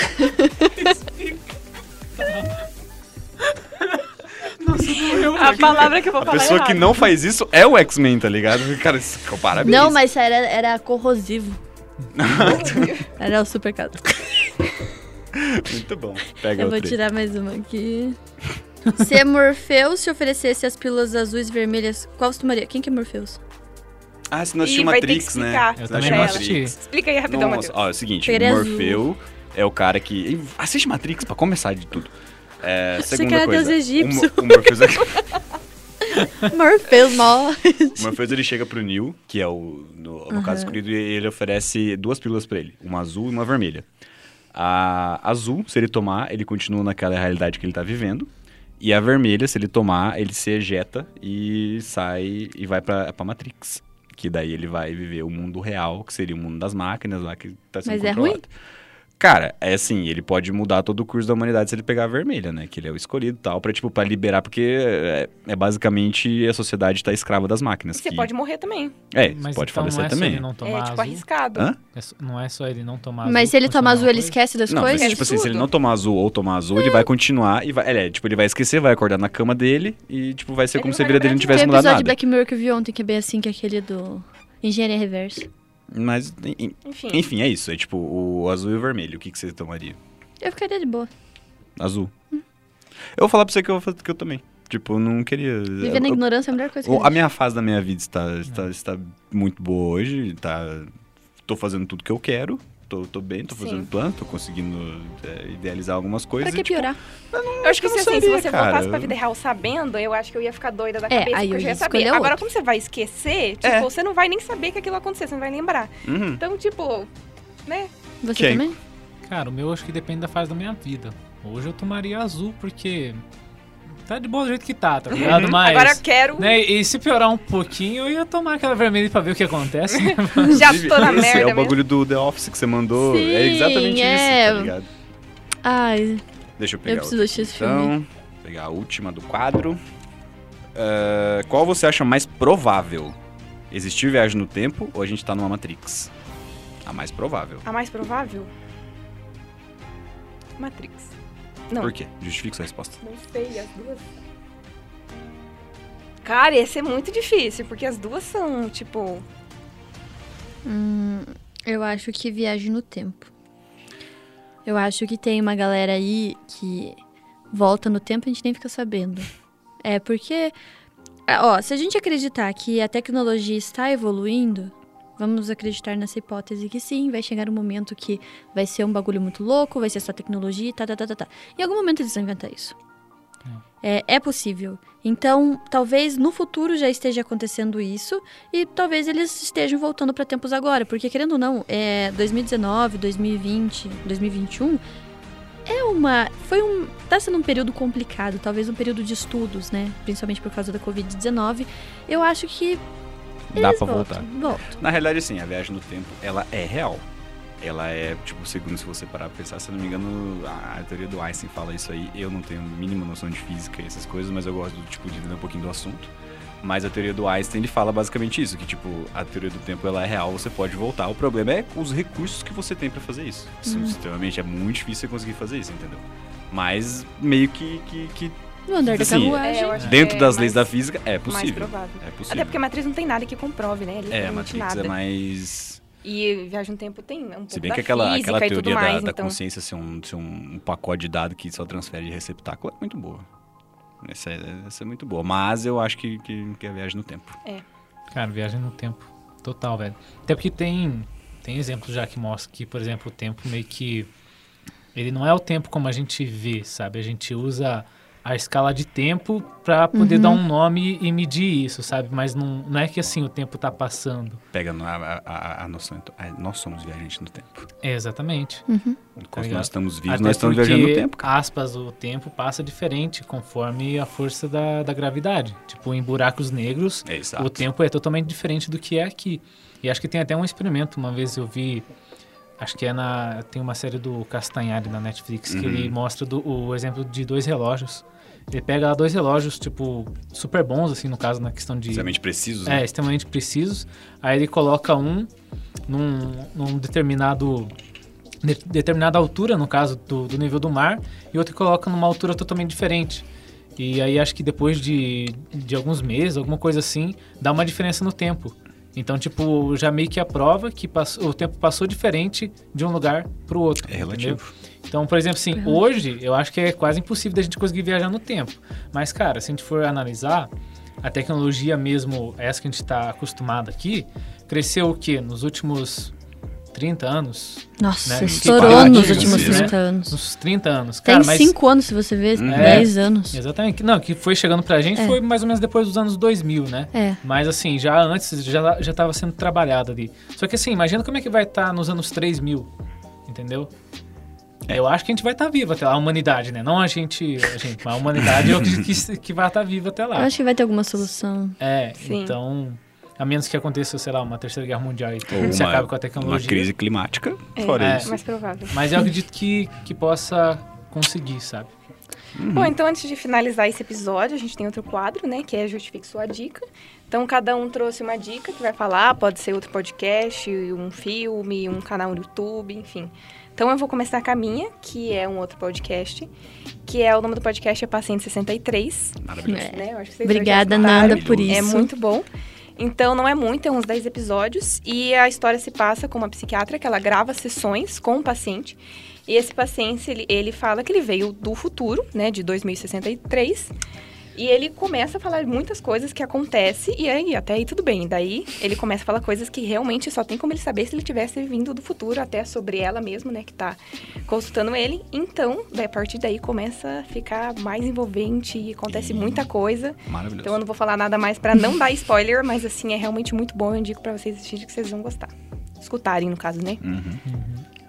Speaker 1: A palavra que eu vou
Speaker 4: A
Speaker 1: falar. é
Speaker 4: pessoa que
Speaker 1: errado.
Speaker 4: não faz isso é o X-Men, tá ligado? Cara, esse- parabéns.
Speaker 2: Não, mas era, era corrosivo. Era o super caso.
Speaker 4: Muito bom. Pega
Speaker 2: Eu
Speaker 4: outra
Speaker 2: vou
Speaker 4: aí.
Speaker 2: tirar mais uma aqui. Se Morpheus te oferecesse as pílulas azuis e vermelhas, qual você tomaria? Quem que é Morpheus?
Speaker 4: Ah, se nós
Speaker 1: Ih,
Speaker 4: assistimos
Speaker 1: vai ter que
Speaker 4: Matrix, né?
Speaker 1: explicar
Speaker 3: Eu
Speaker 4: Você não
Speaker 3: também
Speaker 4: achou
Speaker 3: não
Speaker 1: ela.
Speaker 3: assisti.
Speaker 1: Explica aí rapidão,
Speaker 4: Nossa,
Speaker 1: Matheus.
Speaker 4: ó, é o seguinte,
Speaker 2: Pegaria
Speaker 4: Morfeu é o cara que. Ih, Assiste Matrix pra começar de tudo. É,
Speaker 2: Achei
Speaker 4: segunda
Speaker 2: que era
Speaker 4: coisa.
Speaker 2: deus egípcio.
Speaker 4: O, Mo- o Morpheus é.
Speaker 2: Morpheus, mó.
Speaker 4: O Morpheus ele chega pro Neil, que é o no, no caso escolhido, e ele oferece duas pílulas pra ele, uma azul e uma vermelha. A azul, se ele tomar, ele continua naquela realidade que ele tá vivendo. E a vermelha, se ele tomar, ele se ejeta e sai e vai pra, pra Matrix. Que daí ele vai viver o mundo real, que seria o mundo das máquinas lá que tá sendo
Speaker 2: Mas é
Speaker 4: controlado. Cara, é assim, ele pode mudar todo o curso da humanidade se ele pegar a vermelha, né? Que ele é o escolhido e tal, pra, tipo, pra liberar, porque é, é basicamente a sociedade tá escrava das máquinas.
Speaker 1: Você
Speaker 4: que-
Speaker 1: pode morrer também.
Speaker 2: um-
Speaker 4: é,
Speaker 3: Mas
Speaker 4: pode
Speaker 3: então
Speaker 4: falecer
Speaker 3: não é só
Speaker 4: também.
Speaker 3: ele não tomar
Speaker 1: é tipo
Speaker 3: azul.
Speaker 1: arriscado.
Speaker 4: Hã?
Speaker 3: É só- não é só ele não tomar azul.
Speaker 2: Mas se ele
Speaker 3: funciona
Speaker 2: tomar azul,
Speaker 3: alguma
Speaker 2: ele
Speaker 3: coisa?
Speaker 2: esquece das
Speaker 4: Não, mas
Speaker 2: coisas?
Speaker 4: tipo assim, se ele
Speaker 1: Tudo.
Speaker 4: não tomar azul ou tomar azul, ele vai continuar e vai. Ele, é, tipo, ele vai esquecer, vai acordar na cama dele e, tipo, vai ser
Speaker 1: Ele
Speaker 4: como
Speaker 1: não
Speaker 4: se a
Speaker 1: vai
Speaker 4: vida
Speaker 1: lembrar
Speaker 4: dele não
Speaker 1: de
Speaker 4: tivesse
Speaker 2: Tem um episódio
Speaker 4: mudado nada.
Speaker 2: de Black Mirror que eu vi ontem que é bem assim, que é aquele do Engenharia Reversa.
Speaker 4: Mas, en-
Speaker 1: Enfim.
Speaker 4: enfim, é isso. É tipo, o azul e o vermelho. O que, que você tomaria?
Speaker 2: Eu ficaria de boa.
Speaker 4: Azul.
Speaker 1: Hum.
Speaker 4: Eu vou falar pra você que eu, vou fazer- que eu também. Tipo, eu não queria.
Speaker 2: Viver na
Speaker 4: eu-
Speaker 2: ignorância é a melhor coisa que
Speaker 4: eu-
Speaker 2: eu
Speaker 4: a minha fase da minha vida está, está, está muito boa hoje. Tá, tô fazendo tudo que eu quero. Tô, tô bem, tô fazendo
Speaker 1: Sim.
Speaker 4: plano, tô conseguindo é, idealizar algumas coisas.
Speaker 2: Pra que
Speaker 4: e, tipo,
Speaker 2: piorar?
Speaker 1: Eu acho que
Speaker 4: Eu
Speaker 1: se,
Speaker 4: não
Speaker 1: assim,
Speaker 4: sabia,
Speaker 1: se você
Speaker 4: cara.
Speaker 1: voltasse pra vida real sabendo, eu acho que eu ia ficar doida da
Speaker 2: É,
Speaker 1: cabeça,
Speaker 2: aí
Speaker 1: porque eu
Speaker 2: eu
Speaker 1: já
Speaker 2: ia
Speaker 1: ia saber.
Speaker 2: escolher
Speaker 1: Agora,
Speaker 2: outro.
Speaker 1: como você vai esquecer, tipo,
Speaker 4: É.
Speaker 1: você não vai nem saber que aquilo aconteceu, você não vai lembrar.
Speaker 4: uhum.
Speaker 1: Então, tipo, né?
Speaker 2: Você
Speaker 4: Quem?
Speaker 2: também?
Speaker 3: Cara, o meu acho que depende da fase da minha vida. Hoje eu tomaria azul, porque. Tá de boa do jeito que tá, tá ligado?
Speaker 4: Ah,
Speaker 3: Mas.
Speaker 1: Agora eu quero,
Speaker 3: né, e se piorar um pouquinho, eu ia tomar aquela vermelha pra ver o que acontece. né?
Speaker 1: já
Speaker 4: Inclusive,
Speaker 1: tô na
Speaker 4: isso,
Speaker 1: merda
Speaker 4: É o
Speaker 1: mesmo.
Speaker 4: bagulho do The Office que você mandou. é
Speaker 2: Sim,
Speaker 4: exatamente
Speaker 2: é.
Speaker 4: isso, tá ligado?
Speaker 2: Ai,
Speaker 4: Deixa eu pegar
Speaker 2: eu preciso assistir esse
Speaker 4: outra,
Speaker 2: filme.
Speaker 4: então. Pegar a última do quadro. Ah, qual você acha mais provável? Existir viagem no tempo ou a gente tá numa Matrix? A mais
Speaker 2: Ah,
Speaker 4: provável.
Speaker 1: A mais provável? Matrix. Não.
Speaker 4: Por quê? Justifique sua resposta.
Speaker 1: Não sei, as duas. Cara, esse é muito difícil, porque as duas são, tipo.
Speaker 2: Hum, eu acho que viagem no tempo. Eu acho que tem uma galera aí que volta no tempo e a gente nem fica sabendo. É porque, ah, ó, se a gente acreditar que a tecnologia está evoluindo, vamos acreditar nessa hipótese que sim, vai chegar um momento que vai ser um bagulho muito louco, vai ser só tecnologia, e tá, tá, tá, tá, tá. Em algum momento eles vão inventar isso. É, é possível. Então, talvez no futuro já esteja acontecendo isso e talvez eles estejam voltando para tempos agora, porque querendo ou não, é 2019, 2020, 2021 é uma, foi um, tá sendo um período complicado, talvez um período de estudos, né, principalmente por causa da COVID-19. Eu acho que
Speaker 4: Dá
Speaker 2: eles
Speaker 4: pra voltar.
Speaker 2: voltam, Voltam.
Speaker 4: Na realidade, assim, a viagem no tempo, ela é real. Ela é, tipo, segundo se você parar pra pensar, se eu não me engano, a, a teoria do Einstein fala isso aí. Eu não tenho a mínima noção de física e essas coisas, mas eu gosto, do, tipo, de entender um pouquinho do assunto. Mas a teoria do Einstein, ele fala basicamente isso, que, tipo, a teoria do tempo, ela é real, você pode voltar. O problema é os recursos que você tem pra fazer isso.
Speaker 1: Uhum.
Speaker 4: Sim, Extremamente, é muito difícil você conseguir fazer isso, entendeu? Mas, meio que, que, que
Speaker 2: No andar da
Speaker 4: Assim,
Speaker 2: carruagem.
Speaker 1: é, eu acho que
Speaker 4: dentro
Speaker 1: é
Speaker 4: das leis da
Speaker 1: mais-
Speaker 4: física, é
Speaker 1: Mais
Speaker 4: possível.
Speaker 1: provável.
Speaker 4: É possível.
Speaker 1: Até porque a Matrix não tem nada que comprove, né? Ele
Speaker 4: É, a
Speaker 1: não
Speaker 4: Matrix
Speaker 1: nada.
Speaker 4: é mais...
Speaker 1: E Viagem no Tempo tem um pouco
Speaker 4: Se bem
Speaker 1: da
Speaker 4: que aquela,
Speaker 1: física
Speaker 4: aquela
Speaker 1: e tudo
Speaker 4: teoria da,
Speaker 1: mais,
Speaker 4: da
Speaker 1: então...
Speaker 4: consciência ser um, ser um pacote de dado que só transfere de receptáculo é muito boa. Essa é, essa é muito boa. Mas eu acho que, que, que é viagem no tempo.
Speaker 3: Cara, viagem no tempo. Total, velho. Até porque tem Tem exemplos já que mostram que, por exemplo, o tempo meio que. Ele não é o tempo como a gente vê, sabe? A gente usa a escala de tempo para poder dar um nome e medir isso, sabe? Mas não, não é que assim o tempo tá passando.
Speaker 4: Pega no- a, a- a noção. então, ah, nós somos viajantes no tempo.
Speaker 3: É, exatamente.
Speaker 4: Enquanto
Speaker 3: ligado?
Speaker 4: nós estamos vivos,
Speaker 3: Até
Speaker 4: nós estamos
Speaker 3: porque,
Speaker 4: viajando no tempo, cara.
Speaker 3: aspas, o tempo passa diferente conforme a força da, da gravidade. Tipo, em buracos negros,
Speaker 4: É, exato.
Speaker 3: o tempo é totalmente diferente do que é aqui. E acho que tem até um experimento. Uma vez eu vi, acho que é na. Tem uma série do Castanhari na Netflix que
Speaker 4: Uhum.
Speaker 3: ele mostra do- o exemplo de dois relógios. Ele pega lá dois relógios, tipo, super bons, assim, no caso, na questão de.
Speaker 4: Precisamente precisos,
Speaker 3: É,
Speaker 4: né?
Speaker 3: extremamente precisos. Aí ele coloca um num, num determinado. de- determinada altura, no caso do, do nível do mar, e outro coloca numa altura totalmente diferente. E aí acho que depois de, de alguns meses, alguma coisa assim, dá uma diferença no tempo. Então, tipo, já meio que a prova que passou- o tempo passou diferente de um lugar pro outro.
Speaker 4: É
Speaker 3: entendeu?
Speaker 4: relativo.
Speaker 3: Então, por exemplo, assim, hoje eu acho que é quase impossível da gente conseguir viajar no tempo. Mas, cara, se a gente for analisar, a tecnologia mesmo, essa que a gente está acostumado aqui, cresceu o quê? Nos últimos 30 anos?
Speaker 2: Nossa,
Speaker 3: Né?
Speaker 2: estourou
Speaker 4: Disparate,
Speaker 2: nos
Speaker 4: né?
Speaker 2: últimos
Speaker 4: Né?
Speaker 2: 30 anos.
Speaker 3: Nos 30 anos.
Speaker 2: Tem
Speaker 3: Cara, mas.
Speaker 2: 5 anos, se você vê,
Speaker 4: Uhum.
Speaker 2: 10
Speaker 4: É.
Speaker 2: anos.
Speaker 3: Exatamente. Não, que foi chegando pra gente foi mais ou menos depois dos anos 2000, né?
Speaker 2: É.
Speaker 3: Mas assim, já antes já já estava sendo trabalhado ali. Só que assim, imagina como é que vai estar nos anos 3000, entendeu?
Speaker 4: É.
Speaker 3: Eu acho que a gente vai estar vivo até lá, a humanidade, né? Não a gente, a gente, mas a humanidade eu acredito que, que vai estar viva até
Speaker 2: Eu
Speaker 3: lá.
Speaker 2: acho que vai ter alguma solução.
Speaker 3: É,
Speaker 1: Sim.
Speaker 3: então, a menos que aconteça, sei lá, uma terceira guerra mundial e que
Speaker 4: Ou
Speaker 3: se
Speaker 4: uma-
Speaker 3: acabe com a
Speaker 4: Uma
Speaker 3: tecnologia.
Speaker 4: crise climática.
Speaker 1: É,
Speaker 4: Fora
Speaker 3: então, É.
Speaker 4: isso.
Speaker 1: mais provável.
Speaker 3: Mas eu acredito que, que possa conseguir, sabe?
Speaker 1: Bom, então antes de finalizar esse episódio, a gente tem outro quadro, né? Que é Justifique Sua Dica. Então, cada um trouxe uma dica que vai falar, pode ser outro podcast, um filme, um canal no YouTube, enfim. Então, eu vou começar com a minha, que é um outro podcast, que é o nome do podcast é Paciente 63,
Speaker 4: Maravilhoso.
Speaker 2: É.
Speaker 1: né? Eu acho que vocês dois já
Speaker 2: Obrigada,
Speaker 1: escutaram.
Speaker 2: Nanda, por isso.
Speaker 1: É muito bom. Então, não é muito, é uns 10 episódios. E a história se passa com uma psiquiatra que ela grava sessões com o paciente. E esse paciente, ele, ele fala que ele veio do futuro, né, de 2063. E ele começa a falar muitas coisas que acontecem, e aí, até aí tudo bem. Daí, ele começa a falar coisas que realmente só tem como ele saber se ele tivesse vindo do futuro, até sobre ela mesmo, né, que tá consultando ele. Então, daí, a partir daí, começa a ficar mais envolvente e acontece muita coisa.
Speaker 4: Maravilhoso.
Speaker 1: Então eu não vou falar nada mais pra não dar spoiler, mas assim, é realmente muito bom. Eu indico pra vocês assistirem que vocês vão gostar. Escutarem, no caso, né?
Speaker 4: Uhum.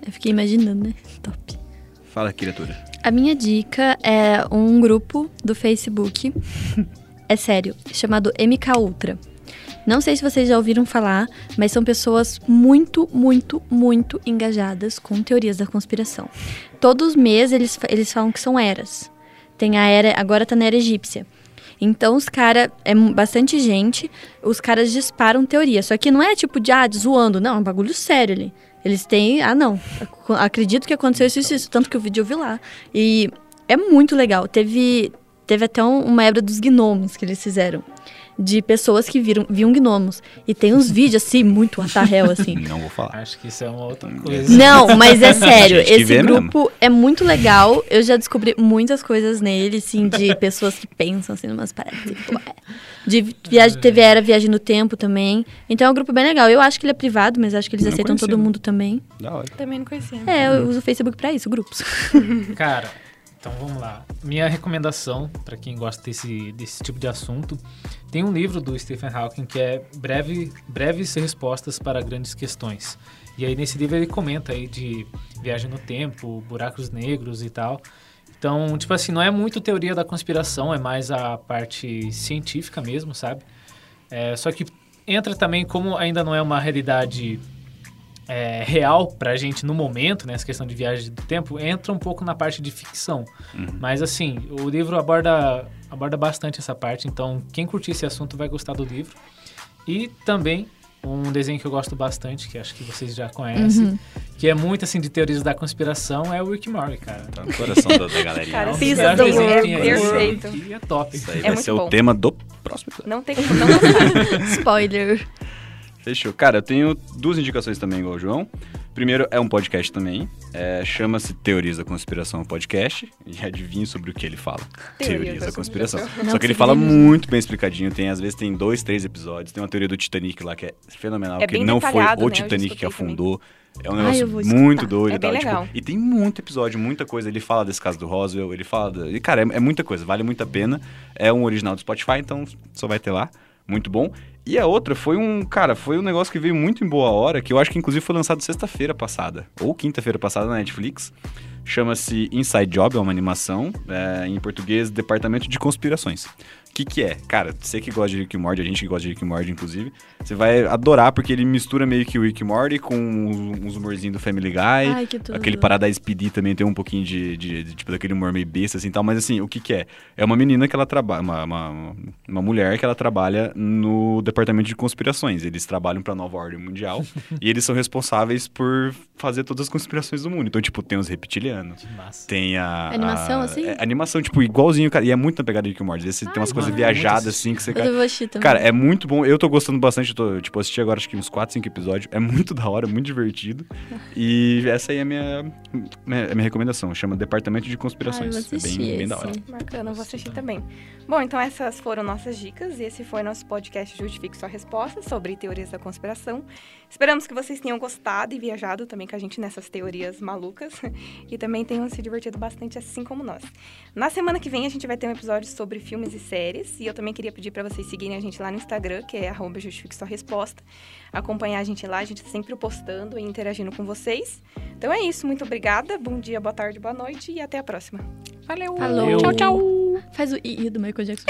Speaker 2: Eu fiquei imaginando, né? Top.
Speaker 4: Fala, criatura.
Speaker 2: A minha dica é um grupo do Facebook, é sério, chamado MK Ultra. Não sei se vocês já ouviram falar, mas são pessoas muito, muito, muito engajadas com teorias da conspiração. Todos os meses eles, fa- eles falam que são eras. Tem a era, agora tá na era egípcia. Então os caras, é mu- bastante gente, os caras disparam teoria. Só que não é tipo de, ah, zoando, não, é um bagulho sério ali. Eles têm, ah não, ac- acredito que aconteceu isso, isso, isso, tanto que o vídeo eu vi lá. E é muito legal. Teve, teve até um- uma época dos gnomos que eles fizeram. De pessoas que viram, viam gnomos. E tem uns vídeos, assim, muito atarrel, assim.
Speaker 4: Não vou falar.
Speaker 3: Acho que isso é uma outra
Speaker 4: Hum,
Speaker 3: coisa.
Speaker 2: Não, mas é sério,
Speaker 4: Gente que
Speaker 2: esse
Speaker 4: vê
Speaker 2: grupo é muito legal. Eu já descobri muitas coisas nele, assim, de pessoas que pensam, assim, umas paradas. Tipo, é. De viagem, teve era Viagem no Tempo também. Então é um grupo bem legal. Eu acho que ele é privado, mas acho que eles
Speaker 4: Não
Speaker 2: aceitam todo
Speaker 4: conhecia. Uhum.
Speaker 2: mundo também.
Speaker 4: Da hora.
Speaker 1: Também não conhecia.
Speaker 2: É, eu uso o Facebook pra isso, grupos.
Speaker 3: Cara, então vamos lá. Minha recomendação pra quem gosta desse, desse tipo de assunto, tem um livro do Stephen Hawking que é Breve, Breves Respostas para Grandes Questões. E aí nesse livro ele comenta aí de viagem no tempo, buracos negros e tal. Então, tipo assim, não é muito teoria da conspiração, é mais a parte científica mesmo, sabe? É, só que entra também, como ainda não é uma realidade é, real pra gente no momento, né? Essa questão de viagem do tempo, entra um pouco na parte de ficção. Mas assim, o livro aborda, aborda bastante essa parte, então quem curtir esse assunto vai gostar do livro. E também um desenho que eu gosto bastante, que acho que vocês já conhecem, que é muito assim de teorias da conspiração, é o Rick Morty, cara.
Speaker 4: Tá no coração da, da galerinha.
Speaker 1: Cara,
Speaker 3: um dos
Speaker 1: sim,
Speaker 3: melhores
Speaker 1: isso é bom,
Speaker 3: desenhos que tem aí,
Speaker 1: é
Speaker 3: sabe?
Speaker 1: perfeito.
Speaker 3: Que é top.
Speaker 4: Isso aí
Speaker 1: É
Speaker 4: vai
Speaker 1: muito
Speaker 4: ser
Speaker 1: bom.
Speaker 4: o tema do próximo episódio.
Speaker 1: Não tem como não gostar.
Speaker 2: Spoiler.
Speaker 4: Fechou. Cara, eu tenho duas indicações também, igual o João. Primeiro, é um podcast também. É, Chama-se Teorias da Conspiração Podcast. E adivinha sobre o que ele fala.
Speaker 1: Teoria
Speaker 4: Teorias
Speaker 1: da
Speaker 4: da Conspiração.
Speaker 2: Não
Speaker 4: Só que ele
Speaker 2: conseguimos.
Speaker 4: fala muito bem explicadinho. Tem, às vezes tem dois, três episódios. Tem uma teoria do Titanic lá que é fenomenal.
Speaker 1: É
Speaker 4: que
Speaker 1: bem
Speaker 4: não foi
Speaker 1: detalhado,
Speaker 4: o
Speaker 1: né? Eu já
Speaker 4: Titanic que
Speaker 1: escutei também.
Speaker 4: afundou. É um
Speaker 2: Ai,
Speaker 4: negócio
Speaker 2: eu vou escutar.
Speaker 4: muito doido.
Speaker 1: É
Speaker 4: e tal,
Speaker 1: bem
Speaker 4: tipo,
Speaker 1: legal.
Speaker 4: e tem muito episódio, muita coisa. Ele fala desse caso do Roswell. Ele fala... da- E, cara, é, é muita coisa. Vale muito a pena. É um original do Spotify, então só vai ter lá. Muito bom. E a outra foi um, cara, foi um negócio que veio muito em boa hora, que eu acho que inclusive foi lançado sexta-feira passada, ou quinta-feira passada na Netflix. Chama-se Inside Job, é uma animação, é, em português, Departamento de Conspirações. O que, que é? Cara, você que gosta de Rick and Morty, a gente que gosta de Rick and Morty, inclusive, você vai adorar, porque ele mistura meio que o Rick and Morty com uns humorzinhos do Family Guy,
Speaker 2: Ai, que tudo.
Speaker 4: Aquele Paradise PD também tem um pouquinho de, de- de, tipo, daquele humor meio besta, assim, tal. Mas, assim, o que que é? É uma menina que ela trabalha... Uma, uma, uma mulher que ela trabalha no departamento de conspirações. Eles trabalham pra Nova Ordem Mundial. e eles são responsáveis por fazer todas as conspirações do mundo. Então, tipo, tem os reptilianos.
Speaker 3: Que massa.
Speaker 4: Tem a...
Speaker 2: Animação,
Speaker 4: a-
Speaker 2: assim?
Speaker 4: é, animação, tipo, igualzinho, cara. E é muito na pegada de Rick and Morty. Às vezes você tem umas
Speaker 3: mano,
Speaker 4: coisas
Speaker 3: é muito
Speaker 4: viajadas,
Speaker 3: assistido.
Speaker 4: assim, que você...
Speaker 2: Eu do Voshi também.
Speaker 4: Cara, é muito bom. Eu tô gostando bastante. Eu tô, tipo, assisti agora acho que uns 4, 5 episódios. É muito da hora, muito divertido. E essa aí é a minha, minha, a minha recomendação. Chama Departamento de
Speaker 2: Ai, Ah, eu
Speaker 4: Conspirações.
Speaker 2: vou
Speaker 4: é bem,
Speaker 2: assistir
Speaker 4: bem da hora.
Speaker 2: esse.
Speaker 1: Bacana, eu vou assistir também. Bom, então essas foram nossas dicas e esse foi nosso podcast Justifique Sua Resposta sobre teorias da conspiração. Esperamos que vocês tenham gostado e viajado também com a gente nessas teorias malucas e também tenham se divertido bastante assim como nós. Na semana que vem a gente vai ter um episódio sobre filmes e séries e eu também queria pedir para vocês seguirem a gente lá no Instagram, que é arroba Justifique Sua Resposta. Acompanhar a gente lá, a gente tá sempre postando e interagindo com vocês. Então é isso, muito obrigada, bom dia, boa tarde, boa noite e até a próxima. Valeu!
Speaker 2: Falou.
Speaker 3: Eu-
Speaker 2: Tchau, tchau. Faz o i do Michael Jackson.